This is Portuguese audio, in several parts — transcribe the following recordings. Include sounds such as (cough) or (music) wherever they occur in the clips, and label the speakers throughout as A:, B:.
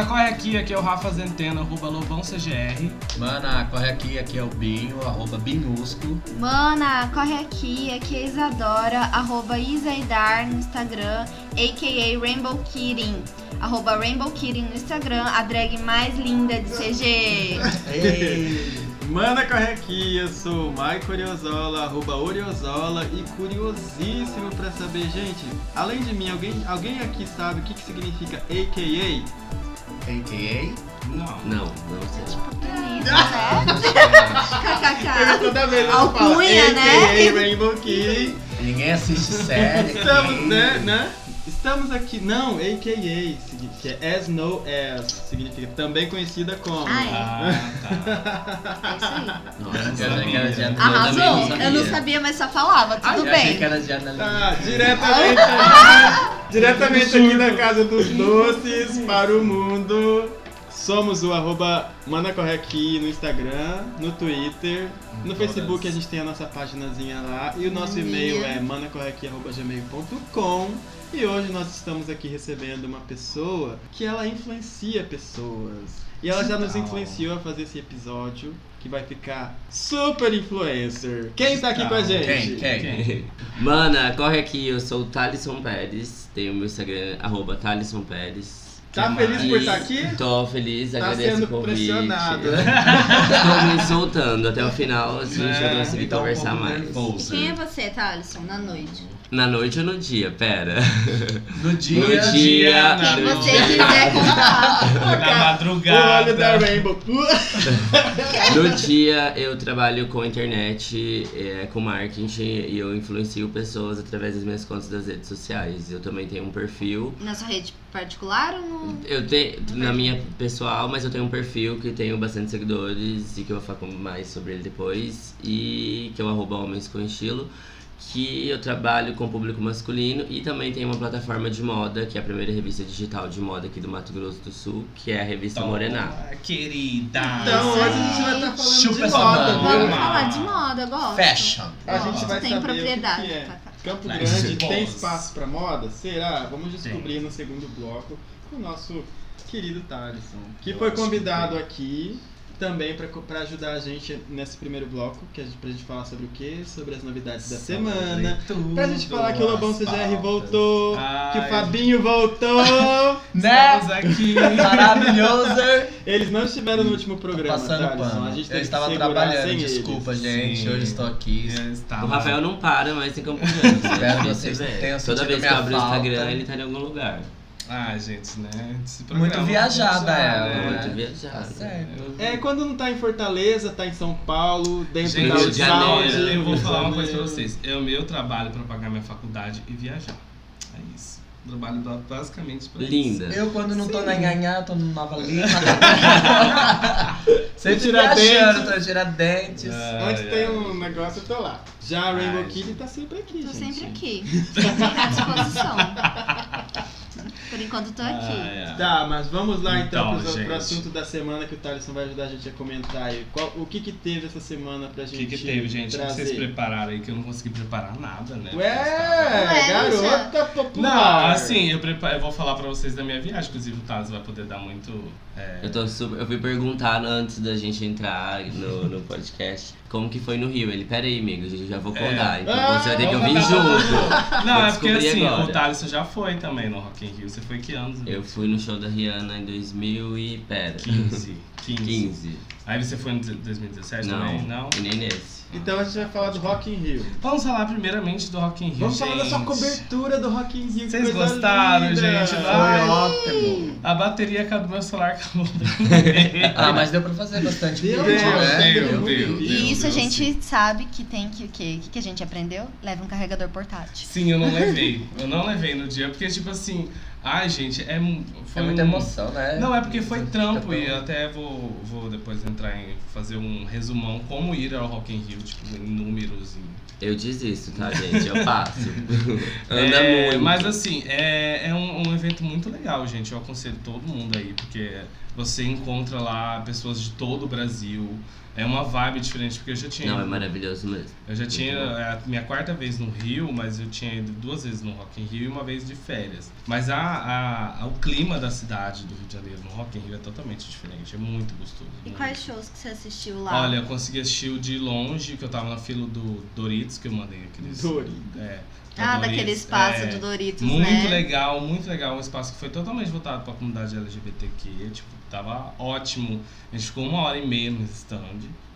A: aqui é o Rafa Zentena, arroba LobãoCGR.
B: Mana, corre aqui, aqui é o Binho, arroba Binhusco.
C: Mana, corre aqui, aqui é Isadora, arroba Isaidar no Instagram, a.k.a. Rainbow Kidding. Arroba Rainbow Kidding no Instagram, a drag mais linda de (laughs) CG.
D: Manda corre aqui, eu sou o Mai Curiosola, arroba Oriozola e curiosíssimo pra saber, gente, além de mim, alguém, alguém aqui sabe o que, que significa AKA?
B: A.K.A.
A: Não.
B: Não, não sei.
C: Bonito, né? KKK.
D: Ah, toda vez
C: Alcunha, né?
D: AKA Rainbow Kid.
B: Ninguém assiste
D: (laughs)
B: série.
D: Estamos,
B: ninguém-
D: né, né? Estamos aqui, não, AKA, signi- que é As No As, significa também conhecida como.
C: Ah, é.
A: Ah, tá.
C: É isso aí.
B: Nossa,
A: Eu não
B: eu achei que era de
A: sabia.
B: eu também
C: Arrasou. Eu não sabia, mas só falava.
B: Ai,
C: Tudo
B: eu Achei
C: bem.
B: que era de analista.
D: Tá, diretamente
B: Ah!
D: aqui, diretamente aqui da Casa dos Doces para o mundo. Somos o arroba Manda Corre Aqui no Instagram, no Twitter, no
B: Todas.
D: Facebook a gente tem a nossa paginazinha lá e o nosso e-mail é mandacorreaqui.gmail.com e hoje nós estamos aqui recebendo uma pessoa que ela influencia pessoas. E ela já nos
A: Legal.
D: influenciou a fazer esse episódio que vai ficar super influencer. Quem tá aqui com a
A: Legal.
D: gente?
B: Quem? Quem?
E: Mana, corre aqui, eu sou o Thalisson Pérez, tenho meu Instagram, arroba Thalisson Pérez.
D: Tá
A: Quem
D: feliz por
E: E
D: estar aqui?
E: Tô feliz,
D: Tá
E: agradeço
D: sendo
E: o convite. (laughs)
D: pressionado.
E: Tô me soltando até o final, assim,
A: É,
E: já consegui
B: Então, um
E: conversar
B: pouco
E: mais.
B: nervoso.
C: Quem é você, Thalisson, na noite?
E: Na noite ou no dia? Pera. (laughs)
B: No dia.
E: no dia.
B: Ah,
D: Na
C: Quem
D: noite.
C: você quiser
A: Na
C: contar.
D: O olho da
A: madrugada.
D: Rainbow.
E: No dia eu trabalho com internet, é, com marketing e eu influencio pessoas através das minhas contas das redes sociais. Eu também tenho um perfil
C: (laughs) Na sua rede particular ou no...
E: Eu tenho na minha pessoal, mas eu tenho um perfil que tenho bastante seguidores e que eu vou falar mais sobre ele depois. E que é o arroba homens com estilo. Que eu trabalho com o público masculino e também tenho uma plataforma de moda, que é a primeira revista digital de moda aqui do Mato Grosso do Sul, que é a
B: Tá
E: revista
B: Então,
E: Morená.
A: Toma, Querida.
D: Então hoje a gente vai estar falando
B: Ah, Chupa
D: de
B: essa
D: moda, tá?
B: mão.
D: viu?
C: Vamos falar de moda, eu gosto.
B: Ah, Fashion.
D: A gente
C: Nossa,
D: vai
C: tem
D: saber o que
C: propriedade,
D: que é.
C: Cacá.
D: Campo
A: Nice.
D: Grande tem
A: Boas.
D: espaço pra moda? Será? Vamos descobrir
A: Tem.
D: no segundo bloco com o nosso querido Thaleson, que
B: Eu
D: foi
B: acho que
D: convidado aqui também pra, co- pra ajudar a gente nesse primeiro bloco, que a gente, pra gente falar sobre o quê? Sobre as novidades da semana. Pra gente falar que o Lobão CGR voltou, que o
A: Ai.
D: Fabinho voltou.
B: Né?
A: Estamos aqui.
B: Maravilhoso!
D: Eles não estiveram no último programa,
B: Passando
D: Thaleson.
B: pano.
D: A gente
B: Eu
D: teve
B: estava
D: que segurar
B: trabalhando,
D: sem
B: desculpa,
D: eles.
B: gente.
A: Sim.
B: Hoje estou aqui.
A: Está
E: O
A: lá.
E: Rafael não para mais em Campo
B: (laughs)
E: Grande. né?
B: Tá Espero que
E: Difícil
B: vocês
E: ver.
B: tenham
E: Toda
B: sentido
E: vez que
B: minha
E: eu abro o
B: falta.
E: Instagram, ele tá em algum lugar.
A: Ah, gente, né? Esse
B: Muito
A: programa
B: viajada
A: já,
B: ela,
A: né?
B: né?
E: Muito
B: Tá
E: viajado.
B: certo.
D: É, quando não tá em Fortaleza, tá em São Paulo, dentro
A: Gente,
D: da
E: Rio de
D: Sound.
E: Janeiro,
A: eu vou falar uma coisa pra vocês. É o meu trabalho pra pagar minha faculdade e viajar. É isso. Trabalho ba- basicamente pra isso.
E: Linda.
B: Eu, quando não tô na Nhanhá, tô no Nova
D: É. (laughs)
B: Lima. Sempre
D: Tirar
B: viajando,
D: dente.
B: tô tirar dentes.
A: Ah,
D: Antes
A: ai,
D: tem
A: ai,
D: um
A: gente.
D: negócio, eu tô lá. Já a Rainbow
A: Ai,
D: Kid tá sempre aqui,
C: Tô
D: gente.
C: sempre aqui, sempre à disposição. Por enquanto tô aqui.
A: Ai, ai.
D: Tá, mas vamos lá então,
A: Então,
D: pro, pro
A: gente.
D: assunto da semana que o Thaleson vai ajudar a gente a comentar aí. Qual- o que que teve essa semana pra
A: é. O
D: gente
A: que, que teve, gente? O que
D: Trazer?
A: vocês prepararam aí que eu não consegui preparar nada, né?
D: Ué,
C: Ué,
D: garota popular.
A: Não, assim, eu, prepa- eu vou falar pra vocês da minha viagem. Inclusive, o Taz vai poder
E: (laughs)
A: dar muito. é,
E: Eu tô super. Eu fui perguntar antes da gente entrar no, no podcast como que foi no Rio. Ele, peraí, amigo, eu já vou contar. Então
D: Ah,
E: você vai ter que
A: vamos
E: ouvir
A: contar pra
E: junto.
A: Não,
E: Vou
A: é porque
E: descobrir
A: assim,
E: agora.
A: o Thaleson já foi também no Rock in Rio. Você foi que anos?
E: Eu fui no show da Rihanna em 2000 e. Pera.
A: 15, 15.
E: 15.
A: Aí você foi em 2017
E: Não,
A: também? Não?
E: E nem nesse.
D: Então a gente vai falar do Rock in Rio.
A: Vamos falar primeiramente do Rock in Rio,
D: Vamos falar da
A: gente.
D: sua cobertura do Rock in Rio. que
A: Vocês
D: coisa
A: gostaram,
D: linda.
A: gente?
D: Foi
A: Ai.
B: ótimo.
A: A bateria acabou, meu celular acabou.
C: (laughs)
B: Ah, mas deu pra fazer bastante
D: Deu,
B: vídeo,
D: deu,
B: né?
D: deu.
C: E isso a
A: Deus,
C: gente
A: sim.
C: sabe que tem que o quê? O que, que a gente aprendeu? Leva um carregador portátil.
A: Sim, eu não levei. Eu não levei no dia, porque, tipo assim. Ai, gente, é. mu- Foi
B: Foi muita
A: um-
B: emoção, né?
A: Não, é porque foi
B: Fica
A: trampo
B: tão-
A: e eu até vou, vou depois entrar em fazer um resumão como ir ao Rock in Rio, tipo, em números em
E: Eu desisto, tá, gente? Eu
A: (laughs)
E: passo. Anda
A: É,
E: muito.
A: Mas assim, é, é um, um evento muito legal, gente. Eu aconselho todo mundo aí, porque você encontra lá pessoas de todo o Brasil. É uma vibe diferente, porque eu já tinha.
E: Não, é
A: ido-
E: maravilhoso mesmo.
A: eu já tinha
E: Muito bom.
A: é, a minha quarta vez no Rio, mas eu tinha ido duas vezes no Rock in Rio e uma vez de férias. Mas a, a- a- o clima da cidade do Rio de Janeiro no Rock in Rio é totalmente diferente, é muito gostoso.
C: E
A: muito.
C: quais shows que você assistiu lá?
A: Olha, eu consegui assistir o de longe, que eu tava na fila do Doritos, que eu mandei aqueles...
D: Doritos.
A: É,
C: ah, daquele
A: Doritos,
C: espaço
A: é.
C: do Doritos,
A: Muito
C: né?
A: legal, muito legal. Um espaço que foi totalmente voltado pra comunidade LGBTQ. Tipo, tava ótimo. A gente ficou uma hora e meia no stand,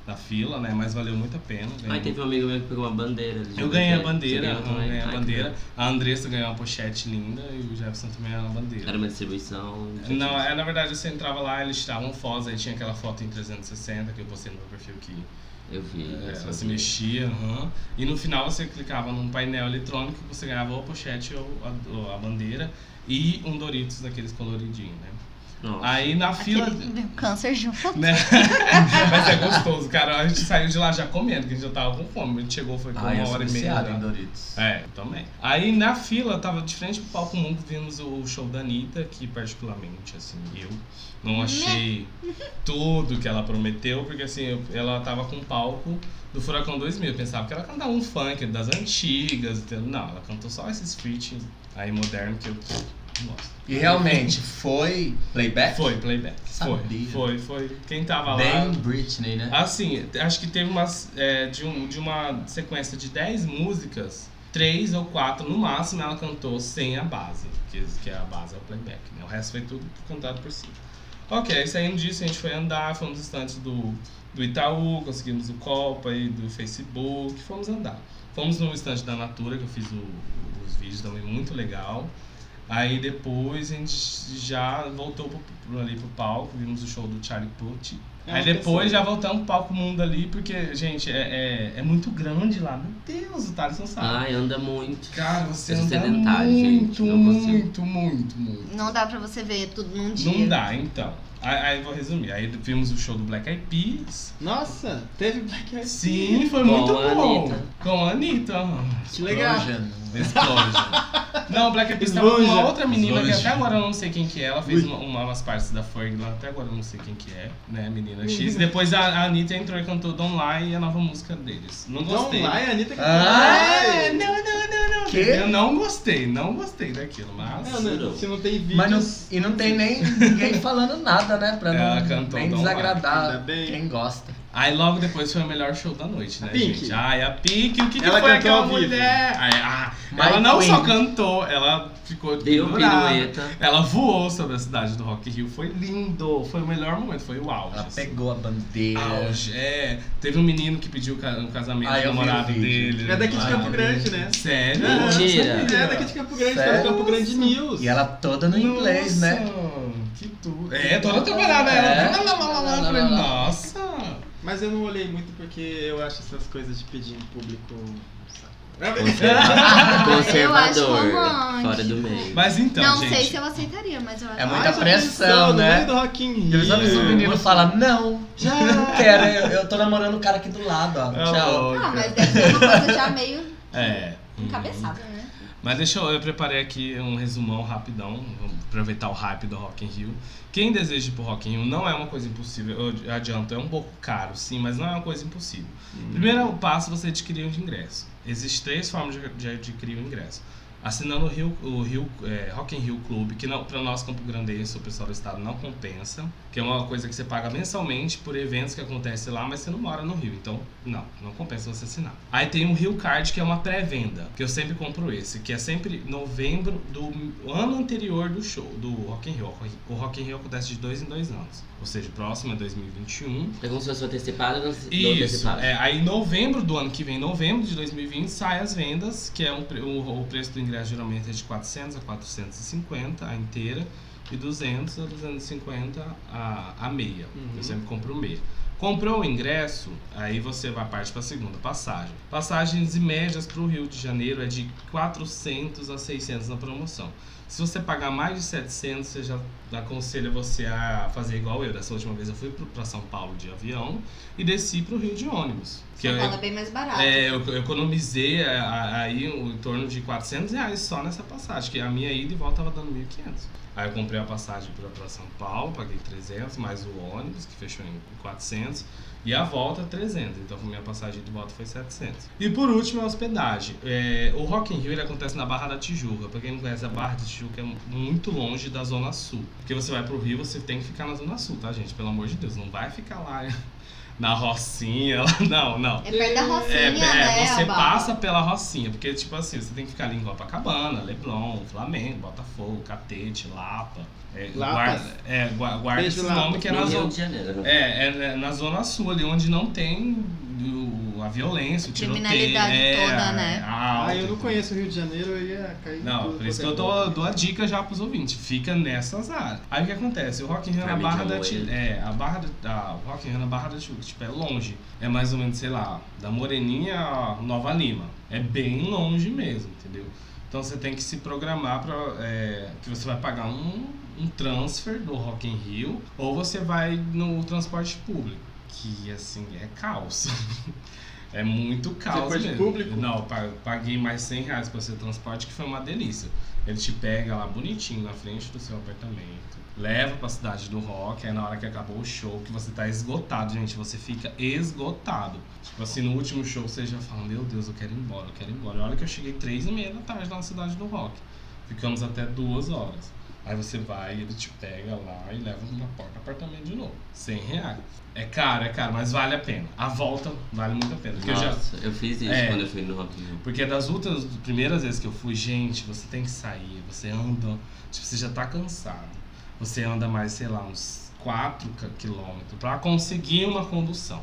A: na fila, né? Mas valeu muito a pena. Ganhei-
E: Ai, teve um amigo meu que pegou uma bandeira. de
A: é. Eu ganhei a
E: Você
A: bandeira,
E: ganhou
A: eu
E: também?
A: ganhei a
E: Ai, que
A: bandeira.
E: bom.
A: A Andressa ganhou uma pochete linda e o Jefferson também ganhou uma bandeira.
E: Era uma distribuição. de-
A: Não, é, na verdade você entrava lá, eles tiravam fotos, aí tinha aquela foto em 360 que eu postei no meu perfil que
E: Eu vi.
A: é,
E: eu só
A: ela se
E: vi.
A: mexia. aham. E no final você clicava num painel eletrônico, você ganhava ou a pochete ou a, ou a bandeira e um Doritos daqueles coloridinhos, né?
E: Nossa.
A: Aí na
C: Aquele
A: fila.
C: (laughs) câncer de um
A: Né? Mas é gostoso, cara. A gente saiu de lá já comendo, que a gente já tava com fome. A gente chegou, foi com
E: Ah,
B: Ai, eu
A: uma
B: sou
A: hora e meia.
B: viciado
A: já.
B: em Doritos.
A: É, também. Aí na fila, tava de frente pro palco mundo, vimos o show da Anitta, que particularmente, assim, eu não achei tudo que ela prometeu, porque assim, eu- ela tava com o palco do Furacão 2000, eu pensava que ela cantava um funk das antigas, entendeu? não, ela cantou só esses feat aí moderno que eu pff, não gosto. É,
B: E realmente, foi playback?
A: Foi, playback. Foi,
B: Sabia.
A: foi, foi. Quem tava lá...
B: Bem Britney, né?
A: Assim, acho que teve umas. é, de, um- de uma sequência de 10 músicas, três ou quatro no máximo ela cantou sem a base, que, que a base é o playback, né? O resto foi tudo cantado por si. Ok, saindo disso, a gente foi andar, fomos nos estantes do, do Itaú, conseguimos o Copa e do Facebook, fomos andar. Fomos no estante da Natura, que eu fiz o- os vídeos também, muito legal. Aí depois a gente já voltou pro, pro- ali pro palco, vimos o show do Charlie Puth.
D: É
A: Aí
D: uma
A: depois
D: pessoa.
A: já voltamos pro palco mundo ali, porque, gente, é, é, é muito grande lá. Meu Deus, o Thales não sabe.
E: Ai, anda muito.
A: Cara, você
E: eu sou
A: anda
E: Ah, é sedentário,
A: muito,
E: gente, não consigo.
A: muito, muito, muito.
C: Não dá pra você ver tudo num dia.
A: Não dá, então. Aí, aí eu vou resumir. Aí vimos o show do Black Eyed Peas.
D: Nossa, teve é Black Eyed
A: Sim, foi
E: Com
A: muito
E: a
A: bom.
E: Anitta.
A: Com a Anitta. aham.
D: Que legal.
B: Explosion.
E: (laughs)
A: Explosion. Não, o Black Eyed Peas tava com uma
D: Explosion.
A: outra menina que
B: Explosion.
A: até agora eu não sei quem que é. Ela fez uma, uma- umas partes da Ferg lá, até agora eu não sei quem que é, né, menina
E: Uhum.
A: X. Depois a, a Anitta entrou e cantou Don't Lie, a nova música deles. Não gostei.
D: Don't lie, a Anitta que
A: Ah, não, não, não, não.
B: Que?
A: Eu não gostei, não gostei daquilo, mas...
D: Não, não, se não tem vídeo.
B: Mas não, e não tem nem
A: (laughs)
B: ninguém falando nada, né? Pra
A: É, Ela
B: não
A: cantou um
B: nem
A: Don't
D: Lie.
B: desagradar
D: Ainda bem.
B: quem gosta.
A: Aí logo depois foi o melhor show da noite,
D: A
A: né,
D: Pink.
A: gente? Ai, a Pink, o que, que
D: Ela
A: foi
D: cantou
A: aquela
D: ao vivo.
A: mulher? Ai, ah,
B: My
A: ela não só
B: Queen.
A: cantou, ela ficou
E: Deu
A: pendurada.
E: pirueta.
A: Ela voou sobre a cidade do Rock in Rio, foi lindo, foi o melhor momento, foi o auge.
B: Ela
A: assim.
B: pegou a bandeira.
A: Auge, é. Teve um menino que pediu ca- um casamento
B: Ah,
A: do
B: eu vi o
A: namorado
B: vídeo.
A: dele.
D: É daqui de
A: Ah,
D: Campo Grande, né?
A: Sério?
E: Mentira.
A: Eu não sabia.
D: É daqui de Campo Grande, tá
B: Sério?
D: no Campo Grande News.
B: E ela toda no inglês,
A: Nossa,
B: né?
A: Que tudo. É, toda trabalhada. Ela.
B: É.
A: Lá, lá, lá, lá, eu falei, Nossa.
D: Mas eu não olhei muito porque eu acho essas coisas de pedir em público. um
A: é,
E: Conserva-
C: Eu acho
E: Conservador.
C: romântico.
E: Fora do meio.
A: Mas então,
C: não
A: gente.
C: sei se eu aceitaria, mas eu acho
B: É
C: que-
B: muita
D: Ai, já
B: pressão,
D: pensou,
B: né?
D: No meio do Rock in
B: E
D: Rio.
B: os homens
A: É.
B: o menino fala, não,
D: Já.
B: não quero, eu, eu tô namorando o cara aqui do lado, ó.
A: Tá
B: Tchau.
A: louca.
C: Não, Ah, mas deve ser uma
A: (laughs)
C: coisa já meio
A: É.
C: encabeçada, né?
A: Mas deixa eu, eu preparei aqui um resumão rapidão, vamos aproveitar o hype do Rock in Rio. Quem deseja ir pro Rock in Rio não é uma coisa impossível, eu adianto, é um pouco caro, sim, mas não é uma coisa impossível. Primeiro passo, você adquirir um ingresso. Existem três formas de, de adquirir o ingresso. Assinando o, Rio, o Rio, é, Rock in Rio Club, que não- pra nós, Campo Grandense, o pessoal do estado, não compensa. Que é uma coisa que você paga mensalmente por eventos que acontecem lá, mas você não mora no Rio. Então, não, não compensa você assinar. Aí tem o Rio Card, que é uma pré-venda, que eu sempre compro esse. Que é sempre novembro do ano anterior do show, do Rock in Rio. O Rock in Rio acontece de dois em dois anos. Ou seja, o próximo é 2021
E: É como se fosse antecipada ou
A: isso,
E: antecipada.
A: é, aí em novembro do ano que vem, novembro de 2020, sai as vendas, que é um, pre- o, o preço do ingresso geralmente é de 400 a 450 a inteira e 200 a 250 a, a meia.
D: Uhum.
A: Eu sempre compro meia. Comprou o ingresso, aí você vai parte para a segunda passagem. Passagens e médias para o Rio de Janeiro é de 400 a 600 na promoção. Se você pagar mais de 700, você já aconselho você a fazer igual eu. Dessa última vez eu fui para São Paulo de avião e desci para o Rio de ônibus. que
C: São
A: eu-
C: Paulo é bem mais barato.
A: é, eu, eu economizei a- a- aí em torno de 400 reais só nessa passagem, que a minha ida e volta tava dando 1.500. Aí eu comprei a passagem pra, pra São Paulo, paguei 300, mais o ônibus, que fechou em 400, e a volta 300. Então minha passagem de volta foi 700. E por último, a hospedagem. É, o Rock in Rio ele acontece na Barra da Tijuca. Pra quem não conhece, a Barra da Tijuca é muito longe da Zona Sul. Porque você vai pro Rio, você tem que ficar na Zona Sul, tá, gente? Pelo amor de Deus, não vai ficar lá (laughs) na Rocinha, lá- não, não.
C: É perto da Rocinha,
A: É,
C: né?
A: é, você
C: Alba?
A: passa pela Rocinha, porque, tipo assim, você tem que ficar ali em Copacabana, Leblon, Flamengo, Botafogo, Catete, Lapa. É,
D: Lapas.
A: guarda, é, gua- guarda
D: Beijo,
A: esse
D: Lapas.
A: nome que é
E: no
A: na,
E: Rio
A: zona,
E: de Janeiro. né?
A: é, é na- na Zona Sul, ali onde não tem o- a violência, o tiroteio.
C: Criminalidade
A: é,
C: toda, né?
A: a- a
D: Ah, eu não
A: alta.
D: conheço o Rio de Janeiro, eu ia cair.
A: Não,
D: tudo
A: por isso que eu
D: quanto é
A: dou,
D: bom.
A: dou a dica já pros ouvintes. Fica nessas áreas. Aí o que acontece? O Rock in Rio na
E: Caminho
A: Barra
E: de
A: da
E: Amor,
A: Ti-
E: ele.
A: É, a Barra da. a- o Rock in Rio na Barra da Tijuca, tipo, é longe. É mais ou menos, sei lá, da Moreninha a Nova Lima. É bem longe mesmo, entendeu? Então você tem que se programar para que você vai pagar um, um transfer do Rock in Rio ou você vai no transporte público, que assim é caos. (laughs) É muito caos
D: Transporte
A: mesmo.
D: público?
A: Não, eu pa- paguei mais 100 reais para ser transporte, que foi uma delícia. Ele te pega lá bonitinho na frente do seu apartamento, leva pra cidade do rock, aí na hora que acabou o show, que você tá esgotado, gente, você fica esgotado. Tipo assim, no último show você já fala, meu Deus, eu quero ir embora, eu quero ir embora. Olha que eu cheguei três e meia da tarde lá na cidade do rock. Ficamos até duas horas. Aí você vai, ele te pega lá e leva na porta do apartamento de novo. 100 reais. É caro, é caro, mas vale a pena. A volta vale muito a pena. É, Porque eu já,
E: Nossa, eu fiz isso
A: É.
E: quando eu fui no Rock in Rio.
A: porque das outras primeiras vezes que eu fui, gente, você tem que sair, você anda, tipo, você já tá cansado. Você anda mais, sei lá, uns 4 quilômetros pra conseguir uma condução.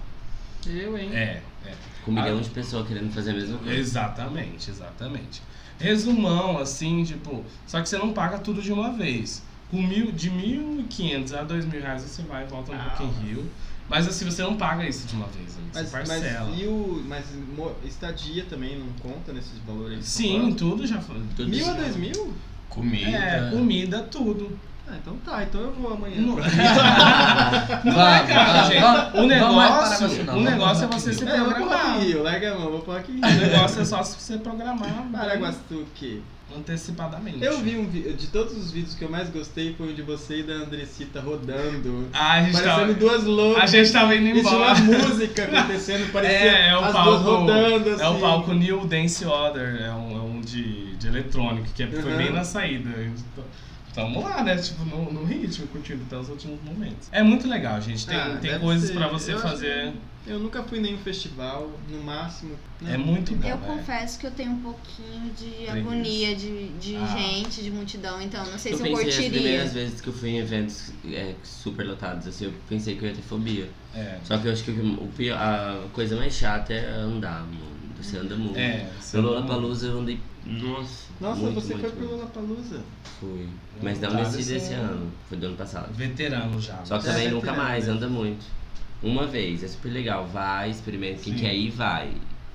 D: Eu, hein?
A: É, é.
E: Com um milhão de pessoas querendo fazer a mesma coisa.
A: Exatamente, exatamente. Resumão, assim, tipo, só que você não paga tudo de uma vez. Com mil, de 1.500 a 2.000 reais você vai e volta no
D: Ah,
A: Rock in Rio. Mas assim, você não paga isso de uma vez, amigo, você
D: Mas, mas,
A: parcela.
D: e o, mas mo- estadia também não conta nesses valores? que você
A: Sim,
D: falou?
A: tudo já foi.
E: Tudo
D: Mil a
E: isso.
D: dois mil?
B: Comida.
A: É, comida, tudo.
D: Ah, então tá, então eu vou amanhã. (laughs)
A: Não, não
D: É,
A: é,
B: Vamos,
A: cara,
B: vamos,
A: gente.
B: vamos,
A: o
B: vamos mais para
A: negócio,
B: você, não.
A: o
B: Vamos um
A: negócio é
B: para
A: você
B: aqui.
A: se
D: eu vou pro Rock in
A: programar.
D: Rio, larga a mão, vou pro Rock
A: (laughs)
D: in
A: O
D: Rio.
A: negócio é só se você programar
D: Paraguaçuque.
A: antecipadamente.
D: Eu vi um vídeo, de todos os vídeos que eu mais gostei foi o de você e da Andressita rodando.
A: Ah, a gente, tava,
D: Parecendo duas loucas.
A: a gente tava indo
D: E tinha uma
A: embora.
D: música
A: (laughs)
D: acontecendo, parecia
A: É, é o
D: as duas
A: palco-
D: rodando assim.
A: É o palco New Dance Order, é um, é um de, de eletrônico, que é- foi
D: Uhum.
A: bem na saída. Então, Tamo lá, né? Tipo, no, no ritmo, curtindo até os últimos momentos. É muito legal, gente. Tem,
D: Ah,
A: tem
D: deve
A: coisas
D: ser.
A: pra você
D: Eu-
A: fazer.
D: Eu nunca fui em nenhum festival, no máximo. né?
A: É muito bom.
C: Eu
A: velho.
C: confesso que eu tenho um pouquinho de
A: Preguiça.
C: agonia de, de
A: Ah.
C: gente, de multidão, então não sei
E: Eu
C: se eu
E: pensei as primeiras
C: curtiria.
E: vezes que eu fui em eventos é, super lotados, assim, eu pensei que eu ia ter fobia.
A: É.
E: Só que eu acho que o o pior- a coisa mais chata é andar, mano. Você anda muito.
A: É,
E: No Lollapalooza eu andei. Nossa.
D: Nossa,
E: muito,
D: você
E: muito,
D: foi pro
E: muito.
D: Lollapalooza.
E: Fui. Mas não
A: Lollapalooza
E: nesse desse
A: é-
E: ano. Foi do ano passado.
A: Veterano já.
E: Só que
A: né?
E: também
D: É,
E: nunca
D: veterano,
E: mais,
D: né?
E: anda muito. Uma vez, é super legal. Vai, experimenta. Quem
A: Sim.
E: quer ir, vai.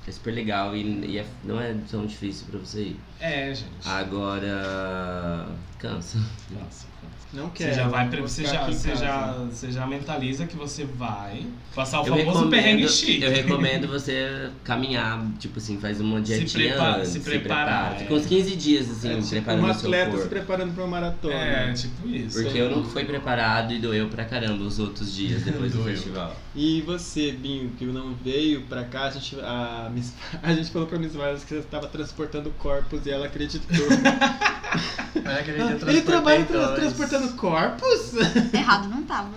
E: É super legal e, e é- não é tão difícil pra você ir.
A: É, gente.
E: Ah. Agora. cansa.
A: Nossa,
D: Não
A: Você
D: quero.
A: já vai, pra-
D: vou
A: você
D: ficar
A: já,
D: aqui em
A: você
D: casa.
A: já, você já mentaliza que você vai passar É o
E: Eu
A: famoso
E: recomendo,
A: perrengue chique.
E: eu recomendo você caminhar, tipo assim, faz uma
A: (laughs) Se
E: dietinha
A: prepara-
E: antes,
A: se preparar, é.
E: Fica uns 15 dias, assim,
D: É, tipo,
E: preparando
D: um
E: o seu
D: atleta se
E: corpo.
D: preparando pra uma maratona.
A: É, tipo isso.
E: Porque eu não fui preparado e doeu pra caramba os outros dias depois do
A: (laughs) Doeu.
E: festival.
D: E você, Binho, que não veio pra cá, a gente, a, Miss- (laughs) a gente falou pra Miss Miles que você estava transportando corpos e ela acreditou.
B: Olha É, que a gente já
D: (laughs) Ele
B: transportei
D: trabalha trans-
B: dois.
D: transportando corpos?
C: (laughs) Errado não tava.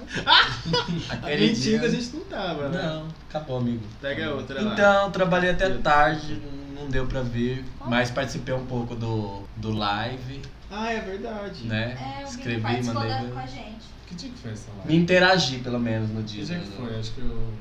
B: Aquele dia-
D: (laughs) Mentira, a gente não tava, né?
B: Não, acabou, amigo.
D: Pega outra lá.
B: Então, trabalhei até
D: Eu-
B: tarde, não deu pra vir, mas participei um pouco do, do live,
D: Ah, é verdade.
B: né?
C: É,
B: Escrevi,
C: com a
B: mandei.
C: gente.
A: Que dia que foi essa
B: Me
A: live?
B: interagi pelo menos no
A: Que
B: dia.
D: é
A: dia que
B: né?
A: foi? Acho que eu.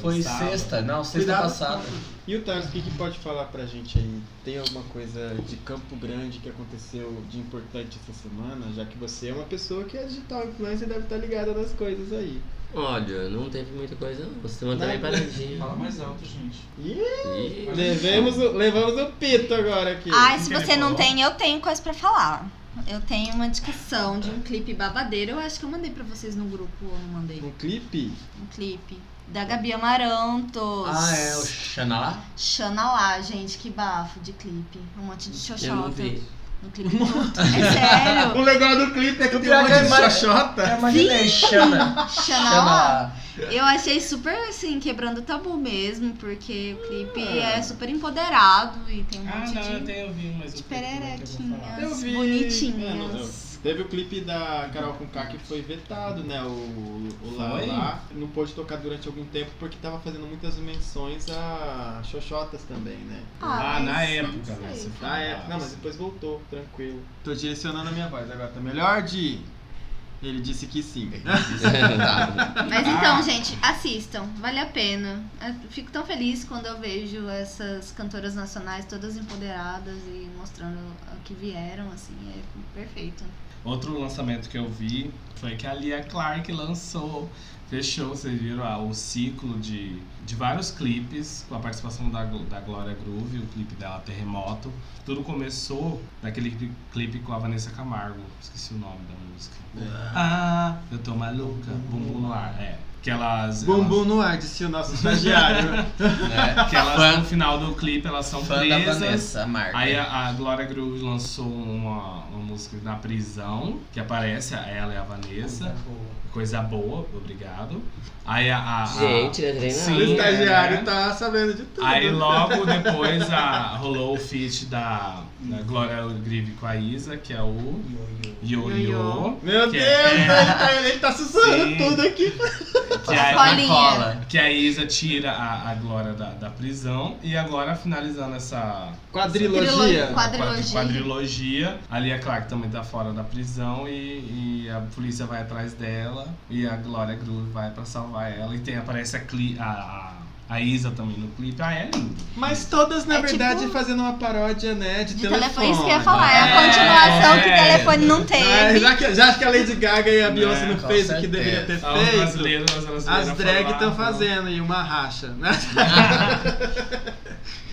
B: Foi
A: sábado.
B: sexta, não, sexta
D: Cuidado.
B: passada.
D: E o Tars, o que, que pode falar pra gente aí? Tem alguma coisa de Campo Grande que aconteceu de importante essa semana? Já que você é uma pessoa que é digital influencer e deve estar ligada tá nas coisas aí.
E: Olha, não teve muita coisa não. Você mantém bem paradinho.
F: Fala mais alto, gente.
E: Ih,
D: Levemos o, levamos o pito agora aqui.
C: Ai, se você não tem, eu tenho coisa pra falar. Eu tenho uma indicação de um clipe babadeiro. Eu acho que eu mandei pra vocês no grupo, ou não mandei?
D: Um clipe?
C: Um clipe. Da Gabi Amarantos.
B: Ah, é o Xanalá?
C: Xana lá, gente, que bafo de clipe. Um monte de
E: Eu não
C: xoxota.
E: vi.
C: (laughs) No clipe todo. É sério.
D: O legal do clipe é que
B: Eu
D: tem um monte
B: queria
D: de
B: que-
D: xoxota.
B: Eu imaginei Xana.
C: Xana lá. Eu achei super, assim, quebrando tabu mesmo, porque o clipe é super empoderado e tem um
A: Ah,
C: monte
A: não, eu
C: de,
A: tenho ouvido, mas
C: de
A: eu sei como é que eu vou falar.
D: Eu
C: pererequinhas
D: vi, mano, eu-
C: bonitinhas.
D: Teve o clipe da Carol Conká que foi vetado, né? O, o Lá
A: Foi?
D: Lá não pôde tocar durante algum tempo porque tava fazendo muitas menções a Xoxotas também, né?
A: Ah,
C: mas
A: na
C: não
A: época, né?
C: sei.
A: Você
D: Na
A: fala,
D: época,
A: ah,
D: não, mas depois voltou, tranquilo. Tô direcionando a minha voz agora, tá melhor, de Ele disse que sim.
C: Mas então, gente, assistam, vale a pena. Eu Fico tão feliz quando eu vejo essas cantoras nacionais todas empoderadas e mostrando o que vieram, assim, é perfeito.
A: Outro lançamento que eu vi foi que a Lia Clark lançou, fechou, vocês viram ah, o ciclo de, de vários clipes, com a participação da, Glo- da Glória Groove, o clipe dela Terremoto. Tudo começou naquele cli- clipe com a Vanessa Camargo, esqueci o nome da música.
B: É.
A: Ah, eu tô maluca, bumbum no ar. É, que elas.
D: Bumbum no ar, disse o nosso estagiário.
B: Né?
A: elas- Que elas,
B: Fã-
A: no final do clipe, elas são
B: Fã da
A: presas.
B: Vanessa, Marca.
A: Aí a, a Glória Groove lançou uma, uma música na prisão, que aparece a- ela e a Vanessa. Coisa boa, obrigado. Aí a. a- a-
E: Gente, né?
D: (laughs)
E: Treinado.
D: o
A: Sim.
D: estagiário tá sabendo de tudo.
A: Aí logo depois a, rolou o feat da, da Glória Groove com a Isa, que é o Yo-Yo.
D: Meu
A: que
D: Deus,
A: é-
D: ele, tá, ele tá sussurrando
A: Sim.
D: tudo aqui.
A: Que é-
C: Colinha.
B: cola.
A: que a Isa tira a, a Glória da, da prisão. E agora, finalizando essa,
D: Quadrilogia.
C: Quadrilogia.
A: quadrilogia. A Lia Clark também tá fora da prisão e, e a polícia vai atrás dela. E a Glória Groove vai pra salvar ela. E tem, aparece a, Cli, a, a, a Isa também no clipe. Ah, é lindo.
D: Mas todas, na
C: É
D: verdade,
C: tipo-
D: fazendo uma paródia, né? De,
C: De
D: telefone.
C: telefone, isso que eu ia falar, é a
A: É,
C: continuação que o
A: é.
C: telefone não
D: Mas é.
C: teve.
D: Ah, já, que, já que a Lady Gaga e a
A: Né,
D: Beyoncé não
B: com
D: fez o
B: certeza.
D: que
B: um
D: deveria ter
A: Ah, Os
D: feito,
A: brasileiros, as brasileiras.
D: as drag
A: foram lá,
D: estão
A: foram-
D: fazendo e uma racha,
B: (laughs)
D: né?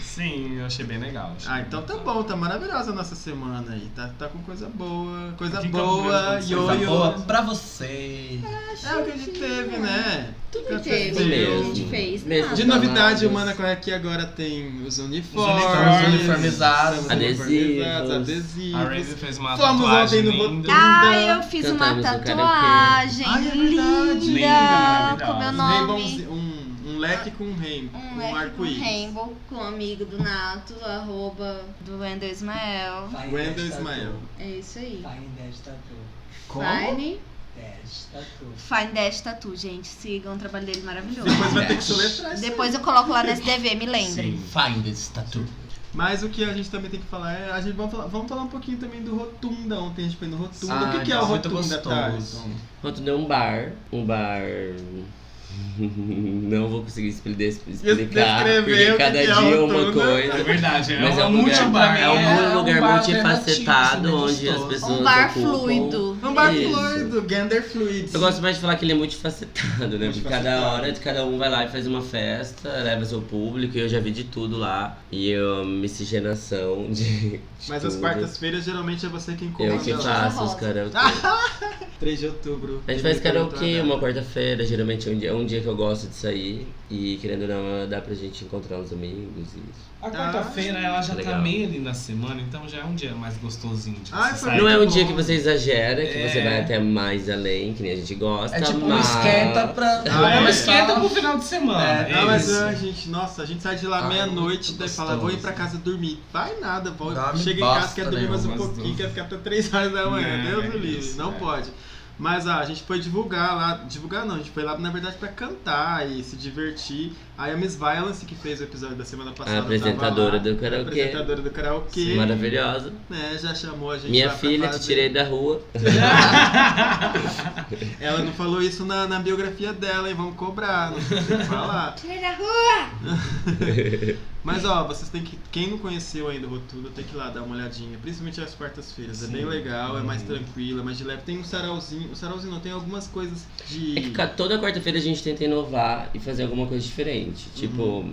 A: Sim, eu achei bem legal. achei
D: Ah,
A: bem
D: então tá
A: legal.
D: bom, tá maravilhosa a nossa semana aí. Tá, tá com coisa boa, coisa
A: Que que
D: boa,
A: eu vi,
B: um Coisa Tá boa
D: ioiô.
B: pra você.
D: É o que a gente teve, né?
C: Tudo
D: Fica
C: teve,
D: tranquilo.
C: a gente fez.
E: Tá Mesmo. tá
C: nada.
D: De
E: As
D: novidade, o
E: baladas.
D: Mana Corre aqui agora tem os uniformes,
B: uniformes, uniformizados,
D: os
E: adesivos.
A: A
D: adesivos.
A: Raven fez uma
D: Fomos
A: tatuagem
D: ontem no
A: linda.
D: Botão.
C: Ai, eu fiz uma
E: Cantamos no karaokê.
C: tatuagem
D: Ai, é verdade.
C: linda,
A: Linda,
C: com meu
A: maravilhosa.
C: nome.
D: Rainbows- um, um leque com um rainbow,
C: Um
D: um,
C: leque com
D: arco-íris.
C: Rainbow, com um amigo do Nato, arroba do Wendel Ismael.
D: Wendel Ismael.
C: É isso aí.
D: Tá
F: Fine Dash Tattoo.
C: Fine.
F: Dash Tattoo.
C: Fine Dash Tattoo, gente. Sigam o trabalho dele maravilhoso.
D: Depois vai ter que soletrar isso.
C: Depois eu coloco lá no SDV, me lembrem.
A: Sim.
B: Find this tattoo.
D: Mas o que a gente também tem que falar é. A gente vamos falar, vamos falar um pouquinho também do Rotunda. Ontem a gente foi no Rotunda. o que,
B: Ah,
D: que é o
B: não, muito
D: Rotunda,
B: gostoso.
D: Thaleson?
E: Enquanto deu um bar, um bar. (laughs) Não vou conseguir expli- des- explicar,
D: Descrever o
E: porque
D: que
E: cada
D: que é né?
E: dia
D: o
E: uma
D: túnel.
A: É
E: coisa.
A: verdade, é,
E: Mas é
A: um
E: um lugar,
A: multibar.
E: é um
B: é um
E: lugar
B: bar
E: multifacetado
B: alternativo, assim,
E: onde as
B: gostoso.
E: pessoas.
C: Um bar
E: ocupam-
C: fluido.
D: Um bar
E: Isso.
D: fluido, gender fluido.
E: Eu gosto mais de falar que ele é multifacetado, né? Porque cada
D: Multifacetado.
E: hora de cada um vai lá e faz uma festa, leva seu público, e eu já vi de tudo lá. E eu miscigenação de. de
D: Mas as
E: tudo.
D: quartas-feiras geralmente é você quem
E: Eu que
D: comanda. lá.
E: faço os karaokê.
B: Ah!
D: 3 de outubro.
E: A gente faz
D: né?
E: karaokê uma quarta-feira, geralmente é um dia, é um dia que eu gosto de sair. E querendo ou não, dá pra gente encontrar uns amigos e isso.
A: A quarta-feira
D: Ah,
A: ela já tá
E: Legal.
A: meio ali na semana, então já é um dia mais gostosinho de
D: Ai,
A: você
D: foi
A: sair.
E: Não é
D: que
E: um dia
D: bom.
E: que você exagera, que
A: É.
E: você vai até mais além, que nem a gente gosta.
B: É tipo um
E: mas-
B: esquenta pra.
D: Ah,
A: É
D: é?
A: uma esquenta pro final de semana.
B: É,
A: É,
D: Ah, mas
A: isso.
D: ah, gente, nossa, a gente sai de lá
B: Ah,
D: meia-noite,
B: muito
D: daí fala, vou
B: gostoso.
D: ir pra casa dormir. Vai nada, vou,
B: Dorme
D: chega em casa,
B: bosta
D: quer dormir mais um
A: nenhuma, mas
D: pouquinho,
A: dorme.
D: quer ficar até 3 horas da manhã.
A: né, É,
D: Deus
A: é
D: do livre,
A: isso,
D: não
A: é.
D: pode. Mas ah, a gente foi divulgar lá, divulgar não, a gente foi lá na verdade pra cantar e se divertir. Aí a Miss Violence, que fez o episódio da semana passada,
E: A apresentadora
D: tava lá,
E: do
D: a
E: karaokê.
D: apresentadora do karaokê,
E: Maravilhosa.
D: né, já chamou a gente
E: Minha
D: lá pra
E: filha, te
D: fazer-
E: tirei da rua.
D: Ela não falou isso na, na biografia dela, hein? Vamos cobrar, não precisa falar.
C: Tirei da rua!
D: Mas ó, vocês têm que. Quem não conheceu ainda o Rotundo, tem que ir lá dar uma olhadinha. Principalmente às quartas-feiras. É
A: Sim.
D: bem legal, é mais
A: Uhum.
D: tranquilo, é mais de leve. Tem um sarauzinho. O sarauzinho não, tem algumas coisas
E: É que
D: de.
E: ca- toda quarta-feira a gente tenta inovar e fazer alguma coisa diferente. Tipo,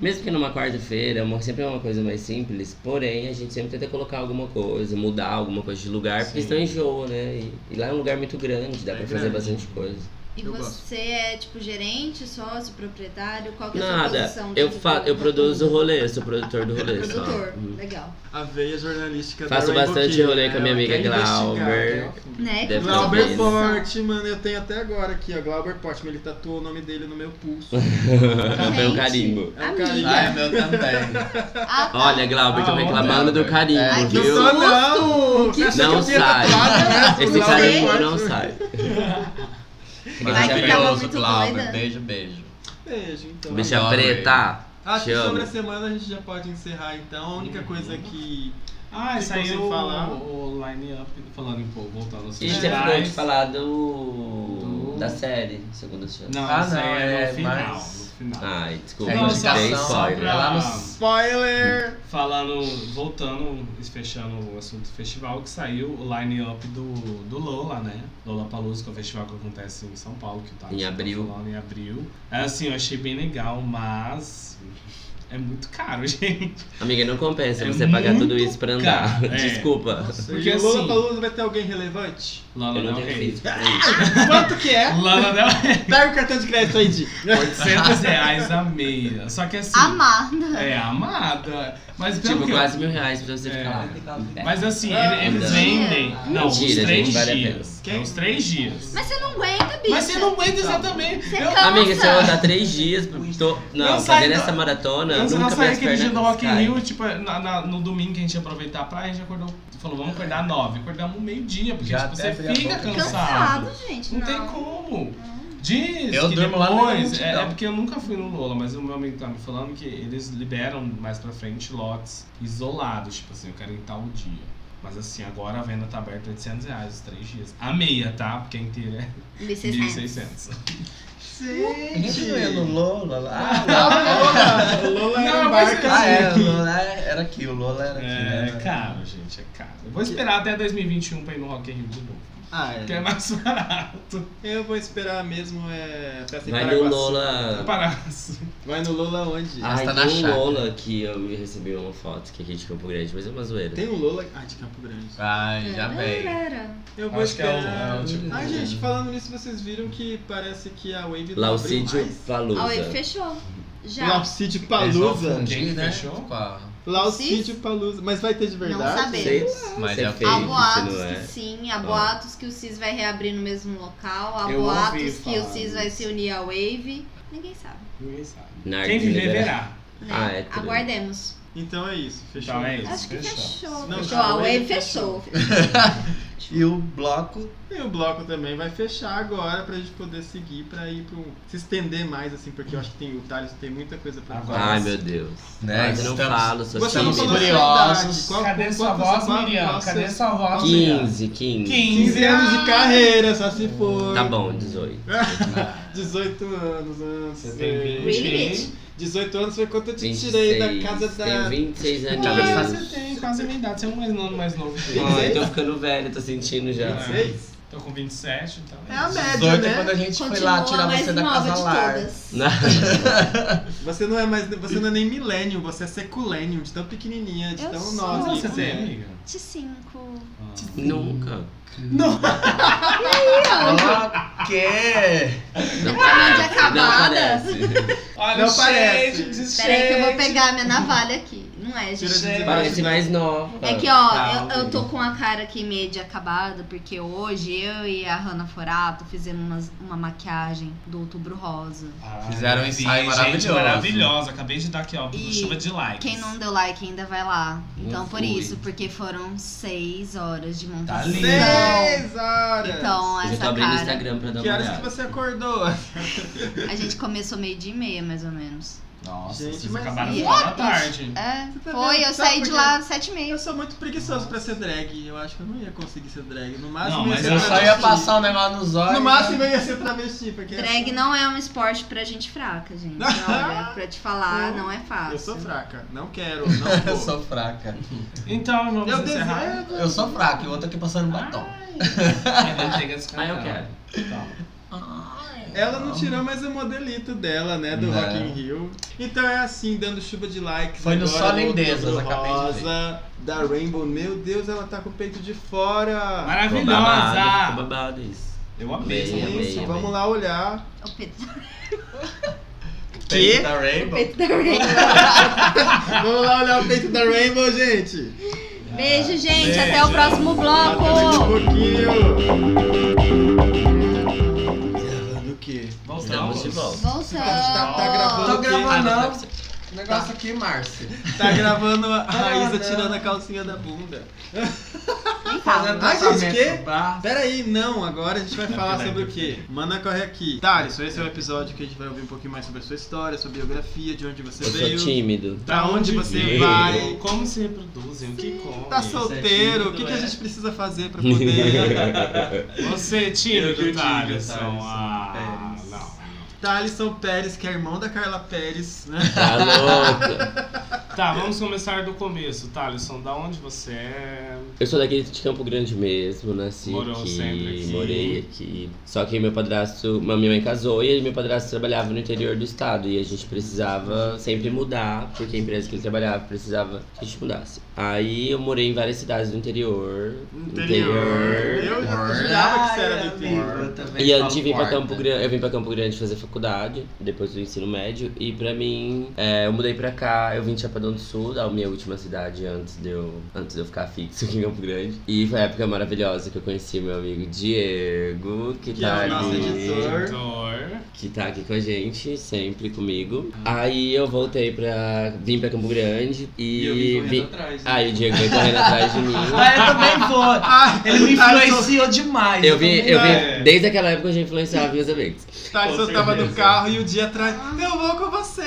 E: mesmo que numa quarta-feira, uma, sempre é uma coisa mais simples, porém a gente sempre tenta colocar alguma coisa, mudar alguma coisa de lugar, porque
A: Sim.
E: senão enjoa, né? E, e lá é um lugar muito grande, dá
D: É
E: pra fazer
D: grande.
E: bastante coisa.
C: E
D: Eu
C: você é tipo gerente, sócio, proprietário? Qual que é a sua
E: Nada,
C: posição?
E: eu,
C: dentro
E: fa
C: do-
E: eu
C: do
E: produzo
C: Rotundo?
E: rolê, eu sou produtor do rolê só.
C: Produtor,
E: Hum.
C: legal.
D: A veia jornalística
E: Faço
D: da Rainbow
E: bastante
D: Kid,
E: rolê
D: né?
E: com a minha
D: Ela
E: amiga
D: quer investigar
E: Glauber.
D: até o fim.
C: Né?
E: Deve
C: com
E: ter
C: sua
D: Glauber
E: Talvez.
C: posição.
D: Porte, mano, eu tenho até agora aqui, ó. Glauber Porte, ele tatuou o nome dele no meu
E: (laughs)
D: pulso.
E: Foi um
C: Gente,
E: carimbo.
D: É um
C: Amiga.
B: Ah, é meu também.
C: Ah, tá.
E: Olha, Glauber,
A: Ah,
E: tô reclamando
B: olha,
E: do carimbo,
B: é,
D: Ai,
B: que
E: viu?
D: não sou não! Você acha que
A: assim,
E: Não
D: eu tinha
E: sai.
D: tatuado mesmo,
E: Esse
D: Glauber
E: carimbo
D: Porte?
E: não sai.
C: Ai, que tava
B: Maravilhoso,
C: muito doida.
B: é Glauber. Beijo, beijo.
D: Beijo, então.
E: Bicha
B: Adoro ele.
E: preta.
D: Acho
E: Te
D: que sobre
E: amo.
D: a semana a gente já pode encerrar, então. A
A: Uhum.
D: única coisa que.
A: Ah,
D: Ficou sem
A: saiu o,
D: falar.
A: o line-up falando em povo, voltando aos
E: E você
A: festivais.
E: ficou de falar do. da série, segundo o senhor.
A: Não,
B: Ah,
A: isso aí
B: não,
A: é,
B: é
A: no final.
B: mais-
A: no final.
E: Ai, desculpa,
B: É
E: não,
B: indicação, Ah,
E: dei
A: Só
E: spoiler.
A: pra-
B: Lá no-
D: Spoiler!
A: Falando, voltando, fechando o assunto do festival, que saiu o line-up do, do Lola, né? Lola Palusa, que é o festival que acontece em São Paulo, que tá
E: Em abril.
A: Falando, em abril. É, Assim, eu achei bem legal, mas é muito caro, (laughs) gente.
E: Amiga, não compensa
A: É
E: você pagar tudo
A: muito
E: isso pra andar. (laughs)
A: caro, é.
E: Desculpa.
A: Porque
D: Porque o Lula
A: assim-
D: Palusa vai ter alguém
A: (laughs)
D: relevante?
A: Lola
E: Eu não
A: Del
E: tenho
A: Rey.
E: físico pra isso.
D: Quanto que é?
A: Lola Del
E: (laughs)
A: Rey,
D: Pega o cartão de crédito aí, Di.
A: 800 reais a meia. Só que assim...
C: Amada.
A: É, amada. Mas pelo
E: Tipo,
A: que eu-
E: quase mil reais pra você
A: então É.
E: ficar lá. É.
A: Mas assim,
D: Ah,
A: ele- eles
E: não.
A: vendem... Não, os
E: Mentira,
A: três
E: gente, vale a pena.
A: dias. É os três dias.
C: Mas você não aguenta, bicho. é
A: Mas você não então. aguenta exatamente. Eu-
E: Amiga, se eu andar três dias, tô... não,
A: Não sai
E: fazendo
A: da-
E: essa maratona,
A: Antes
E: nunca minhas
A: nós saímos aquele
E: pernas
A: dia do Rock in
E: caem.
A: Rio, tipo, na- na- no domingo que a gente ia aproveitar a praia, a gente acordou, falou, vamos acordar nove. Acordamos meio-dia, porque
B: Já
A: tipo,
B: até
A: você
B: abri a
A: fica
B: boca.
A: cansado.
C: Cansado, gente.
A: Não,
C: Não,
A: tem como. Diz
B: Eu
A: que
B: durmo lá na
A: depois, é,
B: multidão.
A: é porque eu nunca fui no Lola, mas o meu amigo tá me falando que eles liberam mais pra frente lotes isolados, tipo assim, eu quero ir tal dia. Mas assim, agora a venda tá aberta 800 reais os três dias. A meia, tá? Porque a inteira é
C: Vocês
A: 1.600.
B: Isso não ia no Lola lá. Ah,
D: Lola, Lola
A: (laughs) Não,
D: não,
A: mas- assim,
D: embarca
B: (laughs) Ah, é, o
D: aqui.
B: Lola era aqui, o Lola era aqui,
A: É,
B: né?
A: caro, gente, é caro. Eu vou esperar até 2021 pra ir no Rock in Rio de novo.
D: Ah,
A: Que
D: é.
A: é mais (laughs) barato.
D: Eu vou esperar mesmo, é. Festa em
E: Vai no
D: Paraguaçu.
B: Tá.
E: Lola.
A: Paraço.
D: Vai no Lola onde?
B: Ah.
E: Ai,
B: tá na
E: tem um
B: chácara.
E: Lola que eu recebi uma foto que é aqui de Campo Grande, mas é uma zoeira.
D: Tem um Lola. Ah, de Campo Grande.
B: Ai, já veio.
D: Eu vou
A: Acho que é o-
D: esperar.
A: é o tipo-
D: Ai, gente, falando nisso, vocês viram que parece que a Wave não abriu
E: Laucídio
D: mais?
C: A Wave
E: Palusa.
C: fechou. Já.
D: Laucídio
B: Eles vão
D: Palusa.
B: fundir,
A: Quem
B: né?
A: fechou?
B: Com a-
D: Laucídio Palusa. Mas vai ter de verdade?
C: sabemos.
B: Mas
E: Você
B: é
E: fez,
C: Há
B: fake,
C: boatos
E: se não é.
C: que sim, há
E: Ah.
C: boatos que o CIS vai reabrir no mesmo local, há
A: Eu ouvi
C: boatos que o
A: falar
C: CIS vai
A: disso.
C: se unir à Wave. Ninguém sabe.
A: Ninguém sabe.
E: Narc
A: Quem viver
E: liberado.
A: verá.
C: né?
E: Ah, é tudo.
C: Aguardemos.
D: Então é isso. Fechou.
A: Então é isso.
C: Acho que
A: fechou.
C: fechou.
D: Não,
C: fechou.
D: a
C: A Wave
D: Wave
C: fechou.
A: (laughs)
B: E o bloco
D: E o bloco também vai fechar agora pra gente poder seguir pra ir pro. se estender mais, assim, porque eu acho que tem, o Thales tem muita coisa pra
A: Agora assim,
D: falar.
E: Ai, meu Deus.
B: Né,
E: Ai, eu não
B: estamos-
E: falo, sou
D: Você não
E: tímida.
D: falou
B: Curiosos.
D: sua idade.
A: Cadê
D: qual- é
A: sua
D: qual-
A: voz,
D: qual-
A: Miriam?
D: qual-
A: Cadê sua voz, Miriam?
E: 15, 15.
A: 15
D: 15 anos de carreira, só se for.
E: Tá bom, 18.
D: 18 anos, antes.
A: Você tem 20.
C: Really?
D: 18 anos foi quando eu te
E: 26.
D: tirei da casa
E: Tenho
D: da.
E: 26 anos.
A: Ah, você tem quase a minha idade. Você é um mais novo, mais novo que eu.
E: Ai, tô ficando velho, tô sentindo já.
A: É.
D: 26?
A: Tô com 27, então.
D: É a média,
B: 18
D: né?
B: é quando a gente foi
C: Continua
B: lá
C: a
B: tirar
C: mais
B: você da
C: nova
B: casa
C: de
B: lar.
C: todas.
D: Você não é mais. Você não é nem milênio, você é seculênio, de tão pequenininha, de
C: Eu
D: tão
C: sou.
A: Quantos
D: nova.
A: anos
D: que
A: você tem,
D: é.
A: amiga?
C: 25.
A: Ah.
E: Nunca.
B: Ok!
E: Não
C: Acabou Ah, de
E: parece.
C: acabada.
E: Não parece.
A: Olha,
D: Não
A: o
D: parece.
A: shade,
C: Peraí que eu vou
A: shade.
C: pegar a minha navalha aqui. Não não é,
D: Tira
C: gente.
D: de
E: Parece mais nova.
C: É que, ó,
D: Tá,
C: eu, eu tô
D: ok.
C: com a cara aqui meio de acabada, porque hoje eu e a Hannah Forato fizemos umas- uma maquiagem do Outubro Rosa.
A: Ah,
B: Fizeram um
A: vi,
B: ensaio
A: Gente,
B: maravilhoso.
A: maravilhosa. Acabei de dar aqui, ó,
C: E
A: chuva de likes.
C: Quem não deu like ainda vai lá. Então,
E: Eu
C: por
E: fui.
C: isso, porque foram seis horas de montação.
A: Tá lindo.
D: Seis horas!
C: Então,
E: Eu já tô
D: tá
C: essa
E: tá abrindo o
C: cara.
E: Instagram pra dar
D: que
E: uma
D: horas
E: olhada.
D: que você acordou?
C: A gente começou meio dia e meia, mais ou menos.
B: Nossa,
D: Gente,
A: Vocês
D: mas
C: e-
A: acabaram no final da tarde.
C: É,
D: Você tá
C: foi,
D: vendo?
C: eu
D: Sabe
C: saí
D: por
C: de
D: quê?
C: lá às sete e meia.
D: Eu sou muito preguiçoso pra ser drag. Eu acho que eu não ia conseguir ser drag. No máximo
A: Não,
D: eu ia
A: mas
D: ser
B: eu só ia
D: travesti.
B: passar o negócio nos olhos.
D: No máximo eu ia ser travesti, porque.
C: Drag não é um esporte pra gente fraca, gente.
D: (laughs)
C: Olha, pra te falar, não é fácil.
D: Eu sou fraca. Não quero, não
B: (laughs) Eu
D: vou.
B: sou fraca.
A: Então, vamos
D: Eu
A: encerrar.
D: desejo.
B: Eu sou fraca, eu vou tô aqui passando batom.
A: Ai, não chega a descansar.
E: Ah, eu quero.
A: Tá.
D: Ela não tirou mais o modelito dela, né? Do
B: Não.
D: Rock in Rio. Então é assim, dando chuva de likes.
B: Foi no
D: agora,
B: Só Lindezas,
D: Outubro
B: acabei de ver.
D: rosa, da Rainbow. Meu Deus, ela tá com o peito de fora.
E: Ficou babado, ficou
A: Maravilhosa!
E: babado isso.
A: Eu amei essa
E: Amei, amei.
A: música.
D: Isso, vamos lá olhar.
C: O Pedro,
D: Tá
B: Peito
D: Que?
B: Da Rainbow.
C: Pedro da Rainbow.
D: Vamos lá olhar o peito da Rainbow, gente.
C: (laughs) Beijo, gente. Até o próximo bloco.
D: Até
E: Tá
D: daqui a pouquinho. Gravando o quê?
E: Estamos de
A: Voltamos.
E: volta.
D: Tá,
C: Voltamos.
D: tá gravando
B: Tô
D: o quê?
B: gravando não. Negócio aqui, Márcio.
D: Tá gravando a Raíssa
B: não.
D: tirando a calcinha da bunda. Tá
C: Nem
B: Fazendo
C: fala.
D: Mas, gente,
B: tratamento
D: que?
B: pro braço.
D: Peraí, não, agora a gente vai falar
A: peraí,
D: sobre o quê? Mana corre aqui. Thales, esse é o episódio que a gente vai ouvir um pouquinho mais sobre a sua história, sua biografia, de onde você
E: Eu sou
D: veio,
E: tímido.
D: pra onde você
E: veio.
D: vai.
A: Como se reproduzem? O que come?
D: Tá solteiro, o que, que a
F: é.
D: gente precisa fazer pra
E: (laughs)
D: poder.
A: Você é
F: Eu que eu
A: tímido,
F: digo, é
A: Thaleson.
F: Thaleson.
A: Ah,
F: Pérez.
A: não.
D: Thaleson Pérez, que é irmão da Carla Pérez,
E: (laughs)
D: né?
E: Tá louco.
A: Tá, vamos começar do começo, Thaleson. Da onde você é?
E: Eu sou daqui de Campo Grande mesmo, nasci
A: Morou
E: aqui,
A: sempre aqui.
E: morei aqui. Só que meu padrasto, minha mãe casou e meu padrasto trabalhava no interior do estado e a gente precisava sempre mudar, porque a empresa que ele trabalhava precisava que a gente mudasse. Aí eu morei em várias cidades do interior.
D: Eu jurava que você era do interior.
B: Eu também tá
E: E eu
B: falo
E: de- vim pra
B: quarta.
E: Campo Grande, eu vim para Campo Grande fazer faculdade, depois do ensino médio, e pra mim, é, eu mudei pra cá, eu vim de Chapadão do Sul, a minha última cidade antes de eu, antes de eu ficar fixo aqui em Campo Grande. E foi a época maravilhosa que eu conheci meu amigo Diego, que,
D: Que
E: tá
D: é o nosso
E: ali,
D: editor.
A: Dor.
E: que tá aqui com a gente, sempre comigo. Aí eu voltei pra. vim pra Campo Grande
D: E eu vim
E: e.
D: correndo
E: vi-
D: atrás. né?
E: Aí o Diego veio correndo atrás de mim.
D: (laughs)
B: Ah, eu também vou.
D: Ah,
B: Ele me
D: (laughs) Thaleson-
B: influenciou demais.
E: Eu vim, eu
A: É.
E: vim, desde aquela época eu já influenciava meus amigos.
D: Thaleson
A: Com
D: tava no
A: certeza.
D: carro e o dia atrás. Eu vou com você,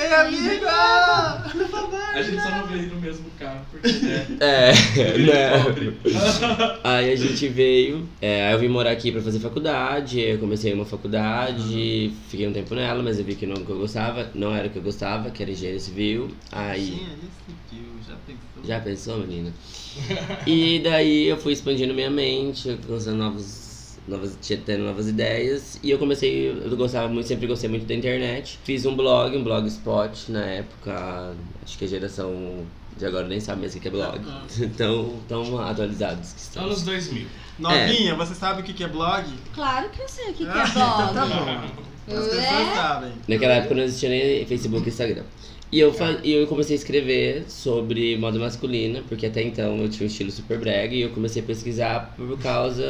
D: amiga!
F: né? A gente só não veio no mesmo carro,
B: (laughs)
F: porque né?
E: É,
F: é
E: não.
F: pobre.
E: Aí a gente veio, é, aí eu vim morar aqui pra fazer faculdade, eu comecei uma faculdade, fiquei um tempo nela, mas eu vi que não que eu gostava, não era o que eu gostava, que era engenharia civil. Aí
D: Tinha isso, tio, já pensou?
E: já pensou, menina? E daí eu fui expandindo minha mente, alcançando novos, novas, tinha- tendo novas ideias. E eu comecei, eu gostava muito, sempre gostei muito da internet. Fiz um blog, um blogspot na época, acho que a geração de agora nem sabe mais o que é blog. (laughs) Tão, tão atualizados que estão.
A: Anos 2000.
D: Novinha, você sabe o que que é blog?
C: Claro que eu sei o que, que
D: Ah,
C: é
D: então tá
C: blog.
D: bom. As pessoas
C: Ué?
D: sabem.
E: Naquela época não existia nem Facebook e Instagram. E eu, fa- e eu comecei a escrever sobre moda masculina, porque até então eu tinha um estilo super brega e eu comecei a pesquisar por causa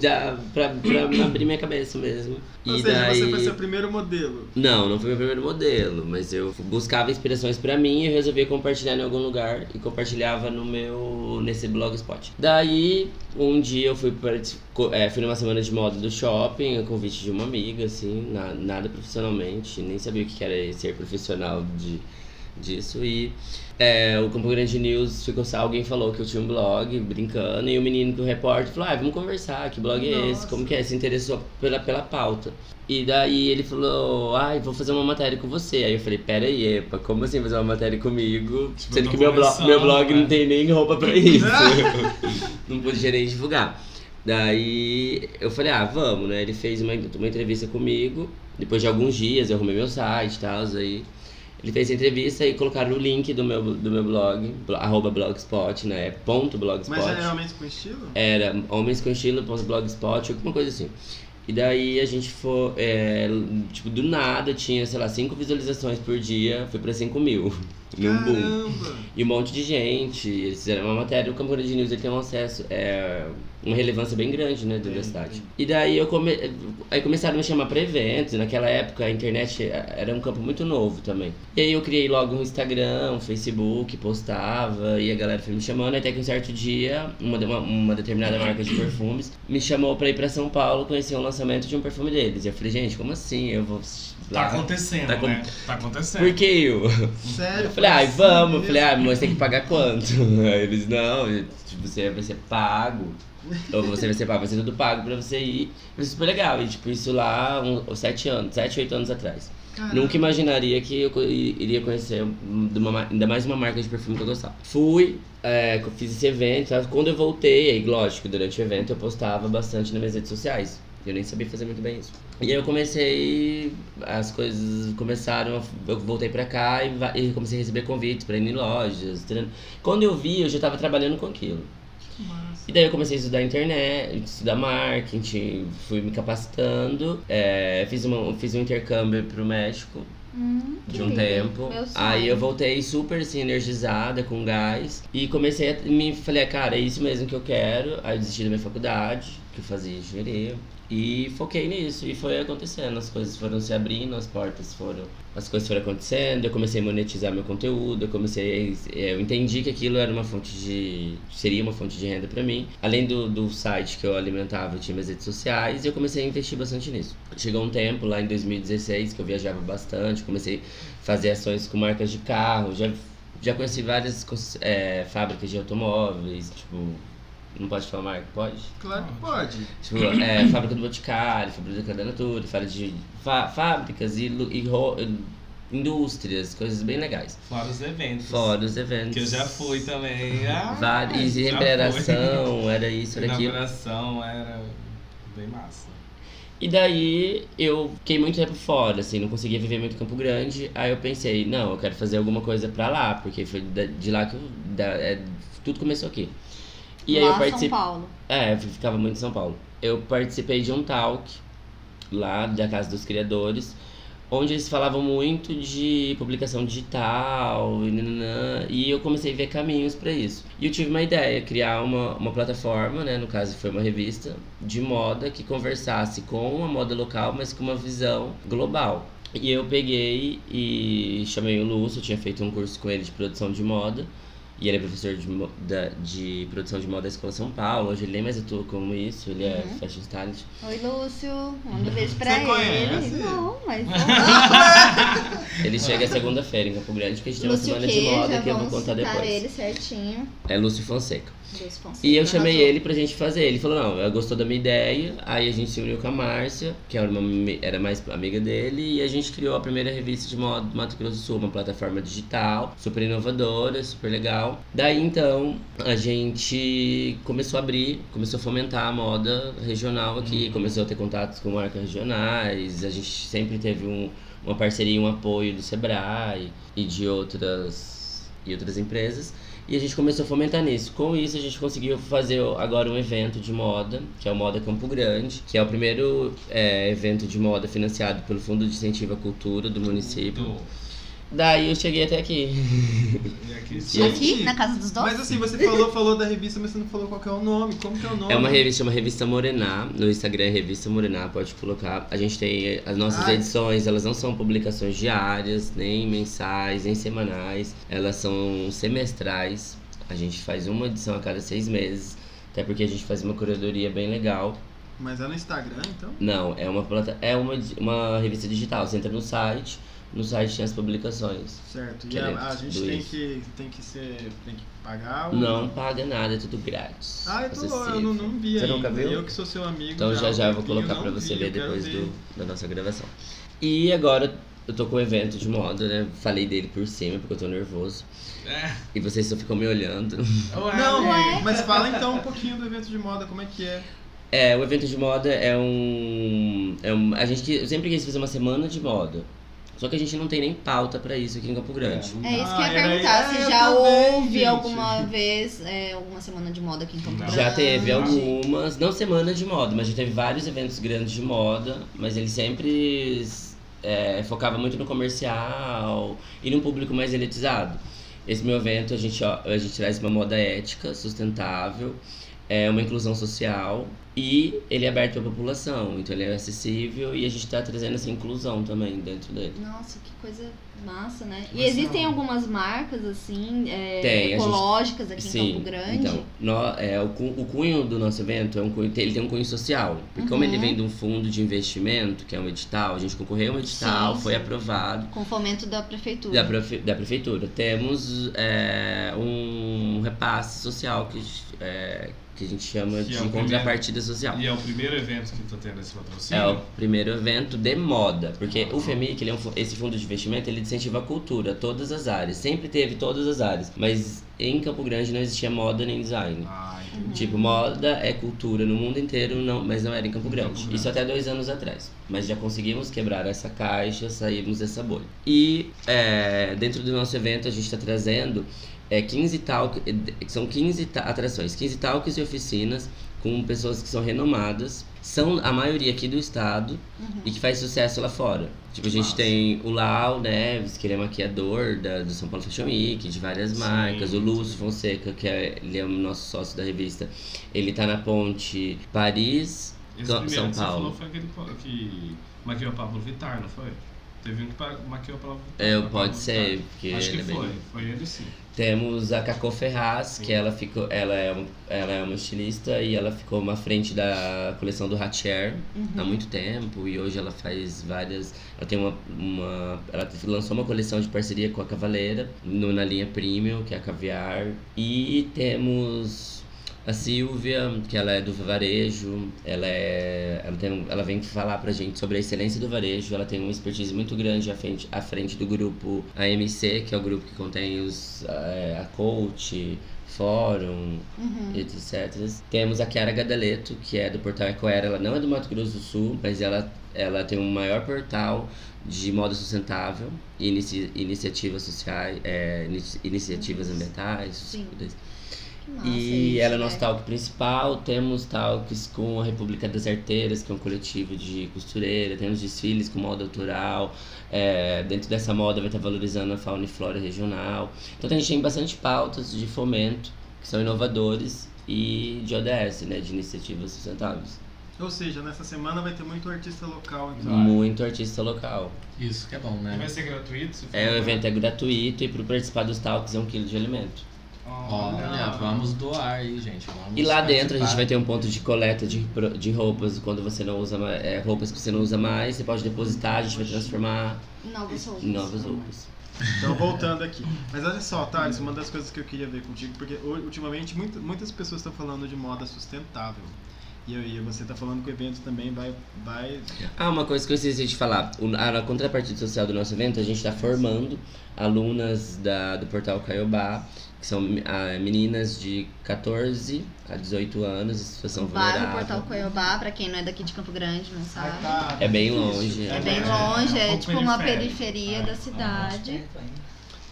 E: da. pra, pra abrir minha cabeça mesmo. E
D: Ou seja,
E: daí.
D: você foi seu primeiro modelo.
E: Não, não foi meu primeiro modelo, mas eu buscava inspirações pra mim e eu resolvia compartilhar em algum lugar e compartilhava no meu nesse blogspot. Daí, um dia eu fui partici- co- eh, fui numa semana de moda do shopping, a convite de uma amiga assim, na- nada profissionalmente, nem sabia o que que era ser profissional de disso e eh, o Campo Grande News ficou alguém falou que eu tinha um blog brincando e o menino do repórter falou ah, vamos conversar que blog é esse
D: Nossa.
E: como que é se interessou pela pela pauta e daí ele falou, ai, vou fazer uma matéria com você. Aí eu falei, pera aí, epa, como assim fazer uma matéria comigo?
A: Tipo, eu
E: Sendo
A: tô
E: que meu, blo
A: começando,
E: meu blog
A: né?
E: não tem nem roupa pra
A: (laughs)
E: isso. não podia nem divulgar. Daí eu falei, ah, vamos, né? Ele fez uma, uma entrevista comigo. Depois de alguns dias eu arrumei meu site e tal, aí. Ele fez a entrevista e colocaram o link do meu, do meu blog, blo- arroba blogspot, né? Ponto blogspot.
D: Mas é geralmente com estilo?
E: Era Homens com Estilo, blogspot, alguma coisa assim. E daí a gente foi, é, tipo, do nada tinha, sei lá, 5 visualizações por dia, foi pra 5 mil. (laughs) Num boom.
D: Caramba!
E: E um monte de gente. Eles fizeram uma matéria. O Campo Grande News ele tem um acesso, é, uma relevância bem grande, né, dentro da cidade. E daí eu come... aí começaram a me chamar pra eventos. e Naquela época a internet era um campo muito novo também. E aí eu criei logo um Instagram, um Facebook, postava. E a galera foi me chamando. Até que um certo dia, uma, de- uma, uma determinada marca de perfumes me chamou pra ir pra São Paulo conhecer um lançamento de um perfume deles. E eu falei, gente, como assim? Eu vou
A: Tá
E: lá.
A: acontecendo,
E: Tá com-
A: né? Tá acontecendo.
E: Por que eu?
D: Sério?
E: Eu falei, ai,
D: foi
E: vamos. Eu
D: assim
E: falei, ai, mas tem que pagar quanto? (laughs) Aí eles, não, tipo, você vai ser pago. Ou você vai ser pago, vai ser tudo pago pra você ir. Foi super legal. E, tipo, isso lá, um, uns sete anos, sete, oito anos atrás.
D: Caramba.
E: Nunca imaginaria que eu co- i- iria conhecer um- de uma ma- ainda mais uma marca de perfume que eu gostava. Fui, é, co- fiz esse evento. sabe? Quando eu voltei, aí, lógico, durante o evento eu postava bastante nas minhas redes sociais. Eu nem sabia fazer muito bem isso. E aí eu comecei, as coisas começaram, a f- eu voltei pra cá e, va- e comecei a receber convites pra ir em lojas. tran- Quando eu vi, eu já tava trabalhando com aquilo. E daí eu comecei a estudar internet, estudar marketing, fui me capacitando. é, fiz, uma, fiz um intercâmbio pro México
C: Hum, que
E: de um
C: lindo.
E: tempo.
C: Meu sonho.
E: Aí eu voltei super assim, energizada, com gás. E comecei a me falei, cara, é isso mesmo que eu quero. Aí eu desisti da minha faculdade, que eu fazia engenharia. E foquei nisso. E foi acontecendo. As coisas foram se abrindo, as portas foram. As coisas foram acontecendo. Eu comecei a monetizar meu conteúdo. Eu comecei. a- Eu entendi que aquilo era uma fonte de. seria uma fonte de renda pra mim. Além do, do site que eu alimentava, eu tinha minhas redes sociais. E eu comecei a investir bastante nisso. Chegou um tempo, lá em 2016, que eu viajava bastante, comecei fazer ações com marcas de carro. Já, já conheci várias cons- é, fábricas de automóveis, tipo. Não pode falar marca, pode?
D: Claro que pode.
E: Tipo,
A: (coughs)
E: é, fábrica do Boticário, fábrica da Natura, fábrica de fá- fábricas e, lu- e ro- indústrias, coisas bem legais.
A: Fora os eventos.
E: Fora os eventos.
A: Que eu já fui também. Ah,
E: Várias, e
A: já
E: sempre era
A: fui.
E: ação, era isso, era aquilo.
A: Inauguração era bem massa.
E: E daí eu fiquei muito tempo fora, assim, não conseguia viver muito em Campo Grande. Aí eu pensei, não, eu quero fazer alguma coisa pra lá, porque foi da- de lá que eu, da- é, tudo começou aqui. E aí
C: Lá,
E: eu participei.
C: São Paulo.
E: É, eu ficava muito em São Paulo. Eu participei de um talk lá da Casa dos Criadores, onde eles falavam muito de publicação digital e nananã, e eu comecei a ver caminhos para isso. E eu tive uma ideia, criar uma, uma plataforma, né, no caso foi uma revista, de moda que conversasse com a moda local, mas com uma visão global. E eu peguei e chamei o Lúcio, eu tinha feito um curso com ele de produção de moda. E ele é professor de, mo- da- de produção de moda da Escola São Paulo. Hoje ele nem mais atua como isso, ele é
C: Uhum.
E: fashion stylist.
C: Oi, Lúcio. Manda um beijo pra
D: Você
C: ele.
D: conhece?
C: Não,
D: (laughs)
C: mas.
E: Ele chega segunda-feira em Campo Grande, porque a gente tem uma
C: Lúcio
E: semana
C: que,
E: de moda
C: já
E: que eu vou
C: vamos
E: contar
C: citar
E: depois.
C: ele certinho.
E: É Lúcio Fonseca.
C: Deus Fonseca,
E: E eu
C: arrasou.
E: chamei ele pra gente fazer. Ele falou, não, ela gostou da minha ideia. Aí a gente se uniu com a Márcia, que era, uma, ami- era mais amiga dele, e a gente criou a primeira revista de moda do Mato Grosso do Sul, uma plataforma digital, super inovadora, super legal. Daí então, a gente começou a abrir, começou a fomentar a moda regional
C: Uhum.
E: aqui, começou a ter contatos com marcas regionais, a gente sempre teve um, uma parceria, e um apoio do Sebrae e de outras, e outras empresas. E a gente começou a fomentar nisso. Com isso, a gente conseguiu fazer agora um evento de moda, que é o Moda Campo Grande, que é o primeiro é, evento de moda financiado pelo Fundo de Incentivo à Cultura do município.
A: Do-
E: Daí eu cheguei até aqui. (laughs)
A: E aqui
E: Gente,
C: Aqui, na casa dos dois?
D: Mas assim, você falou, falou da revista, mas você não falou qual que é o nome. Como que é o nome?
E: É uma revista, chama Revista Morená. No Instagram é Revista Morená, pode colocar. A gente tem as nossas
D: Ai.
E: edições, elas não são publicações diárias, nem mensais, nem semanais. Elas são semestrais. A gente faz uma edição a cada seis meses. Até porque a gente faz uma curadoria bem legal.
D: Mas é no Instagram, então?
E: Não, é uma, plata... é uma, di- uma revista digital. Você entra no site, no site tem as publicações.
D: Certo. E
E: Que
D: a,
E: legal,
D: a gente
E: tudo
D: tem
E: isso.
D: que, tem que ser. Tem que pagar ou
E: Não paga nada, é tudo grátis.
D: Ah, eu tô louco,
E: acessível.
D: eu não, não vi
E: Você
D: ainda.
E: nunca viu?
D: Eu que sou seu amigo.
E: Então já já eu vou
D: vi, eu
E: colocar pra
D: não
E: você
D: vi,
E: ver
D: eu quero
E: depois
D: ver.
E: do, da nossa gravação. E agora eu tô com o evento de moda, né? Falei dele por cima porque eu tô nervoso.
A: É.
E: E vocês só ficam me olhando.
A: Ué,
D: Não,
C: Ué.
D: mas fala então um pouquinho do evento de moda, como é que é?
E: É, o evento de moda é um. É um a gente que- eu sempre quis fazer uma semana de moda. Só que a gente não tem nem pauta pra isso aqui em Campo Grande.
C: É isso que eu
D: Ah,
C: ia
D: era-
C: perguntar.
D: é,
C: Se
D: eu
C: já
D: também,
C: houve
D: gente.
C: alguma vez é, alguma semana de moda aqui em Campo
A: Já
C: Grande?
E: Já teve algumas, não semana de moda, mas já teve vários eventos grandes de moda, mas eles sempre é, focava muito no comercial e num público mais elitizado. Esse meu evento a gente, ó, a gente traz uma moda ética, sustentável, é uma inclusão social e ele é aberto para a população, então ele é acessível e a gente está trazendo essa inclusão também dentro dele.
C: Nossa, que coisa massa, né? E existem algumas marcas, assim, é,
E: Tem, a gente-
C: ecológicas aqui em
E: Sim,
C: Campo Grande.
E: então, nó- é, o, cu- o cunho do nosso evento é um cunho, tem- ele tem um cunho social. Porque como
C: Uhum.
E: ele vem de um fundo de investimento, que é um edital, a gente concorreu a um edital,
C: Sim,
E: foi
C: sim.
E: aprovado.
C: Com fomento da prefeitura.
E: Da, prefe- da prefeitura. Temos é, um repasse social que, é, que a gente chama
A: Que
E: de
A: é o
E: contrapartida social.
A: E é o primeiro evento que tá tendo esse patrocínio.
E: É o primeiro evento de moda, porque o FEMIC, ele é um fu- esse fundo de investimento, ele incentiva a cultura, todas as áreas. Sempre teve todas as áreas, mas em Campo Grande não existia moda nem design.
A: Ah, entendi.
E: Tipo, moda é cultura no mundo inteiro, não, mas não era em Campo Grande. Isso até dois anos atrás. Mas já conseguimos quebrar essa caixa, saímos dessa bolha. E é, dentro do nosso evento a gente está trazendo é, 15 talk, são 15 ta- atrações, 15 talks e oficinas com pessoas que são renomadas, são a maioria aqui do estado
C: Uhum.
E: e que faz sucesso lá fora. Tipo, a gente
A: Massa.
E: tem o Lau Neves, que ele é maquiador da, do São Paulo Fashion Week, de várias
A: Sim.
E: marcas. O Lúcio Fonseca, que é, ele é o nosso sócio da revista. Ele tá na ponte Paris.
A: Esse
E: São-
A: primeiro
E: São
A: que
E: Paulo.
A: você falou foi aquele po- que maquiou a Pablo Vittar, não foi? Teve um que pa- maquiou a Pablo Vittar.
E: É,
A: a Pablo
E: pode ser,
A: Vittar.
E: porque
A: Acho
E: ele
A: que
E: é bem-
A: foi, foi ele sim.
E: Temos a Cacô Ferraz, que
A: Sim.
E: ela ficou. Ela é, um- ela é uma estilista e ela ficou uma frente da coleção do Hatcher
C: Uhum.
E: há muito tempo. E hoje ela faz várias. Ela tem uma. uma ela lançou uma coleção de parceria com a Cavaleira, no, na linha Premium, que é a Caviar. E temos. A Silvia, que ela é do varejo, ela é, ela, tem, um- ela vem falar pra gente sobre a excelência do varejo, ela tem uma expertise muito grande à frente, à frente do grupo AMC, que é o grupo que contém os, eh, a Coach, Fórum,
C: Uhum.
E: etc. Temos a Chiara Gadaleto, que é do portal Ecoera. Ela não é do Mato Grosso do Sul, mas ela, ela tem o maior portal de moda sustentável e inici- iniciativas sociais, é, inici- iniciativas ambientais.
C: Sim. Que massa
E: E
C: isso,
E: ela é o
C: né?
E: nosso talk principal. Temos talks com a República das Arteiras, que é um coletivo de costureira. Temos desfiles com moda autoral. É, dentro dessa moda vai estar valorizando a fauna e flora regional. Então a gente tem bastante pautas de fomento, que são inovadores, e de ODS, né, de iniciativas sustentáveis.
D: Ou seja, nessa semana vai ter muito artista local, então.
E: Muito artista local.
B: Isso que é bom,
A: E vai
B: né?
A: ser gratuito? se for?
E: É, o evento é gratuito e para participar dos talks é um quilo de alimento.
B: Olha, vamos doar aí, gente. Vamos
E: E lá
B: participar.
E: dentro a gente vai ter um ponto de coleta de, pro- de roupas, quando você não usa mais, é, roupas que você não usa mais, você pode depositar, a gente vai transformar
C: Novas roupas.
E: em novas roupas.
D: Então, voltando aqui. Mas olha só, Thales, uma das coisas que eu queria ver contigo, porque ho- ultimamente muita- muitas pessoas estão falando de moda sustentável. E, aí você está falando que o evento também vai. vai...
E: Ah, uma coisa que eu esqueci de falar. O- a, a contrapartida social do nosso evento, a gente está formando alunas da, do portal Caiobá, que são ah, meninas de 14 a 18 anos, em situação
C: Vai no
E: vulnerável.
C: Portal Coiobá, pra quem não é daqui de Campo Grande, não sabe.
E: É bem longe.
C: É
E: né?
C: bem
A: tá. É,
C: longe,
A: é um
C: é
A: pouco
C: tipo uma periferia
A: periférico.
C: da
A: É,
C: cidade.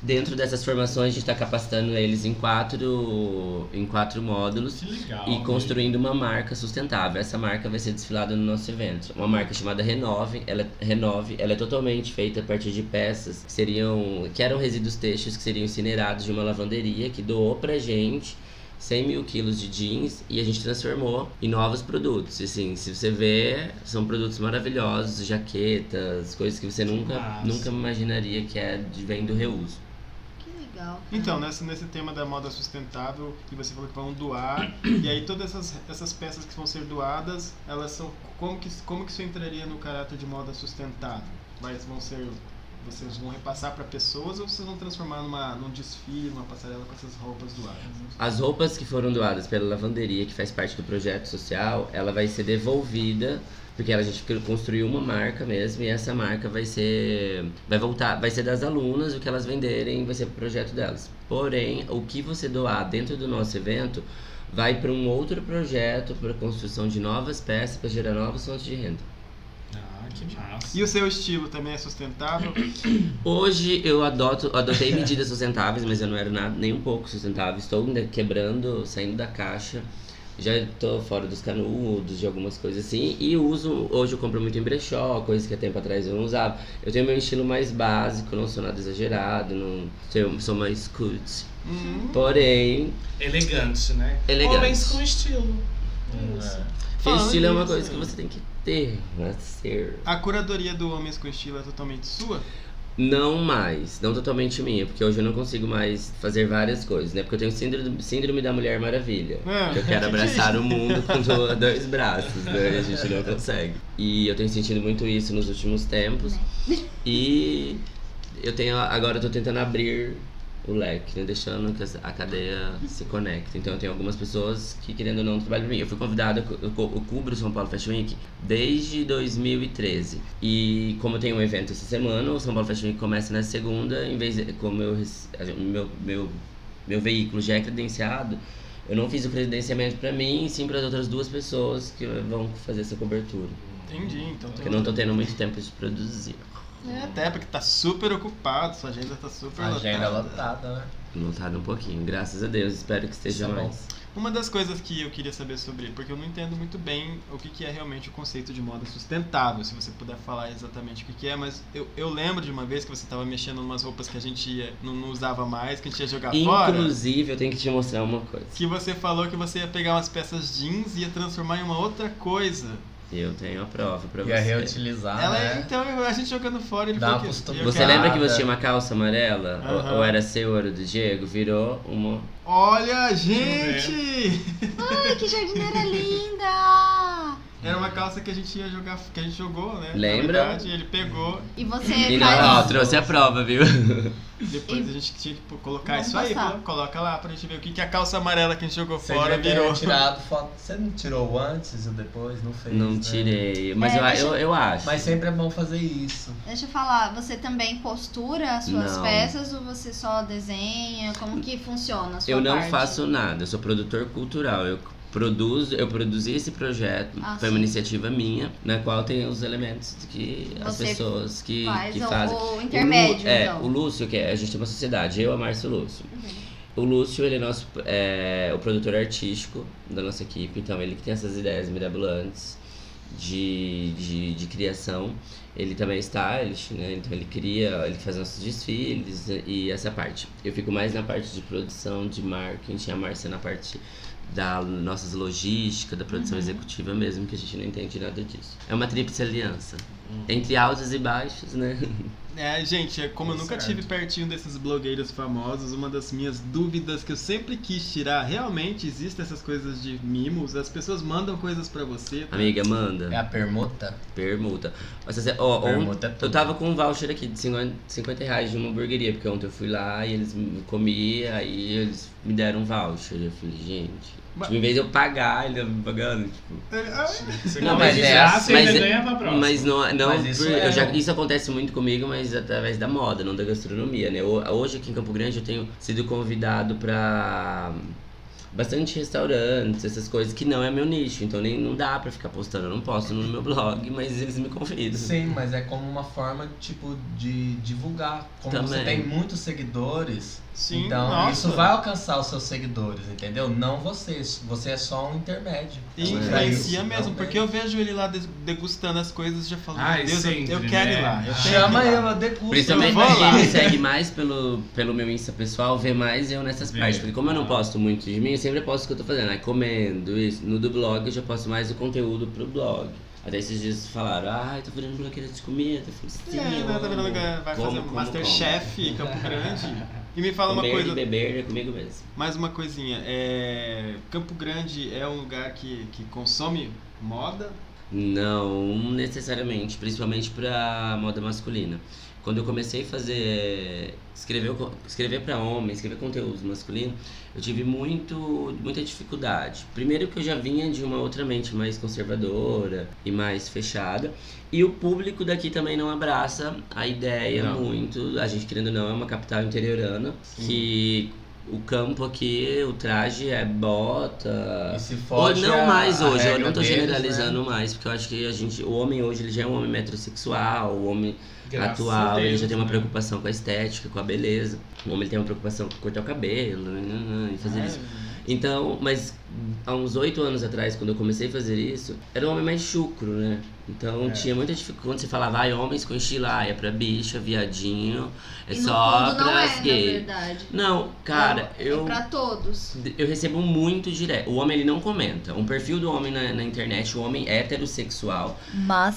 E: Dentro dessas formações, a gente está capacitando eles em quatro, em quatro módulos.
A: Que legal.
E: e construindo uma marca sustentável. Essa marca vai ser desfilada no nosso evento. Uma marca chamada Renove. Ela, é- Renove, ela é totalmente feita a partir de peças que seriam que eram resíduos textos que seriam incinerados de uma lavanderia que doou pra gente 100 mil quilos de jeans e a gente transformou em novos produtos. E, Assim, se você vê, são produtos maravilhosos, jaquetas, coisas que você nunca,
A: massa.
E: nunca imaginaria que é de, vem do reuso.
C: Que legal. cara.
D: Então, nessa, nesse tema da moda sustentável, que você falou que vão
E: (coughs)
D: doar, e aí todas essas, essas peças que vão ser doadas, elas são. Como que, como que isso entraria no caráter de moda sustentável? Mas vão ser. Vocês vão repassar para pessoas ou vocês vão transformar numa, num desfile, numa passarela com essas roupas doadas?
E: As roupas que foram doadas pela lavanderia, que faz parte do projeto social, ela vai ser devolvida, porque a gente construiu uma marca mesmo, e essa marca vai ser. Vai voltar, vai ser das alunas, o que elas venderem vai ser pro projeto delas. Porém, o que você doar dentro do nosso evento vai para um outro projeto, para construção de novas peças, para gerar novas fontes de renda.
A: Ah, que massa.
D: E o seu estilo também é sustentável?
E: Hoje eu adoto, adotei medidas sustentáveis, mas eu não era nada, nem um pouco sustentável. Estou ainda quebrando, saindo da caixa. já tô fora dos canudos, de algumas coisas assim, e uso, hoje eu compro muito em brechó, coisas que há tempo atrás eu não usava. Eu tenho meu estilo mais básico, não sou nada exagerado, não sou, sou mais cult.
D: Hum.
E: Porém,
A: Elegante, né?
E: Elegante.
A: Homens com estilo. Isso.
D: Falando
E: estilo é uma
D: nisso,
E: coisa que você tem que ter, nascer.
D: A curadoria do Homens com Estilo é totalmente sua?
E: Não mais, não totalmente minha, porque hoje eu não consigo mais fazer várias coisas, né? Porque eu tenho síndrome, síndrome da Mulher Maravilha.
D: Ah,
E: que eu quero abraçar o mundo com (laughs) do- dois braços, né? A gente não consegue. E eu tenho sentido muito isso nos últimos tempos. E eu tenho agora eu tô tentando abrir o leque, né? deixando que a cadeia se conecte. Então eu tenho algumas pessoas que querendo ou não trabalham comigo. Eu fui convidada, eu, co- eu co- eu cubro o São Paulo Fashion Week desde 2013. E como eu tenho um evento essa semana, o São Paulo Fashion Week começa na segunda, em vez de, como eu, rece- a gen- meu, meu, meu veículo já é credenciado, eu não fiz o credenciamento pra mim, e sim para as outras duas pessoas que vão fazer essa cobertura.
D: entendi, então.
E: Porque eu não tô tendo muito tempo de produzir.
D: É, até porque tá super ocupado, sua agenda tá super
B: Agenda
D: lotada.
B: lotada, né?
E: Lotado um pouquinho, graças a Deus, espero que
B: Isso
E: esteja
B: é bom.
E: mais.
D: Uma das coisas que eu queria saber sobre, porque eu não entendo muito bem o que, que é realmente o conceito de moda sustentável, se você puder falar exatamente o que, que é, mas eu, eu lembro de uma vez que você estava mexendo em umas roupas que a gente ia- não, não usava mais, que a gente ia jogar Tá fora,
E: Inclusive, eu tenho que te mostrar uma coisa.
D: que você falou que você ia pegar umas peças jeans e ia transformar em uma outra coisa.
E: Eu tenho a prova pra
B: Ia
E: você.
B: reutilizar,
D: Ela,
E: é?
B: né?
D: Então eu- a gente jogando fora, ele
B: Dá
D: falou
B: uma
D: que-
B: costura.
D: eu
E: Você
D: quero-
E: lembra que você tinha uma calça amarela? Ou-
D: Aham.
E: Ou era seu, ou era do Diego? Virou uma.
D: Olha,
A: eu
E: Hum.
D: gente!
A: né?
C: Ai, que
A: (laughs)
C: jardineira linda!
D: Era uma calça que a gente ia jogar, que a gente jogou, né? Na
E: Lembra?
D: verdade, ele pegou,
C: E você
E: E não,
C: faz...
E: ó, trouxe a prova, viu?
D: Depois
C: E-
D: a gente tinha que pô- colocar
C: Vamos
D: isso aí,
C: passar.
D: pô, coloca lá pra gente ver o que, que a calça amarela que a gente jogou
B: Você
D: fora
B: devia ter
D: virou.
B: tirado foto. Você não tirou antes ou depois? Não fez.
E: Não
B: né?
E: tirei. Mas
C: É,
E: eu,
C: deixa-
E: eu, eu acho.
B: Mas sempre é bom fazer isso.
C: Deixa eu falar, você também postura as suas
E: Não.
C: peças ou você só desenha? Como que funciona a sua
E: eu não
C: parte?
E: faço nada, eu sou produtor cultural. Eu produzo, eu produzi esse projeto,
C: Ah,
E: foi uma
C: sim.
E: iniciativa minha, na qual tem os elementos que as
C: Você
E: pessoas que,
C: Faz
E: que
C: o-
E: fazem.
C: o,
E: O Lu-
C: intermédio,
E: é,
C: então. Uhum.
E: o Lúcio, que é, a gente tem uma sociedade, eu, a Márcio e o Lúcio. O Lúcio, ele é nosso é, o produtor artístico da nossa equipe, então ele que tem essas ideias mirabolantes de, de, de criação. Ele também é stylist, né? Então ele cria, ele faz nossos desfiles e essa parte. Eu fico mais na parte de produção, de marketing, a Márcia na parte da nossas logística, da produção executiva mesmo, que a gente não entende nada disso. É uma tríplice aliança. Entre altos e baixos, né?
D: (laughs) É, gente, é como eu
B: Tá
D: nunca
B: certo.
D: tive pertinho desses blogueiros famosos, uma das minhas dúvidas que eu sempre quis tirar, realmente existem essas coisas de mimos, as pessoas mandam coisas pra você. tá?
E: Amiga, manda.
B: É a permuta?
E: Permuta. Mas, assim, ó, ontem-
B: Permuta é tudo.
E: Eu tava com um voucher aqui de 50, 50 reais de uma hamburgueria, porque ontem eu fui lá e eles me- comi, aí eles me deram um voucher. Eu falei, gente.
D: Mas-
E: Tipo, em vez de eu pagar, ele tá me pagando. Tipo.
D: É,
A: Você
E: Não,
A: compra
E: mas
A: de
E: é
A: graça
E: assim,
A: e
E: mas
A: ainda
E: é-
A: ganha pra próxima.
E: Mas não, não
B: Mas isso
E: por-
B: é
E: eu já-
B: um-
E: isso acontece muito comigo, mas através da moda, não da gastronomia, né? Ho- Hoje aqui em Campo Grande eu tenho sido convidado pra bastante restaurantes, essas coisas que não é meu nicho, então nem não dá pra ficar postando, eu não posto no meu (laughs) blog, mas eles me convidam.
B: Sim, mas é como uma forma, tipo, de divulgar. Como você
E: Também.
B: tem muitos seguidores,
D: Sim,
B: então
D: nossa.
B: isso vai alcançar os seus seguidores, entendeu? Não vocês. Você é só um intermédio.
D: E
E: É.
D: influencia
B: Isso,
D: mesmo,
B: também.
D: porque eu vejo ele lá des- degustando as coisas e já falo,
A: Ai,
D: meu Deus, eu- eu,
A: sempre,
D: quero ir
A: né?
D: lá. Eu
A: Ah.
D: tenho
B: Chama
D: que ir lá.
B: eu, eu degusto.
E: Principalmente
D: Eu vou lá.
E: quem me segue mais pelo, pelo meu Insta pessoal, vê mais eu nessas
A: Vê.
E: partes. Porque como eu não posto muito de mim, eu sempre posto o que eu tô fazendo. Aí comendo isso. No do blog eu já posto mais o conteúdo pro blog. Até esses dias falaram, ai, tô virando blogueira de comida. Eu falei, sim,
D: É,
E: eu
D: né, tá vendo?
E: amo.
D: Vai
E: Como,
D: fazer
E: como,
D: Masterchef em Campo Grande. E me
E: como.
D: fala uma
E: comer
D: coisa.
E: e beber é comigo mesmo.
D: Mais uma coisinha, é... Campo Grande é um lugar que, que consome moda?
E: Não necessariamente, principalmente pra moda masculina. Quando eu comecei a fazer escrever co- escrever para homem, escrever conteúdos masculino, eu tive muito muita dificuldade. Primeiro que eu já vinha de uma outra mente mais conservadora e mais fechada, e o público daqui também não abraça a ideia
A: Não.
E: muito. A gente querendo ou não é uma capital interiorana que o campo aqui, o traje é bota,
D: Ah.
B: E se
E: ou
B: foge
E: não
A: é
B: a-
E: mais
B: a
E: hoje, eu
B: regra
E: não tô
B: deles, né?
E: generalizando
A: né?
E: mais, porque eu acho que a gente, o homem hoje ele já é um homem metrosexual, o homem
A: Graças a
E: atual,
A: Deus,
E: ele já tem uma
A: né?
E: preocupação com a estética, com a né,
A: É.
E: beleza. O homem ele tem uma preocupação com cortar o cabelo, nananã, e fazer isso. Então, mas há uns oito anos atrás, quando eu comecei a fazer isso, era um homem mais chucro, né? Então
A: É.
E: tinha muita dificuldade. Quando você falava, ai, homens com estilo, ai, é pra bicha, viadinho, é
C: E no
E: só
C: fundo não é,
E: pra
C: na
E: gay.
C: verdade.
E: Não, cara,
C: é,
E: eu.
C: É pra todos.
E: Eu recebo muito direto. O homem ele não comenta. Um perfil do homem na, na internet, o homem heterossexual,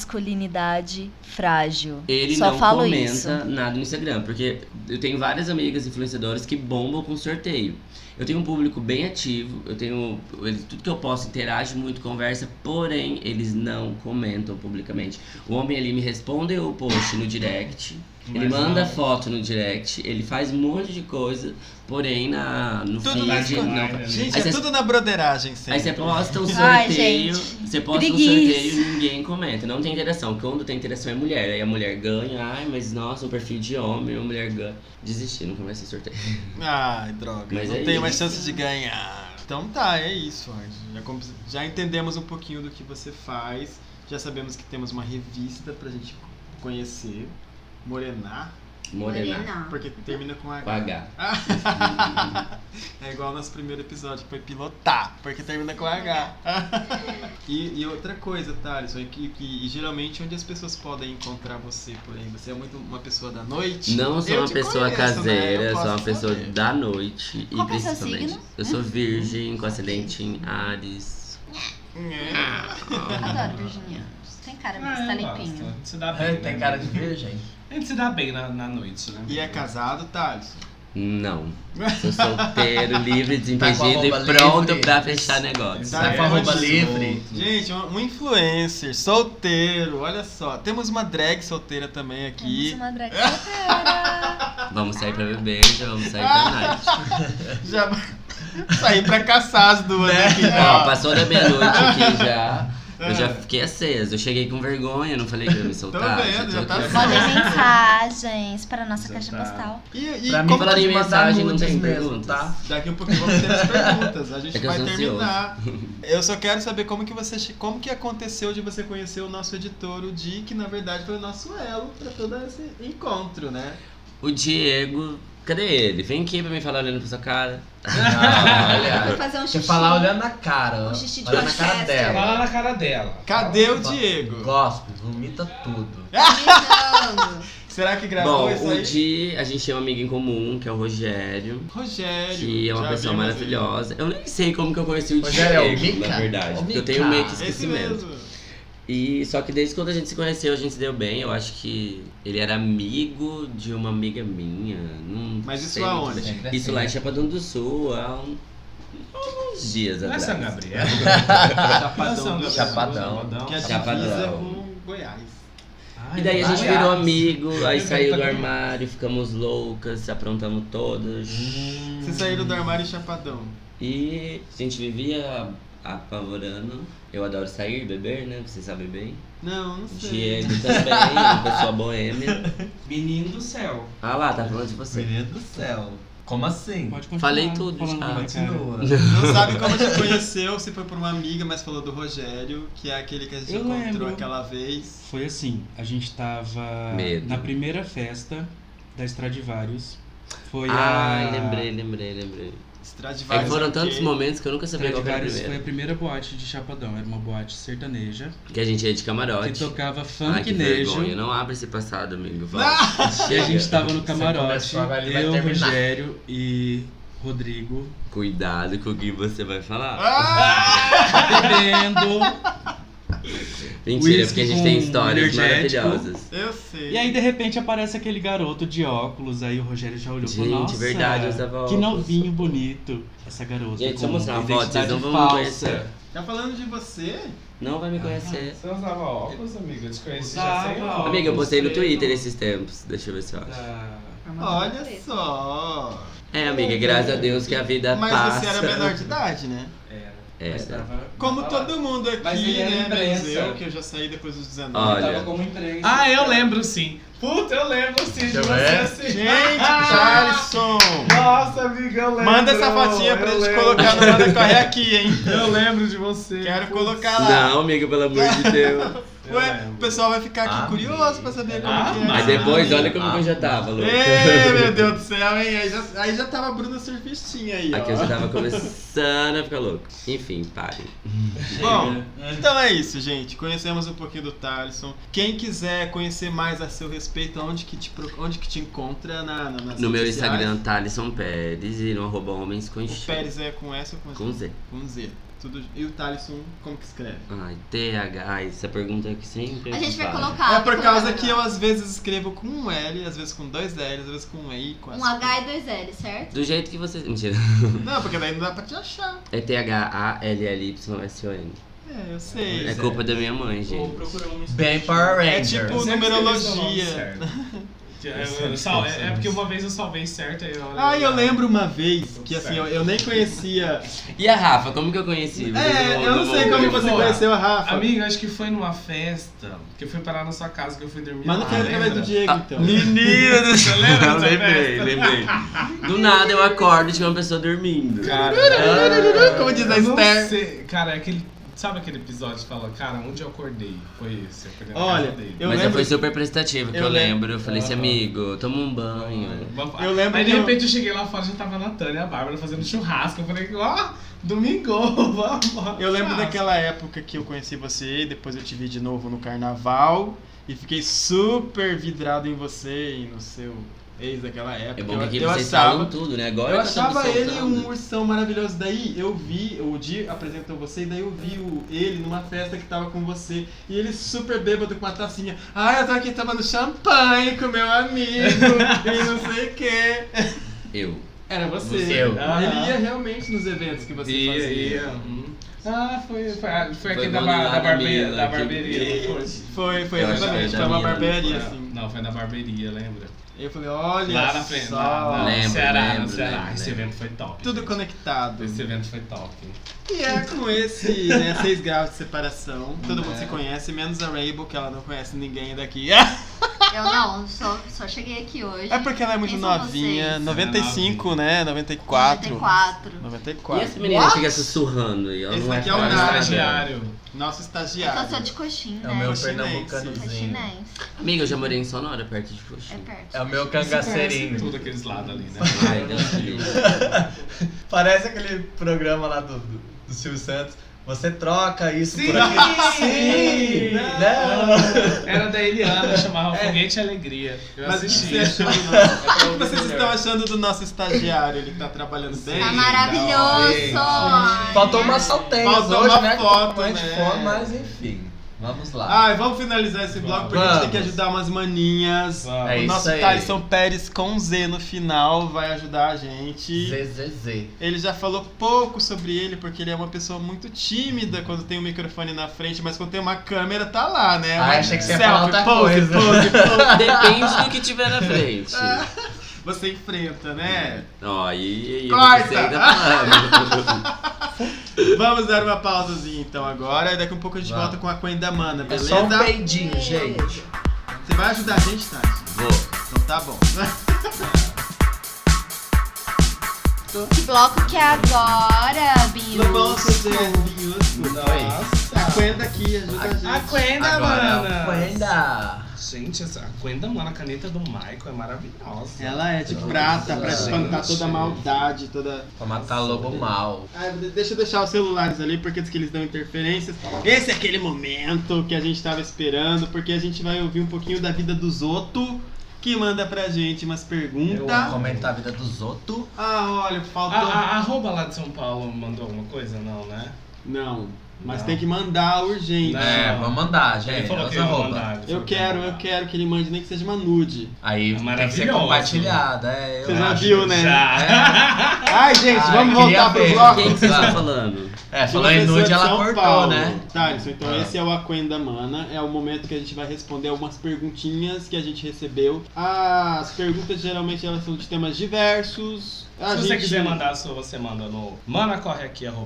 G: Masculinidade frágil.
E: ele
G: Só
E: não
G: falo
E: comenta
G: isso.
E: nada no Instagram. Porque eu tenho várias amigas influenciadoras que bombam com sorteio. Eu tenho um público bem ativo, eu tenho. eles- Tudo que eu posso interage muito, conversa, porém, eles não comentam publicamente. O homem ali me responde o post no direct. Ele
A: Mas
E: manda
A: não.
E: foto no direct, ele faz um monte de coisa, porém na, no
D: Tudo
A: na
E: feed não,
A: timeline, né?
D: Gente,
E: Aí
D: é
E: cê-
D: tudo na broderagem sempre.
E: Aí você posta um
G: Ai,
E: sorteio,
G: gente.
E: você posta um
G: Preguiça.
E: sorteio e ninguém comenta, não tem interação. Quando tem interação é mulher, aí a mulher ganha, ai, mas nossa, um perfil de homem, a mulher ganha. Desisti, nunca mais fiz sorteio.
D: Ai, droga.
E: Mas
D: não
E: é
D: tenho mais
E: isso.
D: chance de ganhar. Então tá, é isso, Anjo. Já, com- já entendemos um pouquinho do que você faz. Já sabemos que temos uma revista pra gente conhecer. Morenar.
E: Morena.
D: Porque termina com
E: Com H.
D: Ah, é igual ao nosso primeiro episódio, que foi pilotar, porque termina com H. e, e outra coisa, Thales, é que, que- e geralmente onde as pessoas podem encontrar você por aí? Você é muito uma pessoa da noite?
E: Não sou
D: Eu
E: uma
D: te
E: pessoa
D: conheço, né?
E: caseira,
D: Eu
E: sou uma
D: posso
E: pessoa
D: saber.
E: da noite
G: Qual
E: e
G: que é seu
E: principalmente.
G: signo?
E: Eu sou virgem, com ascendente em Ares.
D: É.
C: Adoro virginianos. Tem cara,
D: Ah,
A: Ah,
C: mas tá limpinho.
A: Gosto. Se é, dá bem,
B: É,
A: né?
B: tem cara de virgem.
A: A gente se dá bem na, na noite, né?
D: E é casado, Thales? (laughs)
E: Não. Sou solteiro,
D: Tá
E: livre, desimpedido
B: roupa
E: e pronto
B: livre.
E: pra fechar negócio.
A: Tá
D: é
B: com a roupa
D: antes-
B: livre.
D: Gente, um um influencer, solteiro, olha só. Temos uma drag solteira também
G: Temos
D: aqui.
G: uma
E: (laughs)
G: drag solteira.
E: Vamos sair pra beber, já vamos sair
D: Ah!
E: pra night.
D: Já (laughs) saí pra caçar as duas né, aqui.
E: Ó,
D: ó.
E: passou da
D: (laughs)
E: meia-noite aqui já. Eu já fiquei aceso. Eu cheguei com vergonha, não falei que eu ia me soltar.
D: É. Tô vendo, já
E: tô
D: tá
E: aqui.
D: aceso.
G: Mandem mensagens para a nossa caixa
A: Tá.
G: postal.
D: E, e
B: Pra mim,
D: como-
E: falar
B: pode
E: em
B: mandar
E: mensagem, não
B: nudes
E: tem
B: mesmo,
E: perguntas.
B: tá?
D: Daqui a pouquinho vamos ter as perguntas. A gente
E: É que eu
D: vai
E: sou ansioso. (laughs)
D: terminar. Eu só quero saber como que você che- como que aconteceu de você conhecer o nosso editor, o Di, que na verdade foi o nosso elo para todo esse encontro, né?
E: O Diego, cadê ele? Vem aqui pra me falar olhando pra sua cara.
B: Não,
C: Vou (laughs)
B: olha.
C: fazer
B: Deixa
C: um
B: eu
C: xixi.
B: falar olhando na cara.
C: Um xixi de
B: Olha na cara
C: Manchester.
B: dela.
A: Fala na cara dela.
D: Cadê o Diego?
B: Gospe, vomita tudo.
C: Mijando.
D: Será que gravou isso
E: Bom,
D: aí?
E: o Di, a gente tem um amigo em comum, que é o Rogério.
D: Rogério.
E: Que é uma
D: já
E: pessoa
D: vimos
E: maravilhosa. Eu nem sei como que eu conheci o
B: Rogério é o
E: Diego,
B: Mica?
E: na
B: O
E: verdade. Porque
B: Mica.
E: eu tenho meio que
D: ele. Esse
E: esquecimento.
D: mesmo.
E: E só que desde quando a gente se conheceu, a gente se deu bem. Eu acho que ele era amigo de uma amiga minha. Não
D: Mas isso
E: sei muito
D: aonde?
E: bem.
F: É
E: Isso lá em Chapadão do Sul, há um- uns dias
A: Não é
E: atrás.
A: São (laughs) Gabriel? é
D: Chapadão. do Sul,
B: Chapadão.
D: Que é a
E: Chapadão.
D: divisa com Goiás.
E: E daí a gente
B: Aliás.
E: virou amigo, aí saiu do armário, ficamos loucas, aprontamos todas.
F: Uhum.
D: Vocês saíram do armário em Chapadão.
E: E a gente vivia apavorando. Eu adoro sair, beber, né? Vocês sabem bem.
D: Não, não sei.
E: Diego também, uma pessoa boêmia.
F: Menino do céu.
E: Ah lá, tá falando de você.
B: Menino do céu. Como assim?
F: Pode continuar.
E: Falei tudo,
F: falando é
E: já.
F: da minha cara.
B: Continua.
D: Não sabe como
E: (laughs)
D: te conheceu, se foi por uma amiga, mas falou do Rogério, que é aquele que a gente
F: Eu
D: encontrou
F: lembro.
D: aquela vez.
F: Foi assim, a gente tava
E: Medo.
F: na primeira festa da Stradivarius. Foi
E: Ai,
F: a...
E: lembrei, lembrei, lembrei. É
D: Stradivarius.
E: que foram
D: ok? (laughs)
E: tantos momentos que eu nunca sabia qual que era o
F: Stradivarius foi a
E: primeiro.
F: primeira boate de Chapadão, era uma boate sertaneja
E: Que a gente ia de
F: que
E: camarote.
F: tocava
E: Ai, que
F: funknejo
E: vergonha. Não abre esse passado, amigo. Vai.
D: Ah,
F: e a
E: Chega.
F: gente tava no
B: Você
F: camarote,
B: começou, agora ele vai
F: eu,
B: terminar.
F: Rogério e Rodrigo
E: Cuidado com o que você vai falar.
D: Ah!
F: bebendo.
E: Mentira,
F: Whisky
E: porque a gente
F: com
E: tem histórias
F: energético.
E: maravilhosas.
D: Eu sei.
F: E aí de repente aparece aquele garoto de óculos, aí o Rogério já olhou e falou,
E: Gente,
F: nossa,
E: verdade, eu usava
F: que
E: óculos."
F: novinho bonito essa garota
E: Gente, deixa
F: com
E: eu mostrar uma foto, vocês
F: identidade
E: não vão me
F: falsa. Ah.
E: conhecer.
D: Tá falando de você?
E: Não vai me conhecer.
A: Você usava óculos, amiga? Eu te conheci já sem
F: Usava
A: óculos.
E: Amiga, eu postei no
F: você
E: Twitter
F: não-
E: esses tempos. Deixa eu ver se eu acho.
F: Ah,
D: Olha só.
E: É, amiga, graças a Deus que a vida
D: Mas
E: passa. É.
D: você era menor de idade, né?
F: mas
E: Era.
F: tava-
D: Como
F: tava lá.
D: todo mundo aqui,
F: Mas ele era
D: né? Menos
F: imprensa.
D: eu, que eu já saí depois dos 19.
E: Olha.
H: é?
F: Tava como imprensa.
A: Ah, eu lembro sim. Puta, eu lembro assim de
B: Deixa eu
A: você
B: ver.
A: assim.
F: (laughs)
D: Gente, Charlison!
A: Nossa, amiga, eu lembro.
D: Manda essa fotinha pra
A: eu
D: gente
A: lembro.
D: colocar no Manda Correr aqui,
A: (laughs)
D: hein?
A: Eu lembro de você.
D: Quero
A: Putz,
D: colocar lá.
E: Não, amigo, pelo amor
D: (laughs)
E: de Deus.
A: eu
D: Ué,
A: lembro.
D: o pessoal vai ficar aqui
B: Ah,
D: curioso pra saber como
A: ah,
D: que é.
E: Mas depois, olha como que eu já tava, louco.
D: Ei,
E: (laughs)
D: meu Deus do céu, hein? Aí já, aí já tava a Bruna surfistinha aí, ó.
E: Aqui eu já tava começando a ficar louco. Enfim, pare.
D: Bom, então é isso, gente. Conhecemos um pouquinho do Thaleson. Quem quiser conhecer mais a seu respeito, onde que te, pro- onde que te encontra na, na, nas
E: No
D: redes
E: meu
D: sociais?
E: Instagram, Thalisson Pérez e no arroba homens com
D: O Pérez é com S ou com,
E: Com Z.
D: com Z? Tudo... E o Thaleson, como que escreve?
E: Ai, TH, essa pergunta é que sempre.
C: A gente vai
E: faz.
C: colocar.
D: é por
C: vai
D: causa
C: colocar.
D: que eu às vezes escrevo com um L, às vezes com dois L, às vezes com um E, com
C: Um H e dois L, certo?
E: Do jeito que você. Mentira.
D: Não, porque daí não dá pra te achar.
E: É T-H-A-L-L-Y-S-O-N.
D: É, eu sei.
E: É culpa da minha mãe,
F: Vou
E: gente.
F: procurar um
B: Bem Power
D: É
B: Rangers.
D: tipo
A: Sempre escrevi
D: numerologia.
A: seu nome Que eu- eu- eu sal- é, é porque uma vez eu salvei certo aí eu
D: Ah, eu lembro uma vez que assim, eu, eu nem conhecia.
E: E a Rafa, como que eu conheci? Vocês
D: É,
E: vão-
D: eu não
E: vão-
D: sei como
A: eu
D: você
A: vou-
E: (laughs)
D: conheceu a Rafa.
A: Amiga, acho que foi numa festa que eu fui parar na sua casa que eu fui dormir.
D: Mas não
A: lá,
D: foi através
A: Ah, lembra?
D: do Diego,
E: Ah,
D: então.
E: Menino do céu,
A: lembra dessa
E: lembrei,
A: festa?
E: lembrei. Do nada eu acordo e tinha uma pessoa dormindo.
A: Cara,
D: Como diz a
A: eu não
D: Esther.
A: sei. Cara, é aquele. Sabe aquele episódio que fala, cara, onde eu acordei? Foi esse. Eu acordei na
D: Olha,
A: casa dele.
D: eu
E: Mas eu
D: lembro-
E: fui super prestativa, que
D: eu
E: eu,
D: lem-
E: lembro. Eu falei assim,
A: Aham.
E: amigo, toma um banho.
D: Eu lembro
A: Aí de
D: que eu-
A: repente eu cheguei lá fora já tava na Tânia e a Bárbara fazendo churrasco. Eu falei, ó, domingo, (laughs) vamos.
D: Eu lembro
A: churrasco.
D: daquela época que eu conheci você, depois eu te vi de novo no carnaval e fiquei super vidrado em você e no seu ex daquela época.
E: É bom que aqui
D: eu, eu
E: vocês
D: achava,
E: falam tudo, né? Agora
D: eu
E: que tô me
D: achava ele
E: soltando.
D: um ursão maravilhoso. Daí eu vi, o Di apresentou você e daí eu vi o, ele numa festa que tava com você e ele super bêbado com uma tacinha. Ah, eu tô aqui tomando champanhe com meu amigo e não sei o quê. (laughs)
E: Eu.
D: Era você.
E: Você. é Eu.
D: Ele ia realmente nos eventos que você
A: Ia,
D: fazia.
A: ia. Hum. Ah, foi, foi, foi, aquele da,
E: bom
A: bar-
E: lá
A: da,
E: na
A: barbeira,
E: Mila,
D: né,
A: da
E: que-
A: barbearia. não foi?
D: Foi, foi,
E: Eu acho que
D: exatamente.
E: foi
D: Foi
E: da
D: uma
E: minha,
D: barbearia,
E: não
A: Foi a-
D: assim.
A: Não, foi na barbearia, lembra?
D: Eu falei, olha
A: Lá na frente,
D: só, Né?
A: lá, lá
E: Lembro,
A: no Ceará,
E: lembro,
A: no Ceará.
E: lembro,
A: Esse
E: lembro.
A: evento foi top.
D: tudo
A: gente.
D: conectado.
A: Esse evento foi top.
D: E é com esse, né,
A: (laughs)
D: seis graus de separação, todo
A: É.
D: mundo se conhece, menos a Rainbow, que ela não conhece ninguém daqui. É
C: Eu não, só, só cheguei aqui hoje.
D: porque ela (laughs) é muito
C: Quem são
D: novinha,
C: vocês?
D: 95, né, 94.
C: 94.
E: E essa
D: 94.
E: menina
C: What?
E: fica sussurrando aí? Ela
D: Esse
E: não vai
D: aqui é o
E: falar
A: Era
E: nada.
D: Nara.
A: estagiário.
D: Nosso
C: É que eu
D: estagiário.
C: sou de coxinha,
B: É
C: né?
B: o meu
D: Chinês.
B: pernambucanozinho.
C: Coxinense.
E: Amiga, eu já morei em Sonora, perto de Coxinha.
C: É perto.
B: É o meu
A: Conhece
B: cangaceirinho.
A: assim, Tudo aqueles lados ali, né?
E: Ai, Deus me
D: (laughs)
E: livre.
B: Parece aquele programa lá do, do, do Silvio Santos. Você troca isso
A: Sim!
B: por aqui.
A: Sim!
B: Não!
A: Era da Eliana, chamava Foguete e Alegria. Eu
D: É. Mas o que
A: assisti. É
D: você achou do nosso... O que vocês estão
A: né?
D: achando do nosso estagiário? Ele tá trabalhando bem?
C: Tá maravilhoso!
B: Sim. Faltou uma salteia
D: Faltou
B: hoje,
D: uma
B: né?
D: foto,
B: mas,
D: né? Ah,
B: fome, mas enfim. Vamos lá.
D: Ai, vamos finalizar esse bloco porque a gente tem que
B: Vamos.
D: ajudar umas maninhas.
A: Vamos.
B: É
D: o
B: isso
D: nosso
B: aí.
D: Tyson Pérez com Z no final vai ajudar a gente.
B: ZZZ.
D: Ele já falou pouco sobre ele, porque ele é uma pessoa muito tímida quando tem um microfone na frente, mas quando tem uma câmera, tá lá, né?
B: Ah,
D: Uma
B: achei que você ia
D: selfie,
B: falar outra
D: pose,
B: coisa.
D: pose, pose.
E: Depende do que tiver na frente.
D: Ah. Você enfrenta, né?
E: Ó, e, e, e
D: Corta!
E: você ainda tá falando.
D: (laughs) Vamos dar uma pausazinha então agora, e daqui a pouco a gente
B: Vamos.
D: volta com a Coen da Mana,
B: É
D: beleza?
B: só um peidinho, gente.
D: Você vai ajudar a gente, Tati?
E: Vou.
D: Então tá bom.
C: Que bloco que é agora, Binho?
D: Vamos fazer
A: Nossa.
D: A Coen daqui ajuda a gente.
A: A Quenda,
E: é
B: Agora,
A: mano.
B: Wanda.
A: Gente, essa a Quenda, mano, a caneta do Michael é maravilhosa.
D: Ela é de prata pra
B: Gente.
D: espantar toda a maldade, toda.
B: Pra matar lobo mal.
D: Ah, de- deixa eu deixar os celulares ali, porque diz que eles dão interferências. Esse é aquele momento que a gente tava esperando, porque a gente vai ouvir um pouquinho da vida dos outros que manda pra gente umas
B: Eu
D: perguntas.
B: comentar a vida dos outros.
D: Ah, olha,
A: A,
D: faltou.
A: a, a arroba lá de São Paulo mandou alguma coisa? Não, né?
D: Não, mas
A: Não.
D: tem que mandar urgente.
A: Não.
B: É, vamos mandar, gente.
A: Ele falou que
B: Usa
A: ia
B: roupa.
A: mandar, ele
D: Eu
A: falou que ia
D: quero, eu
A: mandar.
D: quero que ele mande, nem que seja uma nude.
B: Aí tem que ser
A: maravilhoso.
B: compartilhada. É, eu
D: Você já
B: acho.
D: viu, né?
A: Já.
D: Ai, gente,
B: Ai,
D: vamos
B: queria
D: voltar pro
B: ver.
D: bloco.
E: Quem que você tá falando?
B: É,
D: De
B: falou
D: uma
B: em
D: pessoa
B: nude,
D: de
B: ela
D: São
B: cortou,
D: Paulo.
B: né?
D: Tá, isso, então
B: Ah.
D: esse é o Aquenda Mana. É o momento que a gente vai responder algumas perguntinhas que a gente recebeu. As perguntas geralmente elas são de temas diversos. A
A: Se você
D: gente-
A: quiser mandar a sua, você manda no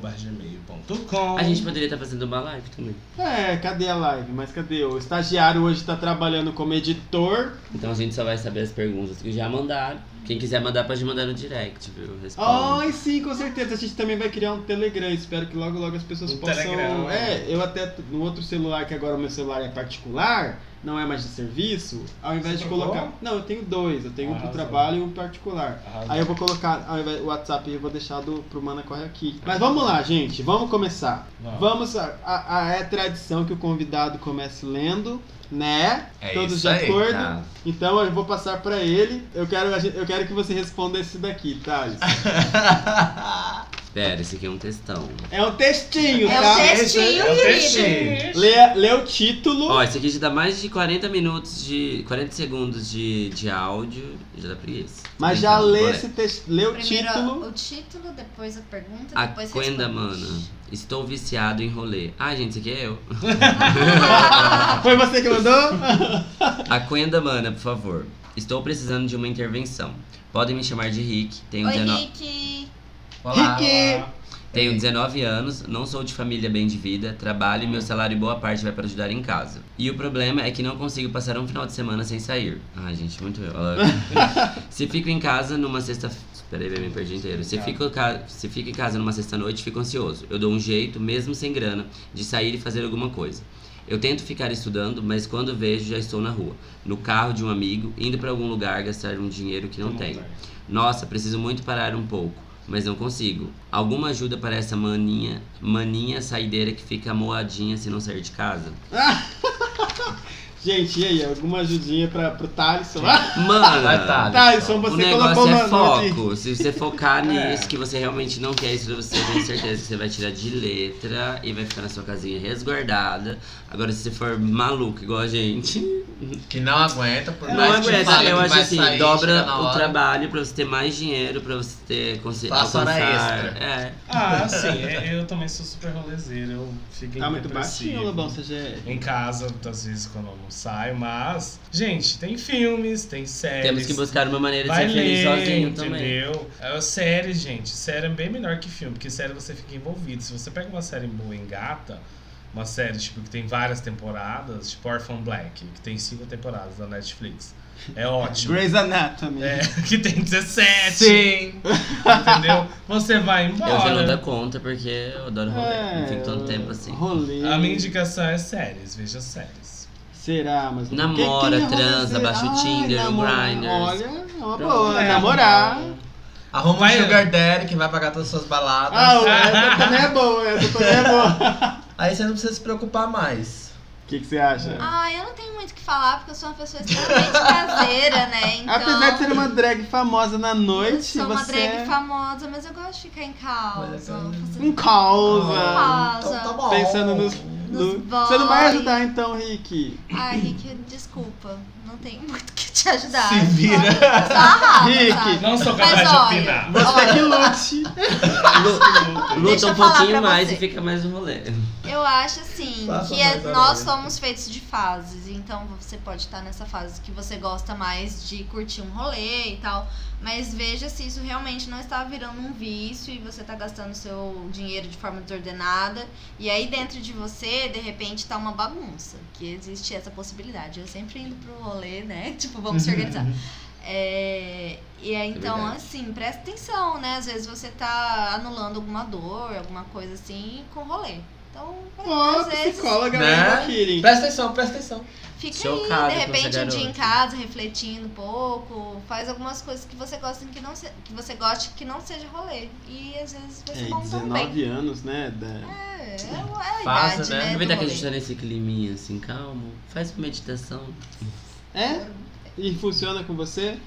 A: manacorreaqui.gmail.com
E: A gente poderia estar fazendo uma live também.
D: É, cadê a live? Mas cadê? O estagiário hoje tá trabalhando como editor.
E: Então a gente só vai saber as perguntas que já mandaram. Quem quiser mandar, pode mandar no direct, viu? Responde.
D: Ai, sim, com certeza. A gente também vai criar um Telegram. Espero que logo, logo as pessoas
A: Um
D: possam.
A: Telegram.
D: É, eu até no outro celular, que agora o meu celular é particular, não é mais de serviço. Ao invés
A: Você
D: de
A: trocou?
D: colocar. Não, eu tenho dois. Eu tenho um pro
A: Arrasou.
D: trabalho e um particular.
A: Arrasou.
D: Aí eu vou colocar ao invés, o WhatsApp eu vou deixar do, pro Mana Corre aqui. Mas vamos lá, gente. Vamos começar.
A: Vamos.
D: Vamos. A, a- a- é tradição que o convidado comece lendo, né?
B: É
D: Todos
B: isso
D: de
B: aí.
D: acordo.
E: Tá.
D: Então eu vou passar pra ele. Eu quero, a gente- eu quero que você responda esse daqui, Thales.
E: Espera, esse aqui é um textão.
D: É um textinho,
C: É
D: tá?
C: o textinho,
A: É o
C: querido.
A: textinho.
D: Lê, lê o título.
E: Ó, esse aqui já dá mais de 40 minutos de. 40 segundos de, de áudio. Já dá preguiça.
D: Mas já
E: Então,
D: lê
E: bora.
D: esse texto. Lê o
C: Primeiro
D: título.
C: o título, depois a pergunta,
E: A
C: depois
E: Quenda,
C: responde.
E: mano. Estou viciado em rolê. Ah, gente, isso aqui é eu.
D: Ah, Foi você que mandou?
E: A Quenda, mana, por favor. Estou precisando de uma intervenção. Podem me chamar de Rick. Tenho,
C: Oi,
E: 19
C: Rick.
E: Olá.
D: Rick!
E: Tenho 19 anos, não sou de família bem de vida, trabalho e meu salário boa parte vai para ajudar em casa. E o problema é que não consigo passar um final de semana sem sair. Ai, gente, muito (laughs) eu. Ah. se fico em casa numa sexta... Peraí, eu me perdi inteiro. Se fico, ca- se fico em casa numa sexta-noite, fico ansioso. Eu dou um jeito, mesmo sem grana, de sair e fazer alguma coisa. Eu tento ficar estudando, mas quando vejo já estou na rua, no carro de um amigo, indo para algum lugar gastar um dinheiro que não tenho. Nossa, preciso muito parar um pouco, mas não consigo. Alguma ajuda para essa maninha, maninha saideira que fica moadinha se não sair de casa?
D: Ah. Gente, e aí? Alguma ajudinha pra, pro Thalisson? Ah,
B: Vai, tá.
E: Mano,
B: Thales.
D: Thalisson,
E: o
D: você colocou
E: negócio
D: uma
E: é
D: nota aí.
E: foco. (laughs) Se você focar nisso que você realmente não quer, isso você tem certeza que você vai tirar de letra e vai ficar na sua casinha resguardada. Agora, se você for maluco igual a gente, (laughs)
B: Que não aguenta, por
E: não
B: mais que
E: aguenta.
B: fale
E: Eu
B: que
E: acho
B: vai
E: assim,
B: sair, chega
E: dobra
B: na
E: o
B: hora.
E: trabalho pra você ter mais dinheiro, pra você ter conseguir
B: Faça hora
E: alcançar.
B: extra.
E: É.
A: Ah, sim, é- eu também sou super rolezeiro, eu fico em
D: Tá muito baixinho,
A: depressivo.
D: Lobão, você já é.
A: Em casa, às vezes, quando eu não saio, mas... Gente, tem filmes, tem séries...
E: Temos que buscar uma maneira de
A: Vai
E: ser feliz
A: ler,
E: sozinho também.
A: entendeu? É, série, gente, série é bem melhor que filme, porque série você fica envolvido. Se você pega uma série boa e engata, uma série tipo, que tem várias temporadas, tipo Orphan Black, que tem cinco temporadas na Netflix, é ótimo.
D: Grey's Anatomy.
A: É, (laughs) que tem 17,
B: Sim.
A: entendeu? Você vai
E: Eu já não dou
A: embora.
E: conta porque eu adoro rolê.
C: É.
E: não fico tanto tempo assim.
D: Rolê.
A: A minha indicação é séries, veja séries.
D: Será, mas.
E: Namora,
D: Quem- quem é
E: transa,
D: rolezeiro?
E: baixa o
D: Ai,
E: Tinder, o
D: namora-
E: Grindr.
D: Olha, é uma
E: Pronto.
D: boa.
A: É,
D: namorar.
B: Arruma
A: Vai-
B: um Sugar Daddy que vai pagar todas as suas baladas.
D: Ah, essa também é boa, essa também é boa.
B: Aí você não precisa se preocupar mais.
D: O que, que você acha?
C: Ah, eu não tenho muito o que falar, porque eu sou uma pessoa extremamente caseira, né? Então,
D: Apesar de ser uma drag famosa na
C: eu
D: noite,
C: sou uma
D: você
C: drag
D: é
C: famosa, mas eu gosto de ficar em
B: Olha,
C: casa.
B: cara.
C: fazer
D: um causa.
C: Causa.
B: Então tá bom.
D: Pensando nos-
C: Nos
D: No- Você não vai
C: Um boys.
D: ajudar então, Rick.
C: Ai, Rick, desculpa. Não tenho (laughs) muito o que te ajudar.
B: Se vira.
C: Só, só arrasa,
D: Rick.
C: sabe?
A: Não sou
C: Mas
A: capaz de
C: olha, (laughs)
A: opinar.
D: Você que lute.
E: Luta
C: Deixa eu
E: um
C: falar
E: pouquinho
C: pra
E: mais
C: você.
E: e fica mais no rolê.
C: Eu acho assim
B: Faça
C: que é-
B: mais
C: nós
B: horário.
C: somos feitos de fases, então você pode estar nessa fase que você gosta mais de curtir um rolê e tal, mas veja se isso realmente não está virando um vício e você está gastando seu dinheiro de forma desordenada e aí dentro de você de repente tá uma bagunça, que existe essa possibilidade. Eu sempre indo pro rolê, né? (laughs) Tipo, vamos se organizar. É, e aí, então,
E: Uhum. verdade.
C: assim, presta atenção, né? Às vezes você tá anulando alguma dor, alguma coisa assim, com rolê. Então,
D: Ó,
C: às vezes,
D: psicóloga
B: Né?
D: mesmo, Kirin.
B: Presta atenção, presta atenção.
C: fica
E: Chocado
C: aí, de
E: com essa
C: repente, um dia em
E: garota.
C: casa, refletindo um pouco. Faz algumas coisas que você gosta que não, se- que você goste que não seja rolê. E às vezes vai ser
D: É,
C: bom também.
D: 19 anos, né? da-
C: É, é a
B: Faz,
C: idade,
B: né?
C: né? do
E: Aproveitar que a gente tá
C: rolê.
E: nesse climinha assim, calmo. Faz uma meditação.
D: É? E funciona com você?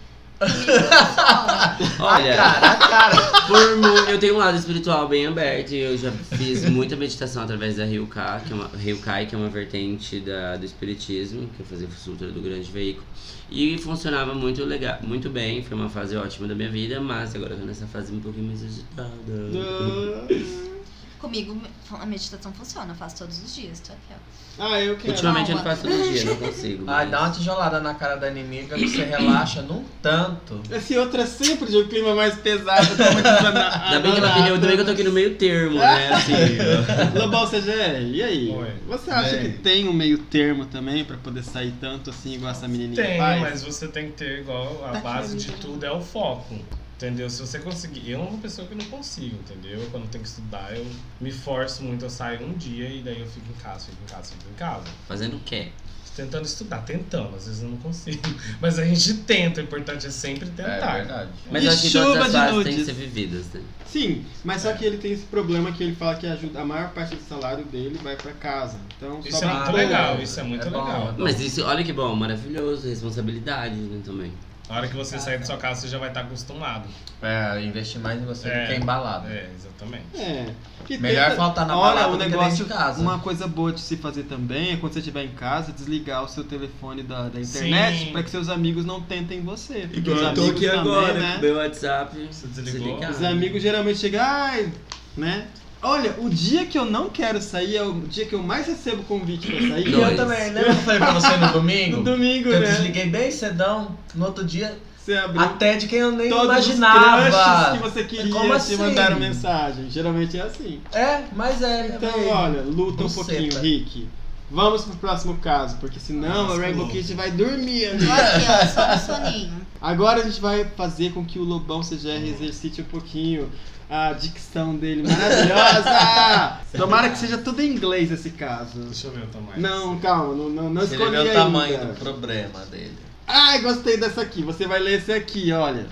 E: Olha,
B: Cara, cara.
E: (laughs) por mu- eu tenho um lado espiritual bem aberto e eu já fiz muita meditação através da Ryukai, que é uma, Ryukai, que é uma vertente da, do espiritismo, que eu fazia consulta do grande veículo. E funcionava muito legal, muito bem, foi uma fase ótima da minha vida, mas agora eu tô nessa fase um pouquinho mais agitada.
D: Ah.
G: Comigo, a meditação funciona, eu faço todos os dias, tô aqui,
D: (laughs)
G: ó.
D: Ah, eu quero.
E: Ultimamente eu
G: Não,
E: não faço todo dia, não consigo.
B: Ai,
E: mas-
B: dá uma tijolada na cara da inimiga que você relaxa num tanto.
D: Esse outro é sempre de um clima mais pesado. tá
E: (laughs)
D: muito desana-
E: Ainda bem que na opinião do meio que eu tô aqui no meio termo,
B: (laughs)
E: né? Assim,
D: Lobão, CGR, e aí?
A: Oi.
D: Você acha
B: Bem.
D: que tem um meio termo também pra poder sair tanto assim igual essa menininha
A: Tem,
D: faz?
A: mas você tem que ter igual a
D: Tá
A: base de
D: querendo.
A: tudo é o foco. Entendeu? Se você conseguir. Eu não sou uma pessoa que não consigo, entendeu? Quando tenho que estudar, eu me forço muito, eu saio um dia e daí eu fico em casa, fico em casa, fico em casa.
E: Fazendo o quê?
A: Tentando estudar, tentando, às vezes eu não consigo. (laughs) Mas a gente tenta, o importante é sempre tentar.
B: verdade.
E: Mas
D: E
E: eu acho que todas
D: chuva
E: as
D: de
E: fases têm que
D: nudes.
E: ser vividas, né?
D: Sim, mas só que ele tem esse problema que ele fala que ajuda, a maior parte do salário dele vai pra casa. Então,
A: Isso é
D: sobra
A: muito
D: pouco.
A: legal, isso é muito
B: É bom.
A: legal.
E: Mas isso, olha que bom, maravilhoso, responsabilidade né, também.
A: A hora que você sair da sua casa, você já vai estar acostumado.
B: É, investir mais em você
A: É.
B: do que em balada.
A: É, exatamente.
D: É. Que
B: Melhor
D: tenta-
B: faltar na
D: Olha,
B: balada
D: o
B: do que
D: negócio,
B: dentro de
A: assim.
B: casa.
D: uma coisa boa de se fazer também é quando você estiver em casa, desligar o seu telefone da, da internet
A: Sim.
D: pra que seus amigos não tentem você. Porque os
E: Eu tô
D: amigos
E: aqui
D: também,
E: agora,
D: né?
E: meu WhatsApp.
A: Você desligou?
E: desligado.
D: Os amigos geralmente chegam, ai, né? Olha, o dia que eu não quero sair é o dia que eu mais recebo convite pra sair.
B: E
E: Dois.
B: eu também, lembra que eu falei pra você no
D: (laughs) No
B: domingo?
D: domingo,
B: Que
A: Então
B: eu
D: né?
B: desliguei bem cedão, no outro dia,
D: Você abriu
B: até de quem eu nem
D: todos os crushes que
B: imaginava.
D: você queria
B: Como
D: te
B: assim?
D: mandaram mensagem. Geralmente é assim.
B: É, mas é.
D: Então,
B: é.
D: olha, luta um
B: Buceta.
D: pouquinho, Rick. Vamos pro próximo caso, porque senão a
A: Nossa,
D: Rainbow
A: louco.
D: Kid vai dormir
C: Tô
D: ali.
C: aqui, ó, só um soninho.
D: Agora a gente vai fazer com que o Lobão CGR exercite um pouquinho a dicção dele maravilhosa!
B: (laughs)
D: Tomara que seja tudo em inglês esse caso.
A: Deixa eu ver o tamanho.
D: Não, calma, não, não, não
B: Você vê
D: escolhi
B: o
D: ainda.
B: tamanho do problema dele.
D: Ai, gostei dessa aqui. Você vai ler esse aqui, olha.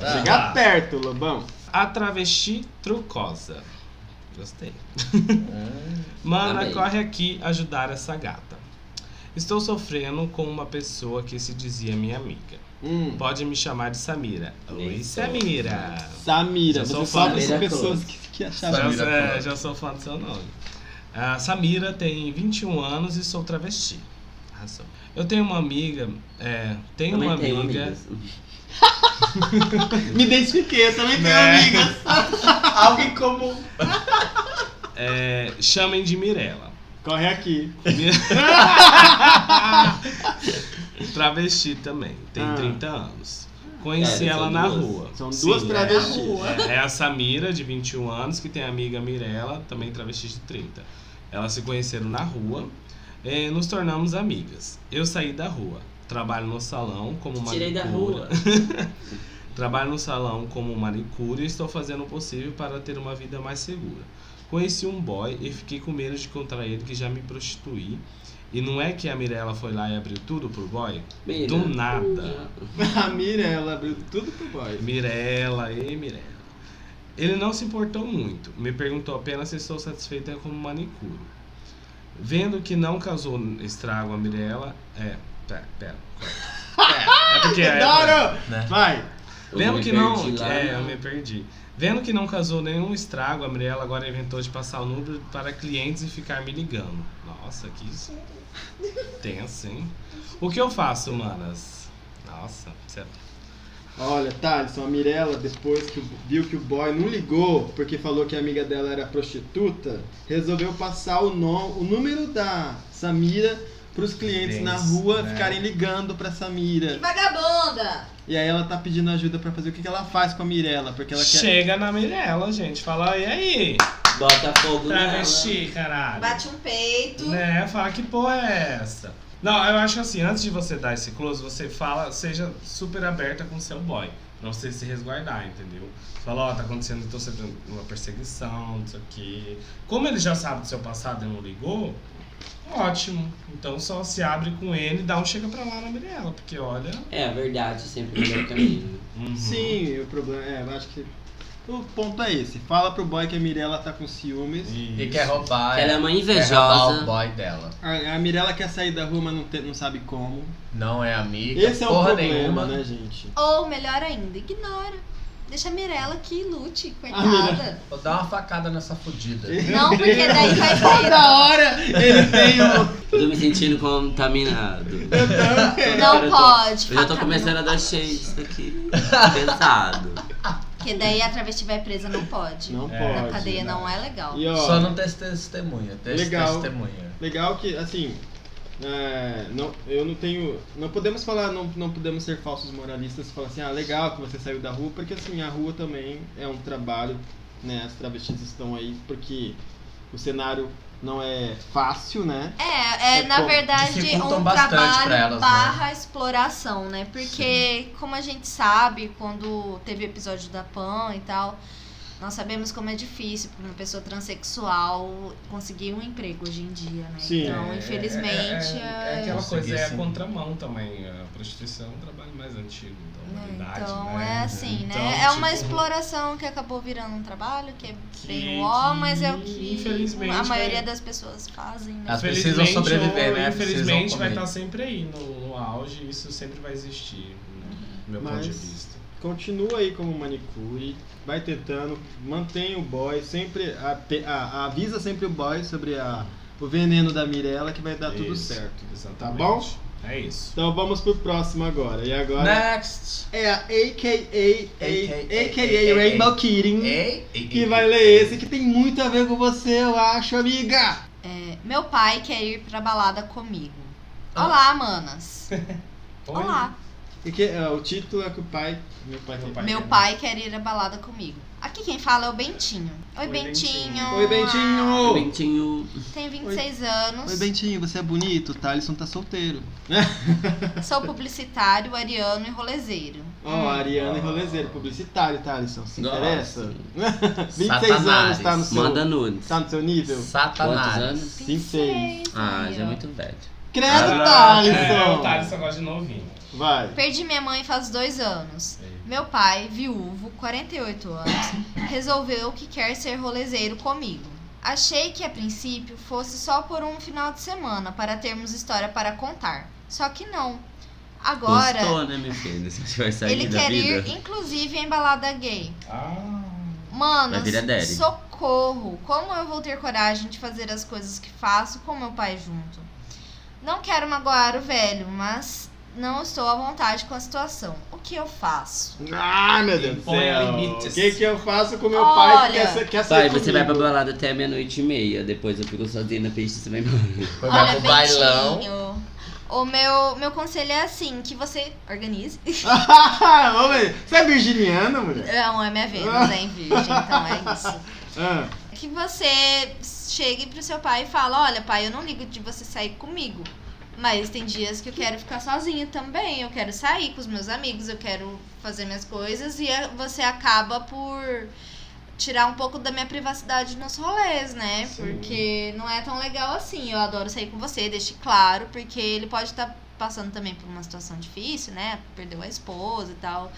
B: Tá.
D: Chegar perto, Lobão.
A: A travesti trucosa.
E: (laughs)
A: Gostei.
B: Hum.
A: Mana,
E: Amei.
A: corre aqui ajudar essa gata. Estou sofrendo com uma pessoa que se dizia minha amiga.
D: Hum.
A: Pode me chamar de Samira. Oi,
E: Isso.
A: Samira.
D: Samira, é
A: Eu sou
D: você
A: é fã
D: sabe
E: dele
D: com
E: a
D: pessoas
E: todos.
D: que, que achavam.
A: Já,
B: Samira
A: é,
B: Cruz.
A: já sou fã do seu nome. A Samira tem 21 anos e sou travesti. Arrasou. Eu tenho uma amiga. É, tenho
E: Também
A: uma
E: tenho
A: amiga.
E: amigas.
D: Me identifiquei, eu também tenho
A: Né? (laughs)
D: amigas.
B: Algo em comum.
A: é, chamem de Mirella.
D: Corre aqui.
A: (laughs) Travesti também, tem
D: Ah.
A: 30 anos. Conheci
E: É,
A: ela
E: são
A: na
E: duas.
A: rua.
D: São duas
A: Sim,
D: travestis.
A: É, é a Samira, de 21 anos, que tem a amiga Mirella, também travesti de 30. Elas se conheceram na rua e nos tornamos amigas. Eu saí da rua, trabalho no salão como manicure.
E: Tirei da rua.
A: Trabalho no salão como manicure e estou fazendo o possível para ter uma vida mais segura. Conheci um boy e fiquei com medo de encontrar ele que já me prostituí. E não é que a Mirella foi lá e abriu tudo pro boy?
E: Mira.
A: Do nada.
D: A Mira, ela abriu tudo pro boy.
A: Mirella, e Mirella. Ele não se importou muito, me perguntou apenas se estou satisfeita como manicure. Vendo que não causou estrago a Mirella. É, pera, pera. corta. É, é porque é-
D: Adoro!
B: Né?
D: Vai.
E: Eu
A: Vendo
E: me
A: que não.
E: perdi lá né?
A: é,
E: na-
A: eu me perdi. Vendo que não causou nenhum estrago, a Mirella agora inventou de passar o número para clientes e ficar me ligando. Nossa, que isso. Tenso, hein? O que eu faço, manas? Nossa, é sério.
D: Olha, Thaleson, a Mirella, depois que viu que o boy não ligou porque falou que a amiga dela era prostituta, resolveu passar o, nom- o número da Samira pros clientes na
A: Clientes,
D: rua
A: né?
D: ficarem ligando pra Samira.
C: Vagabunda!
D: E aí ela tá pedindo ajuda pra fazer o que, que ela faz com a Mirella, porque ela quer.
A: Chega na Mirella, gente. Fala, e aí?
E: Bota fogo
A: Tá
E: nela.
A: Travesti, caralho.
C: Bate um peito.
A: Né? Fala, que porra é essa? Não, eu acho que assim, antes de você dar esse close, você fala, seja super aberta com o seu boy. Pra você se resguardar, entendeu? Fala, ó, tá acontecendo, tô sofrendo uma perseguição, não sei o quê. Como ele já sabe do seu passado e não ligou, ótimo. Então só se abre com ele e dá um chega pra lá na Mirella, porque olha.
E: É, a verdade sempre no meu caminho.
A: uhum.
D: Sim, o problema. É, eu acho que. O ponto é esse. Fala pro boy que a Mirella tá com ciúmes.
A: Isso.
B: E quer roubar.
E: Ela é uma
B: Quer roubar o
E: invejosa.
B: boy dela.
D: A, a Mirella quer sair da rua, mas não, te- não sabe como.
B: Não é amiga,
D: Esse é o
B: porra
D: problema,
B: nenhuma.
D: né, gente?
C: Ou melhor ainda, ignora. Deixa a Mirella que lute,
D: Mirella.
C: coitada.
B: Vou dar uma facada nessa
D: (laughs)
B: fodida.
C: Não, porque daí vai
D: Toda
C: ver.
D: hora ele tem o.
E: Tô me sentindo contaminado.
C: Não
E: Eu tô-
C: pode.
E: Eu já tô
C: faca,
E: começando a dar cheio isso aqui. Pesado.
C: Porque daí a travesti vai presa, não pode.
D: Não
A: É,
D: pode. né?
C: Na cadeia não, é legal.
D: E ó,
B: Só não teste testemunha. Teste
D: Legal.
B: testemunha.
D: legal que, assim, é, não, eu não tenho. Não podemos falar, não, não podemos ser falsos moralistas e falar assim, ah, legal que você saiu da rua, porque assim, a rua também é um trabalho, né? As travestis estão aí porque o cenário não é fácil, né?
C: É, é
D: É,
C: na
D: bom,
C: verdade
B: dificultam
C: um
B: bastante
C: trabalho
B: pra elas, né?
C: barra exploração, né? Porque, como a gente sabe, quando teve o episódio da PAN e tal, nós sabemos como é difícil para uma pessoa transexual conseguir um emprego hoje em dia, né?
D: Sim.
C: Então,
A: É,
C: infelizmente.
A: É, é- é aquela
B: Conseguir
A: coisa, é a
B: sim.
A: contramão também. A prostituição é um trabalho mais antigo da
C: né?
A: humanidade.
C: Então
A: é né?
C: é assim, né?
A: Então,
C: é uma
A: tipo,
C: exploração que acabou virando um trabalho, que é bem
A: que-
C: ó, mas é o que
A: infelizmente,
C: a
B: é.
C: maioria
A: né?
C: das pessoas fazem, né?
B: As
A: Felizmente
B: precisam sobreviver,
A: ou
B: né?
A: Infelizmente
B: Precisam
A: vai
B: comer.
A: estar sempre aí no, no auge, isso sempre vai existir, né? do meu ponto
D: Mas-
A: de vista.
D: Continua aí como manicure, vai tentando, mantém o boy, sempre a- pe- a- avisa sempre o boy sobre a, o veneno da Mirella que vai dar tudo
A: Isso,
D: certo. Tá
A: Exatamente.
D: bom?
A: É isso.
D: Então vamos pro próximo agora. E agora
B: Next!
D: é a AKA,
B: AKA,
D: AKA Rainbow Kidding.
B: Ei, ei,
D: E
B: ei,
D: Hum. vai
B: ei.
D: ler esse que tem muito a ver com você, eu acho, amiga.
C: Meu pai quer ir pra balada comigo.
B: Ah.
C: Olá, manas. Olá.
D: E que, ah, o título é que o pai. Meu pai.
A: Meu
D: tem-
A: pai.
C: Meu pai quer ir à balada comigo. Aqui quem fala é o Bentinho. Oi,
A: Oi,
C: Bentinho.
A: Bentinho.
D: Oi, Bentinho!
E: Bentinho.
C: Tenho 26 anos.
D: Oi, Bentinho, você é bonito, tá? Alisson tá solteiro.
C: Sou publicitário, ariano e rolezeiro.
D: Ó, Ariana e Rolezeiro, publicitário, tá, Alisson? Se
E: Nossa.
D: interessa? 26 anos,
B: Satanás.
D: tá no seu.
E: Manda nudes.
D: Tá no seu nível?
E: Quantos
B: Satanás.
E: anos?
D: 26.
E: Ah, já é
C: ó.
E: muito velho.
D: Credo,
A: Ah,
D: tá,
A: É, o
D: Alisson!
A: Thaleson gosta de novinho.
D: Vai.
C: Perdi minha mãe faz dois anos. Meu pai, viúvo, 48 anos, (coughs) resolveu que quer ser rolezeiro comigo. Achei que a princípio fosse só por um final de semana para termos história para contar. Só que não. Agora
E: Gostou, né, meu filho? Você vai
B: Tá
E: sair
C: ele
E: da
C: quer
E: vida.
C: ir inclusive em balada gay.
A: Ah,
C: Mano,
E: Vai
B: é
E: virar daddy.
C: socorro! Como eu vou ter coragem de fazer as coisas que faço com meu pai junto? Não quero magoar o velho, mas não estou à vontade com a situação. O que eu faço?
D: Ah, meu Deus do
A: Impõe
D: céu.
A: limites.
D: O que, que eu faço com meu pai que
C: Olha.
D: quer ser, quer ser
E: Pai, você
D: (laughs)
E: vai pra
D: comigo?
E: balada até meia-noite e meia. Depois eu fico sozinha na pista e você vai embora.
B: Foi lá pro bailão.
C: Bentinho, O meu, meu conselho é assim, que você organize. (laughs)
D: Ah, Homem, você é virginiana, mulher?
C: Não, é minha Vênus, é em virgem, então é isso.
D: Ah,
C: que você chegue pro seu pai e fala, olha pai, eu não ligo de você sair comigo, mas tem dias que eu quero ficar sozinha também, eu quero sair com os meus amigos, eu quero fazer minhas coisas e eh, você acaba por tirar um pouco da minha privacidade nos rolês, né?
A: Sim.
C: Porque não é tão legal assim. Eu adoro sair com você, deixe claro, porque ele pode estar passando também por uma situação difícil, né? Perdeu a esposa e tal.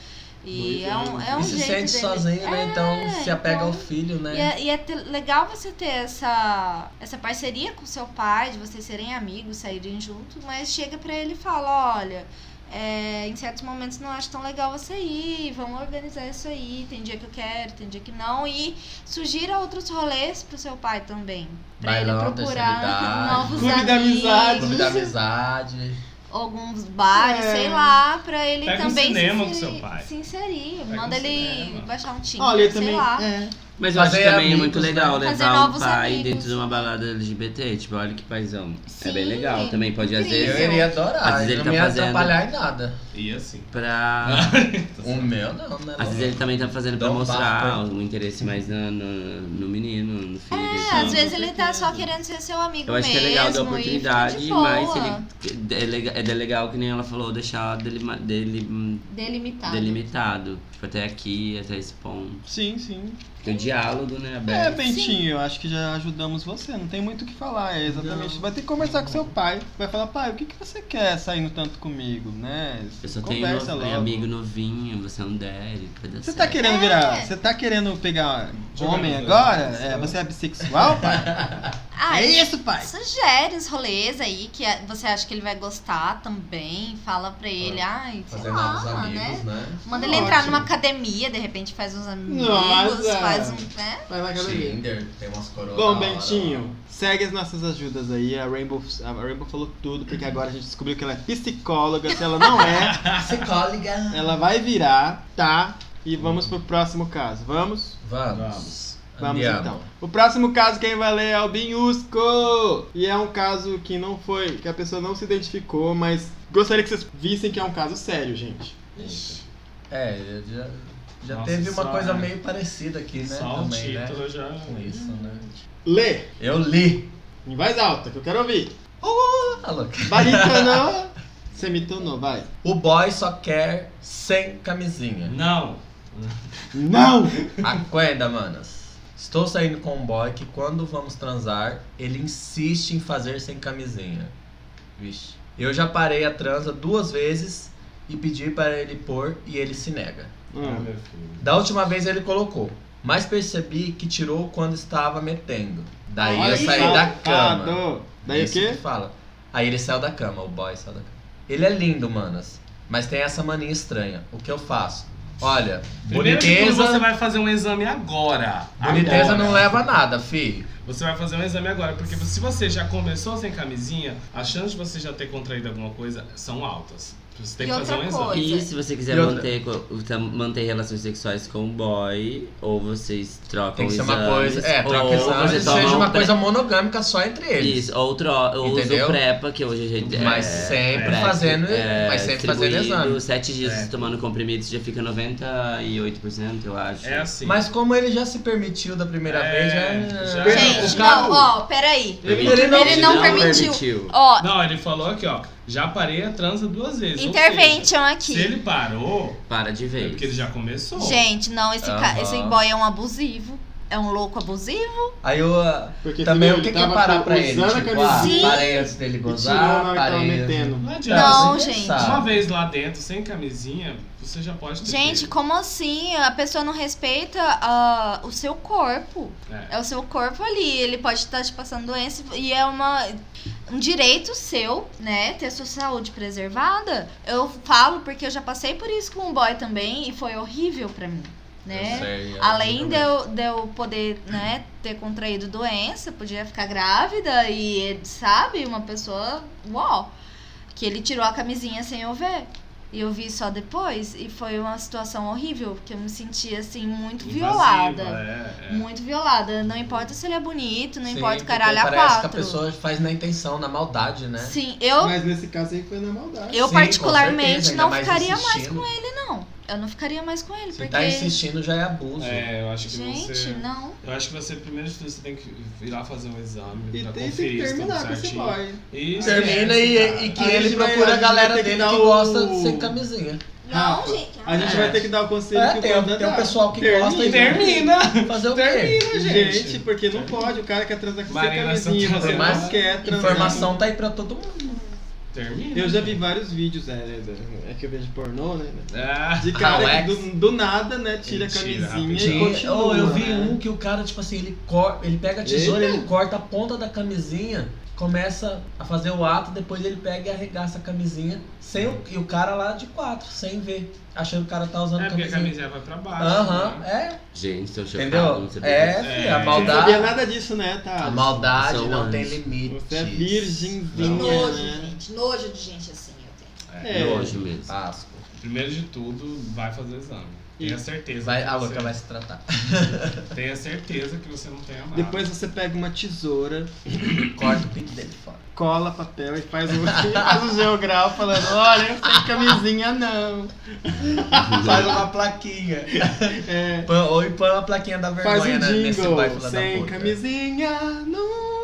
C: E
D: Dois
C: é um, é um
B: E se
C: jeito
B: sente
C: dele-
B: sozinho, né? Então se apega
C: então-
B: ao filho, né?
C: e é, e é te- legal você ter essa, essa parceria com seu pai, de vocês serem amigos, saírem juntos, mas chega pra ele e fala, olha, é, em certos momentos não acho tão legal você ir, vamos organizar isso aí, tem dia que eu quero, tem dia que não, e sugira outros rolês pro seu pai também. Pra ele
B: Bailão, terceira
C: procurar
B: idade.
C: novos
D: Clube da
C: amigos,
D: amizade.
B: Clube da amizade.
C: alguns bares,
D: É.
C: sei lá, pra ele
A: Pega um
C: também
A: cinema
C: se,
A: com
C: inserir-
A: seu pai.
C: se inserir,
A: um
C: manda ele
A: cinema.
C: baixar um Tinder,
D: olha, eu
C: sei
D: também.
C: lá.
D: É.
E: Mas eu acho
B: Fazer
E: também é
B: amigos,
E: muito
B: né?
E: legal
C: Fazer
E: levar um
C: novos
E: pai
C: amigos.
E: dentro de uma balada LGBT. Tipo, olha que paizão. é bem
C: Sim,
E: legal. Também pode, às
C: incrível.
B: Eu
E: vezes,
B: iria
E: Às
B: adorar,
E: vezes
B: ele
E: ele
B: não
E: tá
B: me ia
E: fazendo-
B: atrapalhar em nada.
A: e assim.
E: pra.
B: (laughs) O meu não, né?
E: Às vezes ele também tá fazendo pra
B: Dá um
E: mostrar
B: papo
E: um interesse mais na- no, no menino, no filho dele.
C: É, às vezes ele tá só querendo ser seu amigo
E: Eu acho que
C: mesmo.
E: é legal dar
C: e fica
E: oportunidade,
C: de
E: mas se
C: boa.
E: ele. É legal, é de legal que nem ela falou, deixar delima, deli-
C: Delimitado.
E: delimitado. Tipo, até aqui, até esse ponto.
D: Sim, sim.
E: Tem o diálogo, né?
D: É,
E: Aberto.
D: Bentinho, eu acho que já ajudamos você. Não tem muito o que falar, é exatamente. Vai ter que conversar com seu pai. Vai falar, pai, o que, que você quer saindo tanto comigo, né?
E: eu só tenho
D: Conversa
E: novo,
D: logo.
E: amigo novinho, você é um Derek, vai dar
D: Você tá
E: certo.
D: querendo
C: É.
D: virar. Você tá querendo pegar
A: Jogar
D: homem
A: no
D: agora?
A: jogo.
D: É, você é bissexual, pai?
C: Ah,
D: é isso, pai!
C: Sugere os rolês aí que a- você acha que ele vai gostar também. Fala pra ele, ai, sei
B: Fazer
C: lá,
B: novos amigos,
C: né?
B: né?
C: Manda ele entrar
D: Ótimo.
C: numa academia, de repente faz uns amigos,
D: Nossa.
C: faz um. Né?
D: Vai na academia.
B: Tinder, tem umas coroas.
D: Bom,
B: da hora.
D: Bentinho, segue as nossas ajudas aí. A Rainbow, a Rainbow falou tudo, porque agora a gente
B: Ah,
D: (laughs) descobriu que ela é psicóloga. Se ela não é,
B: Psicóloga.
D: ela vai virar, tá? E vamos pro próximo caso. Vamos?
A: Vamos.
D: Vamos
E: Andiamo.
D: então. O próximo caso quem vai ler é o Binhusco. E é um caso que não foi, que a pessoa não se identificou, mas gostaria que vocês vissem que é um caso sério, gente.
B: É, eu já, já
A: Nossa,
B: teve uma
A: só-
B: coisa meio parecida aqui, né?
A: Só
E: um
A: o
B: também, né?
A: título já.
B: Com isso, né?
D: Lê,
B: Eu li.
D: em voz alta, que eu quero ouvir.
B: Tá louco.
D: Baritonou. Semitonou, vai.
B: O boy só quer sem camisinha.
A: Não.
D: Não!
B: Acorda, manas. Estou saindo com um boy que quando vamos transar, ele insiste em fazer sem camisinha. Vixe. Eu já parei a transa duas vezes e pedi para ele pôr e ele se nega.
A: Ah,
D: Hum.
A: meu filho.
B: Da última vez ele colocou, mas percebi que tirou quando estava metendo. Daí
D: Olha
B: eu
D: que
B: saí da
D: safado.
B: cama.
D: Daí o
B: Isso que
D: quê?
B: fala. Aí ele saiu da cama, o boy saiu da cama. Ele é lindo, manas, mas tem essa mania estranha. O que eu faço? Olha,
A: Primeiro de tudo,
B: boniteza.
A: você vai fazer um exame agora.
D: Ah,
B: Boniteza
A: Agora.
B: não é- leva a nada, fi.
A: Você vai fazer um exame agora, porque se você já começou sem camisinha, as chances de você já ter contraído alguma coisa são altas. Você tem
C: E
A: que fazer um
C: outra
A: exame.
C: coisa. Pois é.
E: E se você quiser
B: E outra-
E: manter, co- tá- manter relações sexuais com o boy, ou vocês trocam
B: Tem que ser
E: exames,
B: uma coisa. É, troca
E: ou você
B: exames e
E: toma
B: seja
E: um
B: uma
E: pre-
B: coisa monogâmica só entre eles.
E: Isso, ou, tro... ou usa
B: Entendeu?
E: o PrEpa, que hoje a gente. é
B: Mas sempre fazendo- mas sempre fazendo
E: distribuído,
B: exame.
E: Sete dias
A: É.
E: tomando comprimidos já fica 98%, eu acho.
A: É assim.
B: Mas como ele já se permitiu da primeira
A: É,
B: vez, já.
A: já-
C: Gente,
D: O cara-
C: não, ó, peraí.
B: Ele- ele não-
C: Ele não permitiu. Ó,
A: Não, ele falou aqui, ó. Já parei a transa duas vezes. ou
C: intervention
A: seja, Se
C: aqui.
A: ele parou,
E: Para de
A: é
E: vez.
A: porque ele já começou.
C: Gente, não, esse, ca-
B: Aham.
C: esse boy é um abusivo. É um louco abusivo.
B: Aí eu. ah,
D: Porque
B: Também
D: entendeu?
B: o que que é
D: tava
B: parar pra ele?
D: usando a
B: Tipo, ah,
D: camisinha
B: parei antes dele
D: e tirou na
B: gozar,
D: hora que tava
B: parei. antes-
D: metendo.
A: Não adianta. Assim,
C: Não,
B: você
C: gente.
B: sabe.
A: Uma vez lá dentro, sem camisinha, você já pode ter.
C: Gente,
A: pego.
C: como assim? A pessoa não respeita ah, o seu corpo.
A: É.
C: É o seu corpo ali. Ele pode estar te passando doença e é uma, um direito seu, né? Ter sua saúde preservada. Eu falo porque eu já passei por isso com um boy também e foi horrível pra mim, né?
B: Eu sei, eu
C: Além de
B: também.
C: eu, de eu poder, né, ter contraído doença, podia ficar grávida e, sabe, uma pessoa, uau, que ele tirou a camisinha sem eu ver. E eu vi só depois, e foi uma situação horrível, porque eu me senti, assim, muito
A: Invasiva,
C: violada.
A: É, é.
C: Muito violada. Não importa se ele é bonito, não
B: Sim,
C: importa o
B: porque
C: caralho a
B: Parece que
C: quatro.
B: a pessoa faz na intenção, na maldade, né?
C: Sim, eu,
D: Mas nesse caso aí foi na maldade.
C: eu
B: Sim, com
C: particularmente
B: certeza, ainda
C: não
B: mais
C: ficaria mais
B: insistindo.
C: com ele, não. Eu não ficaria mais com ele,
B: Se
C: porque.
B: tá insistindo já é abuso.
A: É, eu acho que
C: Gente,
A: você.
C: não.
A: Eu acho que você, primeiro de tudo, você tem que ir lá fazer um exame
D: E
A: pra
D: tem, tem que
A: conferir se tá
D: terminar
A: tudo
D: com esse
A: certinho.
D: boy.
A: E
B: Termina
A: esquece,
B: e,
A: cara.
B: e que
D: Aí a
B: ele
D: gente vai-
B: procura
D: a
B: a
D: gente vai
B: galera
D: ter que
B: dele
D: dar
B: que
D: o-
B: gosta de sem camisinha.
D: Rafa,
C: Ah,
D: A gente vai ter que dar o conselho
B: É,
D: que o
B: tem,
D: Fernando
B: tem um
D: dá.
B: pessoal que gosta e
A: Termina!
B: Fazer o quê?
A: Termina, gente!
D: Gente, porque não pode. O cara quer transar com sem
A: Marina
D: camisinha.
A: Santana.
D: Você
B: Mas
D: não quer transar.
B: Informação tá aí pra todo mundo.
A: Termina.
D: Eu já vi vários vídeos, é, é, é que eu vejo pornô, né?
A: Ah,
D: De cara
B: Ah,
D: que
B: o ex.
D: do, do nada, né? Tira a
A: Ele tira
D: camisinha e
A: rapidinho.
D: continua.
B: oh, eu vi
D: né?
B: um que o cara, tipo assim, ele, cor... ele pega a tesoura,
D: Eita.
B: ele corta a ponta da camisinha, começa a fazer o ato, depois ele pega e arregaça a camisinha sem o... e o cara lá de quatro, sem ver. Achando que o cara tá usando
A: é porque a
B: camisinha.
A: camisinha vai pra baixo.
B: Aham,
A: né?
B: é.
E: Gente, então tô chocado.
B: Entendeu?
E: não sabia
B: É,
E: disso. é
B: filho, a
D: Não sabia
A: É.
B: maldade.
D: nada disso, né, tá?
B: A maldade
E: São
B: não tem
E: anjos.
B: limite.
D: Você é virgemzinha,
G: Nojo,
D: né?
G: gente. Nojo de gente assim, eu tenho.
A: É.
D: É.
E: Nojo mesmo.
B: Páscoa.
A: Primeiro de tudo, vai fazer o exame. Tenha certeza.
B: Vai,
A: que
B: a
A: você-
B: louca vai se tratar.
A: Tenha certeza que você não tem amado.
D: Depois você pega uma tesoura,
B: Corta o pinto dele fora.
D: cola papel e faz o, (laughs) faz o geograu falando, olha, eu sem camisinha não.
B: Faz uma plaquinha.
D: É,
B: Põe- Ou põe uma plaquinha da vergonha
D: faz um
B: né, nesse bairro
D: jingle,
B: filha da
D: sem
B: puta.
D: camisinha nunca.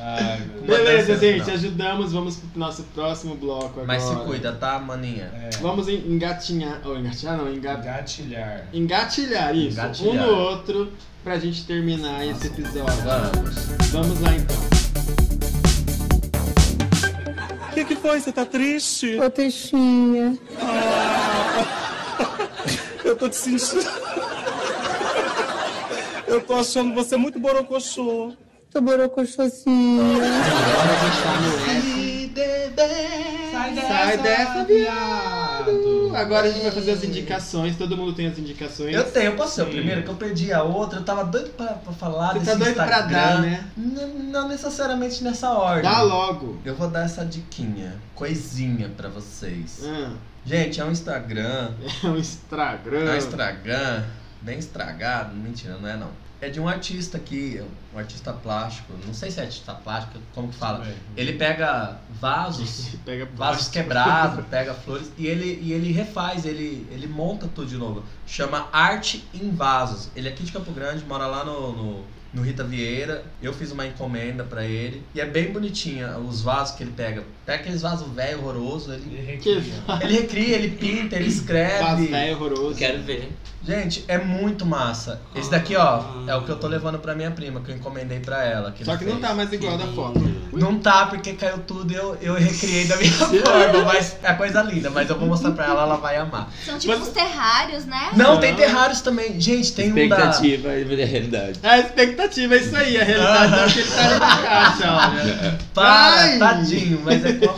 A: Ai, meu Deus.
D: Beleza,
B: dança,
D: gente,
B: não.
D: ajudamos, vamos pro nosso próximo bloco agora.
B: Mas se cuida, tá, maninha?
A: É,
D: Vamos en- engatinhar, ou engatinhar não, enga-
A: gatilhar.
D: engatilhar isso, um
B: Engatilhar.
D: no outro, pra gente terminar esse episódio.
B: Vamos.
D: Vamos lá então.
H: O que, que foi? Você tá triste? Ah.
I: Ô, Teixinha.
H: (laughs) Eu tô te sentindo. (laughs) Eu tô achando você muito borocochô.
I: Tô borocochosinha.
D: Agora a gente tá no
A: Sai
D: Sai dessa,
A: viado!
D: S. Agora a gente vai fazer as indicações, todo mundo tem as indicações.
B: Eu tenho, posso ser o
A: Sim.
B: primeiro? Que eu perdi a outra, eu tava doido pra, pra falar
D: Você
B: desse
D: tá doido pra dar,
B: Instagram.
D: né?
B: Não, não necessariamente nessa ordem.
D: Dá logo.
B: Eu vou dar essa diquinha, coisinha pra vocês.
D: Ah,
B: Gente, é um Instagram.
D: É um Instagram.
B: É um Instagram. Bem estragado. Mentira, não é não. É de um artista aqui, um artista plástico. Não sei se é artista plástico, como que fala. Ele pega vasos
D: (laughs) Pega
B: vasos quebrados, pega flores e ele, e ele refaz, ele, ele monta tudo de novo. Chama Arte em Vasos. Ele é aqui de Campo Grande, mora lá no, no, no Rita Vieira. Eu fiz uma encomenda pra ele e é bem bonitinha os vasos que ele pega. Pega aqueles vasos velho horroroso, ele,
D: Que
B: ele recria, ele pinta, ele
D: vaso
B: escreve.
D: velho é horroroso.
E: Quero ver.
B: Gente, é muito massa. Esse daqui, ó, é o que eu tô levando pra minha prima, que eu encomendei pra ela. que
D: Só
B: ele
D: que não
B: fez.
D: tá mais igual da foto.
B: Não tá, porque caiu tudo e eu, eu recriei da minha forma, mas é coisa linda, mas eu vou mostrar pra ela, ela vai amar.
C: São tipo os terrários, né?
B: Não, tem terrários também. Gente, tem um da...
E: Expectativa e da realidade.
D: A expectativa é isso aí, a realidade é o que ele tá ali na caixa, olha.
B: Para,
D: Ai!
B: tadinho, mas é com amor.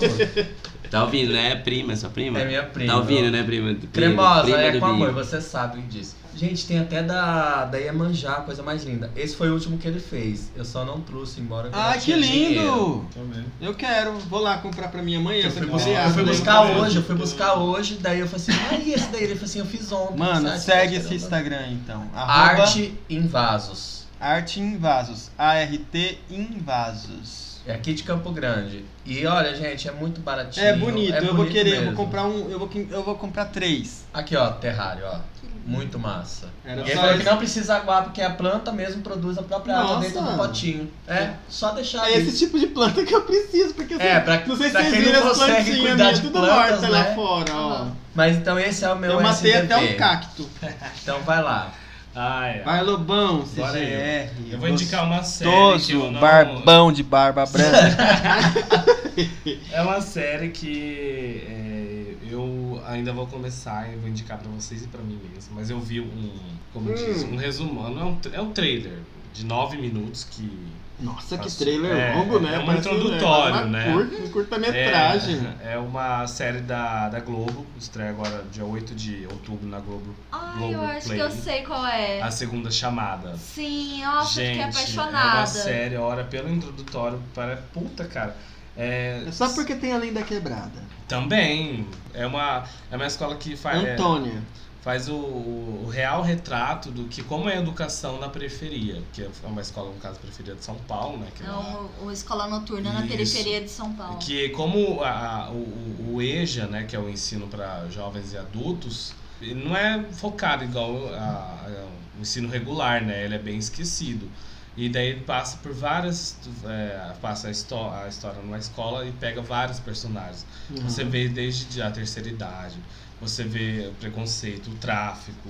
E: Tá ouvindo, né? Prima, sua prima?
B: É minha prima.
E: Tá ouvindo, né, prima? Prima-
B: Cremosa,
E: prima
B: é
E: do
B: com amor,
E: Bi.
B: você sabe disso. Gente, tem até da, da Iemanjá, coisa mais linda. Esse foi o último que ele fez. Eu só não trouxe embora. (laughs) porque eu
D: Ai,
B: não
D: Ah, que
B: tinha dinheiro.
D: lindo! Eu quero, vou lá comprar pra minha mãe
B: Eu
D: essa
B: fui,
D: que
B: buscar,
D: feriado,
B: eu fui
D: né?
B: buscar hoje, eu fui buscar hoje, daí eu falei assim, ai, esse daí? Ele falou assim, eu fiz ontem.
D: Mano,
B: sabe?
D: segue esse Instagram então. Arroba
B: Arte em Vasos.
D: Arte em Vasos. A-R-T em Vasos.
B: É aqui de Campo Grande. E olha, gente, é muito baratinho.
D: É bonito, eu vou querer, eu
B: mesmo.
D: vou comprar um, eu vou, eu vou comprar três.
B: Aqui, ó, terrário, ó. Muito massa.
D: Era
B: E ele
D: só
B: falou
D: esse.
B: que não precisa aguar, porque a planta mesmo produz a própria água
D: Nossa.
B: dentro do potinho. É, só deixar
D: É
B: ali.
D: esse tipo de planta que eu preciso, porque
B: É,
D: assim,
B: pra,
D: não sei se
B: pra
D: vocês
B: quem
D: viram
B: não
D: as
B: consegue
D: plantinhas
B: cuidar
D: minhas,
B: de
D: tudo
B: plantas,
D: morta lá
B: né?
D: fora, ó.
B: Mas então esse é o meu
D: tipo- Eu matei
B: SDV.
D: até um cacto.
B: Então vai lá.
A: Ah, é.
D: Vai, Lobão, CGR.
A: Bora Eu vou indicar uma série. que eu
D: Gostoso,
A: não-
D: barbão de (laughs) barba branca.
A: É uma série que é, eu ainda vou começar e vou indicar pra vocês e pra mim mesmo. Mas eu vi um, como diz,
D: Hum.
A: um resumão. É um, tra- é um trailer de nove minutos que.
D: Nossa, que
A: Nossa,
D: trailer
A: é,
D: longo, né?
A: é um
D: Parece
A: introdutório,
D: uma
A: né?
D: curta- um curta-metragem.
A: É, é uma série da, da Globo, estreia agora dia 8 de outubro na Globo.
G: Ai, eu acho que eu
A: Globoplay.
G: sei qual é.
A: A segunda chamada.
G: Sim, nossa,
A: Gente,
G: fiquei
A: É uma
G: apaixonada.
A: série, ora, pelo introdutório, para puta, cara. É,
D: É Só porque tem a Lenda Quebrada.
A: também. É uma, é uma escola que
D: um
A: faz. é,
D: Antônia.
A: faz o, o real retrato do que como é a educação na periferia, que é uma escola no caso periferia de São Paulo, né? Que,
G: É
A: lá-
G: uma, uma escola noturna na
A: Isso.
G: periferia de São Paulo.
A: que como a- a- o, o- o EJA, né, que é o ensino para jovens e adultos, ele não é focado igual a- a- o ensino regular, né? Ele é bem esquecido. E daí ele passa por várias. é, passa a, histó- a história numa escola e pega vários personagens. Você vê desde a terceira idade, você vê o preconceito, o tráfico,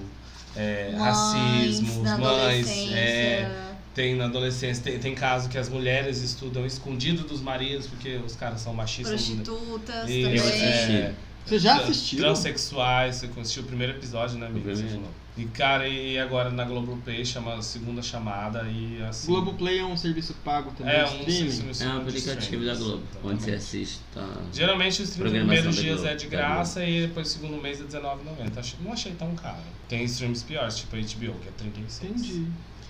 A: é,
G: Mães
A: racismo,
G: na
A: mães.
G: adolescência.
A: É, tem na adolescência, tem, tem caso que as mulheres estudam escondido dos maridos porque os caras são machistas. né?
G: Prostitutas
A: E-
E: Eu
G: também.
E: assisti.
A: é,
D: Você já assistiu?
A: Transexuais, você assistiu o primeiro episódio, né, amigo?
E: O
A: Você
E: primeiro.
A: falou. E cara, e agora na Globoplay chama Segunda Chamada e assim.
D: Globoplay é um serviço pago também,
A: é
D: de
A: um
D: né? streaming.
E: É um aplicativo da Globo, onde você assiste. Tá...
A: Geralmente os 30
E: Programação
A: primeiros
E: da
A: dias
E: Globo,
A: é de
E: da
A: graça e depois o segundo mês é R$19,90. Achei- Não achei tão caro. Tem streams piores, tipo a HBO, que é 36.
D: Entendi.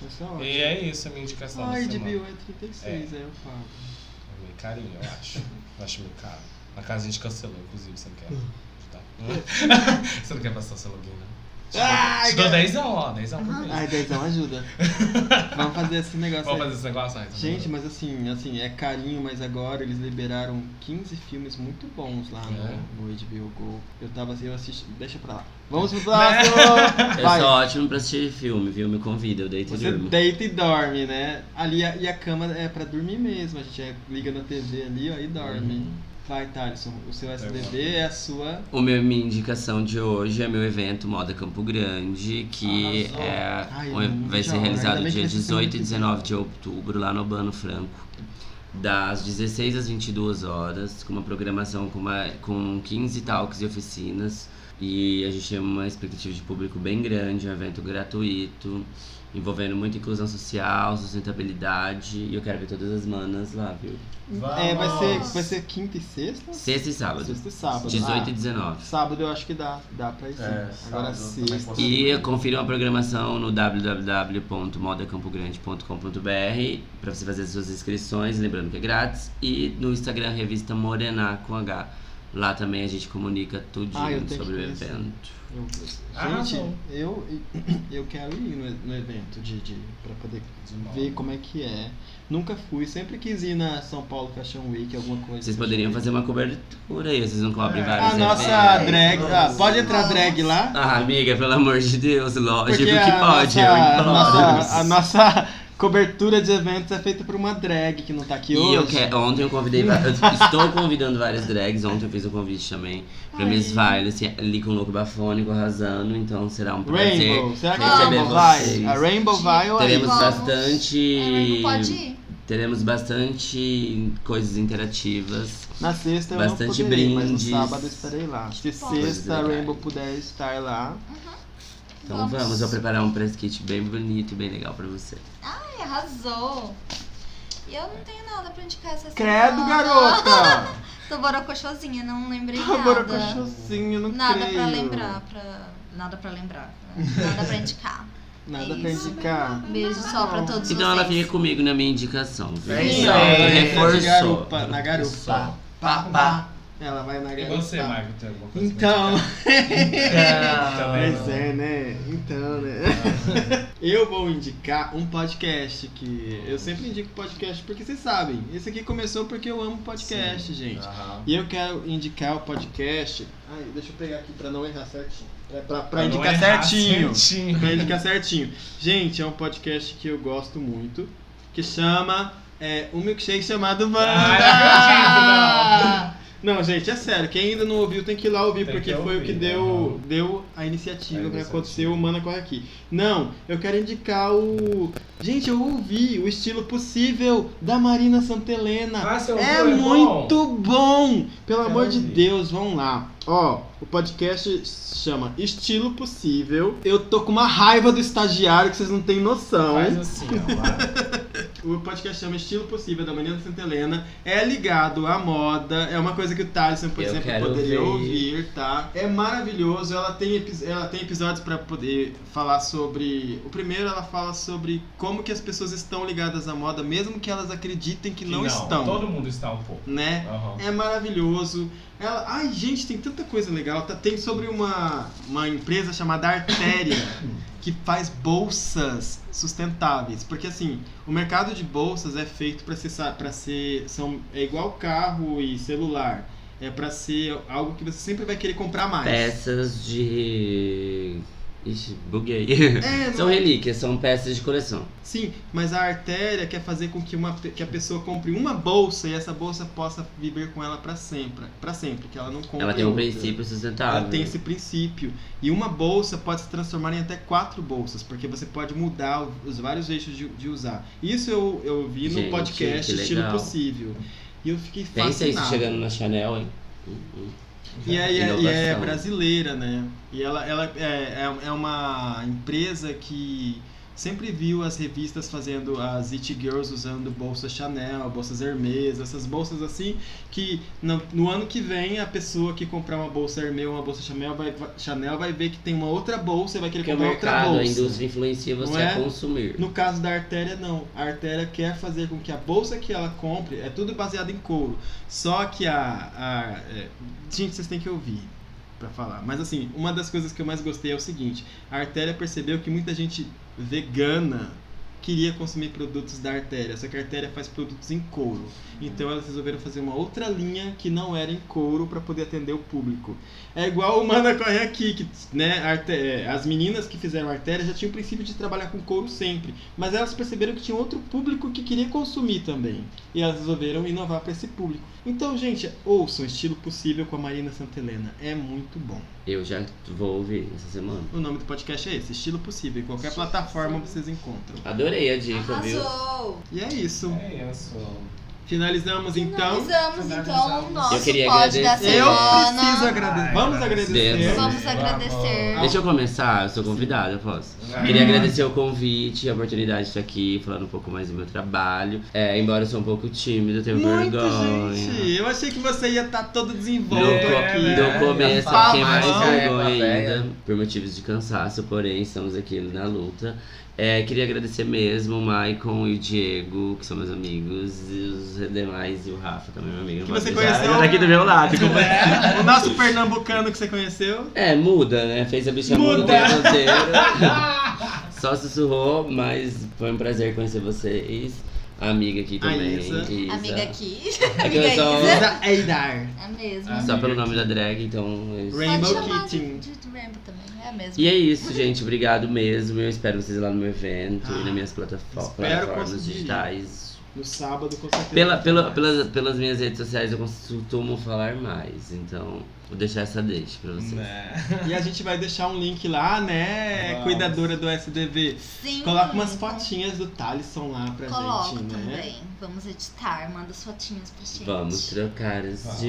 D: Essa é ótima.
A: E é isso a minha indicação da
D: Ai, de
A: semana.
D: bio é 36, é, eu pago.
A: É meio carinho, eu acho. Eu acho meio caro. Na casa a gente cancelou, inclusive, você não quer ajudar? (laughs) você não quer passar o seu login, né? Te dou-
D: Ai,
A: Te dou
D: cara.
A: 10 ó, 10 por mês.
D: Ai, Dezão,
A: (laughs)
D: ajuda. Vamos fazer esse negócio
A: Vamos
D: aí.
A: fazer esse negócio? Ai, tá
D: Gente,
A: bom.
D: mas assim, assim, é carinho, mas agora eles liberaram 15 filmes muito bons lá no,
A: É.
D: no HBO Go. Eu tava assim, eu assisti. Deixa pra lá. Vamos
A: (laughs) Né?
D: pro próximo!
E: Eu
D: Vai.
E: sou é ótimo pra assistir filme, viu? Me convida, eu deito e
D: Você
E: durmo.
D: deita e dorme, né? Ali a, e a cama é pra dormir mesmo. A gente é- liga na TV ali, ó, e dorme.
B: Uhum.
D: Vai, Thaleson, o seu SBB é a sua.
E: O meu, minha indicação de hoje é meu evento Moda Campo Grande, que
D: Arrasou.
E: é,
D: Ai,
E: um-
D: muito
E: vai ser
D: legal. Ainda
E: realizado
D: bem que
E: dia
D: vai ser
E: 18 e
D: semana que
E: 19 de outubro, lá no Bano Franco, das 16 às 22 horas, com uma programação com, uma, com 15 talks e oficinas. E a gente tem uma expectativa de público bem grande, é um evento gratuito, envolvendo muita inclusão social, sustentabilidade, e eu quero ver todas as manas lá, viu?
D: É, vai ser,
G: Vamos.
D: vai ser quinta e sexta?
E: Sexta e sábado,
D: Sexta e sábado.
E: 18 e
D: Ah,
E: 19.
D: sábado eu acho que dá. Dá pra ir sim.
B: É,
D: Agora
B: sábado eu também
D: sexta.
B: posso.
E: E confira uma programação no www.modacampogrande.com.br para você fazer suas inscrições, lembrando que é grátis, e no Instagram revista Morená com H Lá também a gente comunica tudinho
F: Ah, eu tenho
E: sobre
F: que
E: o
F: conhecer.
E: evento.
A: Ah,
D: Gente,
A: não.
D: eu, eu quero ir no, no evento de, de, pra poder ver como é que é. Nunca fui, sempre quis ir na São Paulo Fashion Week, alguma coisa. tipo.
E: Vocês poderiam fazer uma cobertura aí, vocês não cobrem vários
D: É, A nossa
E: eventos.
D: drag. Ah, pode entrar drag lá?
E: Ah, amiga, pelo amor de Deus, lógico
D: Porque
E: que
D: a
E: pode, é eu
D: nossa, a,
E: imploro.
D: nossa, a nossa cobertura de eventos é feita por uma drag que não tá aqui
E: E
D: hoje.
E: eu que- ontem eu convidei, va- eu estou convidando várias drags, ontem eu fiz um convite também pra Miss Violet, ali com o look bafônico arrasando, então será um prazer.
D: Rainbow, será que a
E: receber
D: Rainbow vai?
E: vocês.
D: A Rainbow vai ou a
E: Teremos
D: Rainbow?
G: Vamos. É,
E: bastante.
G: não pode ir.
E: Teremos bastante coisas interativas.
D: Na sexta eu
E: Bastante
D: não poderei, mas
E: brindes.
D: no sábado eu estarei lá. Se sexta a
E: legais.
D: Rainbow puder estar lá.
E: Então vamos, eu vou preparar um press kit bem bonito e bem legal pra você.
G: Ai, arrasou. E eu não tenho nada pra indicar essa
D: Credo,
G: semana. (laughs)
D: garota!
G: Tô borocochosinha, não lembrei
D: Tá
G: nada.
D: borocochosinho, não
G: Nada
D: creio.
G: pra lembrar, pra... nada pra lembrar. né? Nada pra indicar.
D: Nada
G: É
D: pra
G: isso.
D: indicar.
G: Beijo só pra todos
E: Então
G: vocês.
E: ela fica comigo na minha indicação. viu?
B: É isso
D: Ela
B: aí,
D: vai
E: reforçou.
D: Na garupa, na
B: Só.
D: garupa.
B: Pá, pá.
D: Ela vai na
A: E
D: garupa.
A: você, Marco, tem alguma coisa?
D: (laughs)
A: pra
D: Tá. Então,
B: Então,
D: pois é, né? Então, né? Eu vou indicar um podcast que eu sempre indico podcast porque vocês sabem. Esse aqui começou porque eu amo podcast, gente.
A: Aham.
D: E eu quero indicar o podcast. Ai, deixa eu pegar aqui pra não errar certinho. É (laughs) pra, pra,
A: não
D: indicar
A: errar
D: certinho. Então.
A: certinho.
D: Pra indicar certinho. Gente, é um podcast que eu gosto muito. Que chama é, Um Milkshake Chamado
A: Ah,
D: Wanda. Não, gente, é sério. Quem ainda não ouviu tem que ir lá ouvir,
A: Tem
D: porque
A: que
D: foi o que
A: ouvir,
D: deu,
A: aham.
D: deu a iniciativa
A: A
D: pra
A: iniciativa.
D: acontecer o Mana Corre Aqui. Não, eu quero indicar o. Gente, eu ouvi o estilo possível da Marina Santelena.
A: Ah, seu
D: É
A: avô bom?
D: muito bom! Pelo
A: Quero
D: amor de
A: ouvir.
D: Deus, vão lá. Ó, o podcast chama Estilo Possível. Eu tô com uma raiva do estagiário que vocês não têm noção.
A: Faz assim, ó. lá.
D: O podcast chama Estilo Possível, da Marina Santa Helena. É ligado à moda, é uma coisa que o Tyson, por
E: Eu
D: exemplo,
E: quero
D: poderia
E: ouvir.
D: ouvir, tá? É maravilhoso, ela tem, epi- ela tem episódios pra poder falar sobre... O primeiro, ela fala sobre como que as pessoas estão ligadas à moda, mesmo que elas acreditem que,
A: Que
D: não, estão,
A: Todo mundo está um pouco.
D: né?
A: Aham.
D: É maravilhoso. Ela, ai, gente, tem tanta coisa legal. Tá- Tem sobre uma, uma empresa chamada Artéria, que faz bolsas sustentáveis. Porque, assim, o mercado de bolsas é feito para ser, sa- pra ser são, é igual carro e celular. É para ser algo que você sempre vai querer comprar mais.
E: Peças de. Ixi, buguei. (laughs)
D: É, não
E: São
D: é-
E: relíquias, são peças de coleção.
D: Sim, mas a artéria quer fazer com que, uma, pe- que a pessoa compre uma bolsa e essa bolsa possa viver com ela para sempre, para sempre, que ela não compre.
E: Ela tem um
D: outra.
E: princípio sustentável.
D: Ela tem esse princípio. E uma bolsa pode se transformar em até quatro bolsas, porque você pode mudar o- os vários jeitos de, de usar. Isso eu, eu vi no
E: Gente,
D: podcast
E: que
D: Estilo
E: legal.
D: Possível. E eu fiquei
E: Pensa isso
D: fascinado.
E: chegando na Chanel, hein? Hum, hum.
D: E, é, e é- e é
E: Inovação.
D: brasileira, né? E ela, ela é, é- é uma empresa que sempre viu as revistas fazendo as It Girls usando bolsa Chanel, bolsas Hermès, essas bolsas assim, que no, no ano que vem a pessoa que comprar uma bolsa Hermès ou uma bolsa Chanel vai, vai- Chanel vai ver que tem uma outra bolsa e vai querer
E: Porque é o
D: comprar outra
E: mercado, a
D: bolsa.
E: indústria influencia você
D: Não
E: a
D: é?
E: consumir.
D: No caso da artéria, não. A artéria quer fazer com que a bolsa que ela compre é tudo baseado em couro. Só que a. a- é, Gente, vocês têm que ouvir pra falar. Mas assim, uma das coisas que eu mais gostei é o seguinte: a artéria percebeu que muita gente vegana queria consumir produtos da artéria, só que a artéria faz produtos em couro. Então elas resolveram fazer uma outra linha que não era em couro pra poder atender o público. É igual o Mana Corre Aqui, que, né, arte- é, as meninas que fizeram artéria já tinham o princípio de trabalhar com couro sempre, mas elas perceberam que tinha outro público que queria consumir também, e elas resolveram inovar pra esse público. Então, gente, ouçam Estilo Possível com a Marina Santelena, é muito bom.
E: Eu já vou ouvir essa semana.
D: O nome do podcast é esse, Estilo Possível, em qualquer plataforma vocês encontram.
E: Adorei a dica, viu?
G: Arrasou.
D: E é isso.
A: É isso.
D: Finalizamos então.
G: Finalizamos então o nosso
E: Eu queria
G: pod da
E: agradecer.
D: Eu preciso
G: semana.
D: agradecer.
A: Ai,
D: Vamos
A: agradecer.
D: agradecer.
G: Vamos agradecer.
E: Deixa eu começar, eu sou convidada, eu posso.
A: Ah.
E: Queria agradecer o convite, a oportunidade de estar aqui, falando um pouco mais do meu trabalho. É, embora eu sou um pouco tímido, eu tenho
D: Muito,
E: vergonha.
D: gente. Eu achei que você ia estar todo
E: Do,
D: desenvolto
A: É,
E: co-
D: aqui.
E: do
A: né?
E: começo, eu
D: Fala
E: fiquei é mais
D: mais,
B: né,
G: tá
E: vergonha
B: plateia.
E: ainda, por motivos de cansaço, porém estamos aqui na luta. É, queria agradecer mesmo o Maicon e o Diego, que são meus amigos, e os os demais e o Rafa também, meu amigo.
D: Que você
E: Já-
D: conheceu?
E: Já tá aqui do
D: (laughs)
E: meu lado. como é?
D: O nosso pernambucano que você conheceu.
E: É, muda, né? Fez a bicha muda,
D: Muda.
E: tem a
D: (laughs)
E: roteira. Só sussurrou, mas foi um prazer conhecer vocês. A amiga aqui também.
D: Isa.
E: Isa.
G: Amiga aqui.
E: É que
G: Amiga
E: eu sou-
G: Isa.
D: Eidar.
G: É mesmo.
E: Só pelo nome da drag, então. é isso.
D: Rainbow
G: Pode chamar
D: Kitten.
G: De, de Rainbow também, é mesmo.
E: E é isso, gente. Obrigado mesmo. Eu espero vocês lá no meu evento e
D: Ah,
E: nas minhas plataform-
D: espero
E: plataformas
D: conseguir.
E: digitais.
D: No sábado, com certeza.
E: Pela, pela, pelas, pelas minhas redes sociais eu costumo falar mais, então vou deixar essa deixa pra vocês.
A: Né?
D: E a gente vai deixar um link lá, né?
A: Vamos.
D: Cuidadora do SDV.
G: Sim.
D: Coloca
E: Hum.
D: umas fotinhas do Thalisson lá pra
G: Coloca
D: gente, né?
G: também. Vamos editar, manda as fotinhas pra gente.
E: Vamos trocar as
A: Vamos.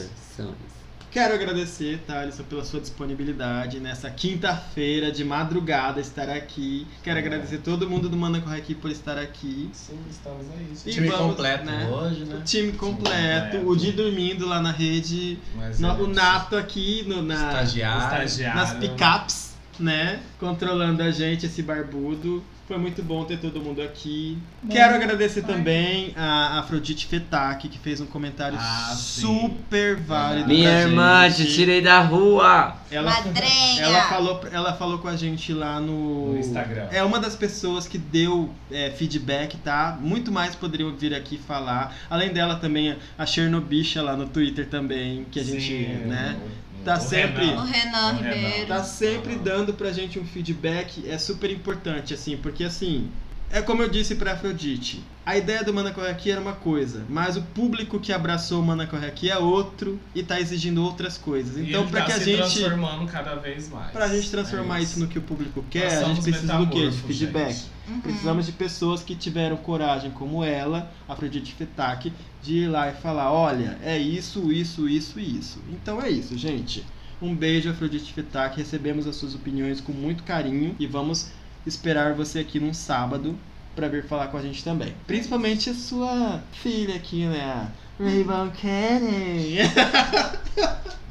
E: divulgações.
D: Quero agradecer, Thalisson, pela sua disponibilidade nessa quinta-feira de madrugada estar aqui. Quero agradecer todo mundo do Mana Corre aqui por estar aqui.
A: Sim, estamos aí. gente.
D: E
B: Time
D: vamos,
B: completo
D: né?
B: hoje, né?
D: O time completo, o Di dormindo lá na rede,
A: Mas
D: no-
A: é
D: o
A: isso.
D: Nato aqui no, na,
B: Estagiário.
A: Estagiário.
D: nas picapes, né? Controlando a gente, esse barbudo. Foi muito bom ter todo mundo aqui. Quero agradecer também a Afrodite Fetac, que fez um comentário
A: Ah, sim.
D: super válido.
E: Minha
D: pra
E: irmã,
D: gente.
E: te tirei da rua!
D: Ela,
G: Madrenha!
D: ela, falou, ela falou com a gente lá no.
A: No Instagram.
D: É uma das pessoas que deu é, feedback, tá? Muito mais poderiam vir aqui falar. Além dela também, a Chernobicha lá no Twitter também, que a gente,
A: Sim,
D: né?
A: o- o-
D: tá
A: o
D: sempre-
G: O
A: Renan.
G: Renan
A: O Renan.
G: Ribeiro.
D: tá sempre dando pra gente um feedback é super importante, assim, porque assim, é como eu disse pra Afrodite, a ideia do Mana Corre Aqui era uma coisa, mas o público que abraçou o Mana Corre Aqui é outro e tá exigindo outras coisas.
A: E
D: Então,
A: ele
D: pra
A: tá
D: que a
A: se
D: gente.
A: transformando cada vez mais.
D: Pra gente transformar
A: É
D: isso no que o público quer,
A: Nós
D: a gente
A: somos
D: precisa do quê? De
A: metamorfos,
D: feedback.
A: gente.
G: Uhum.
D: Precisamos de pessoas que tiveram coragem, como ela, Afrodite Fetac, de ir lá e falar: olha, é isso, isso, isso e isso. Então é isso, gente. Um beijo, Afrodite Fetac. Recebemos as suas opiniões com muito carinho e vamos esperar você aqui num sábado pra vir falar com a gente também. Principalmente a sua filha aqui, né? A Rainbow Cannon.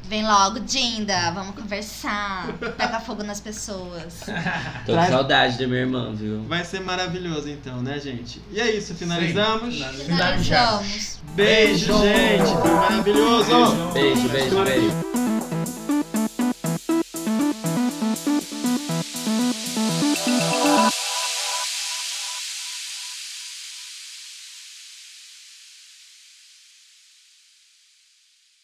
G: Vem logo, Dinda. Vamos conversar. Taca fogo nas pessoas.
E: Tô
D: Traz-
E: com saudade da minha irmã, viu?
D: Vai ser maravilhoso então, né, gente? E é isso, finalizamos.
G: Finalizamos.
D: Beijo, gente. Foi maravilhoso.
E: Beijo, beijo, beijo.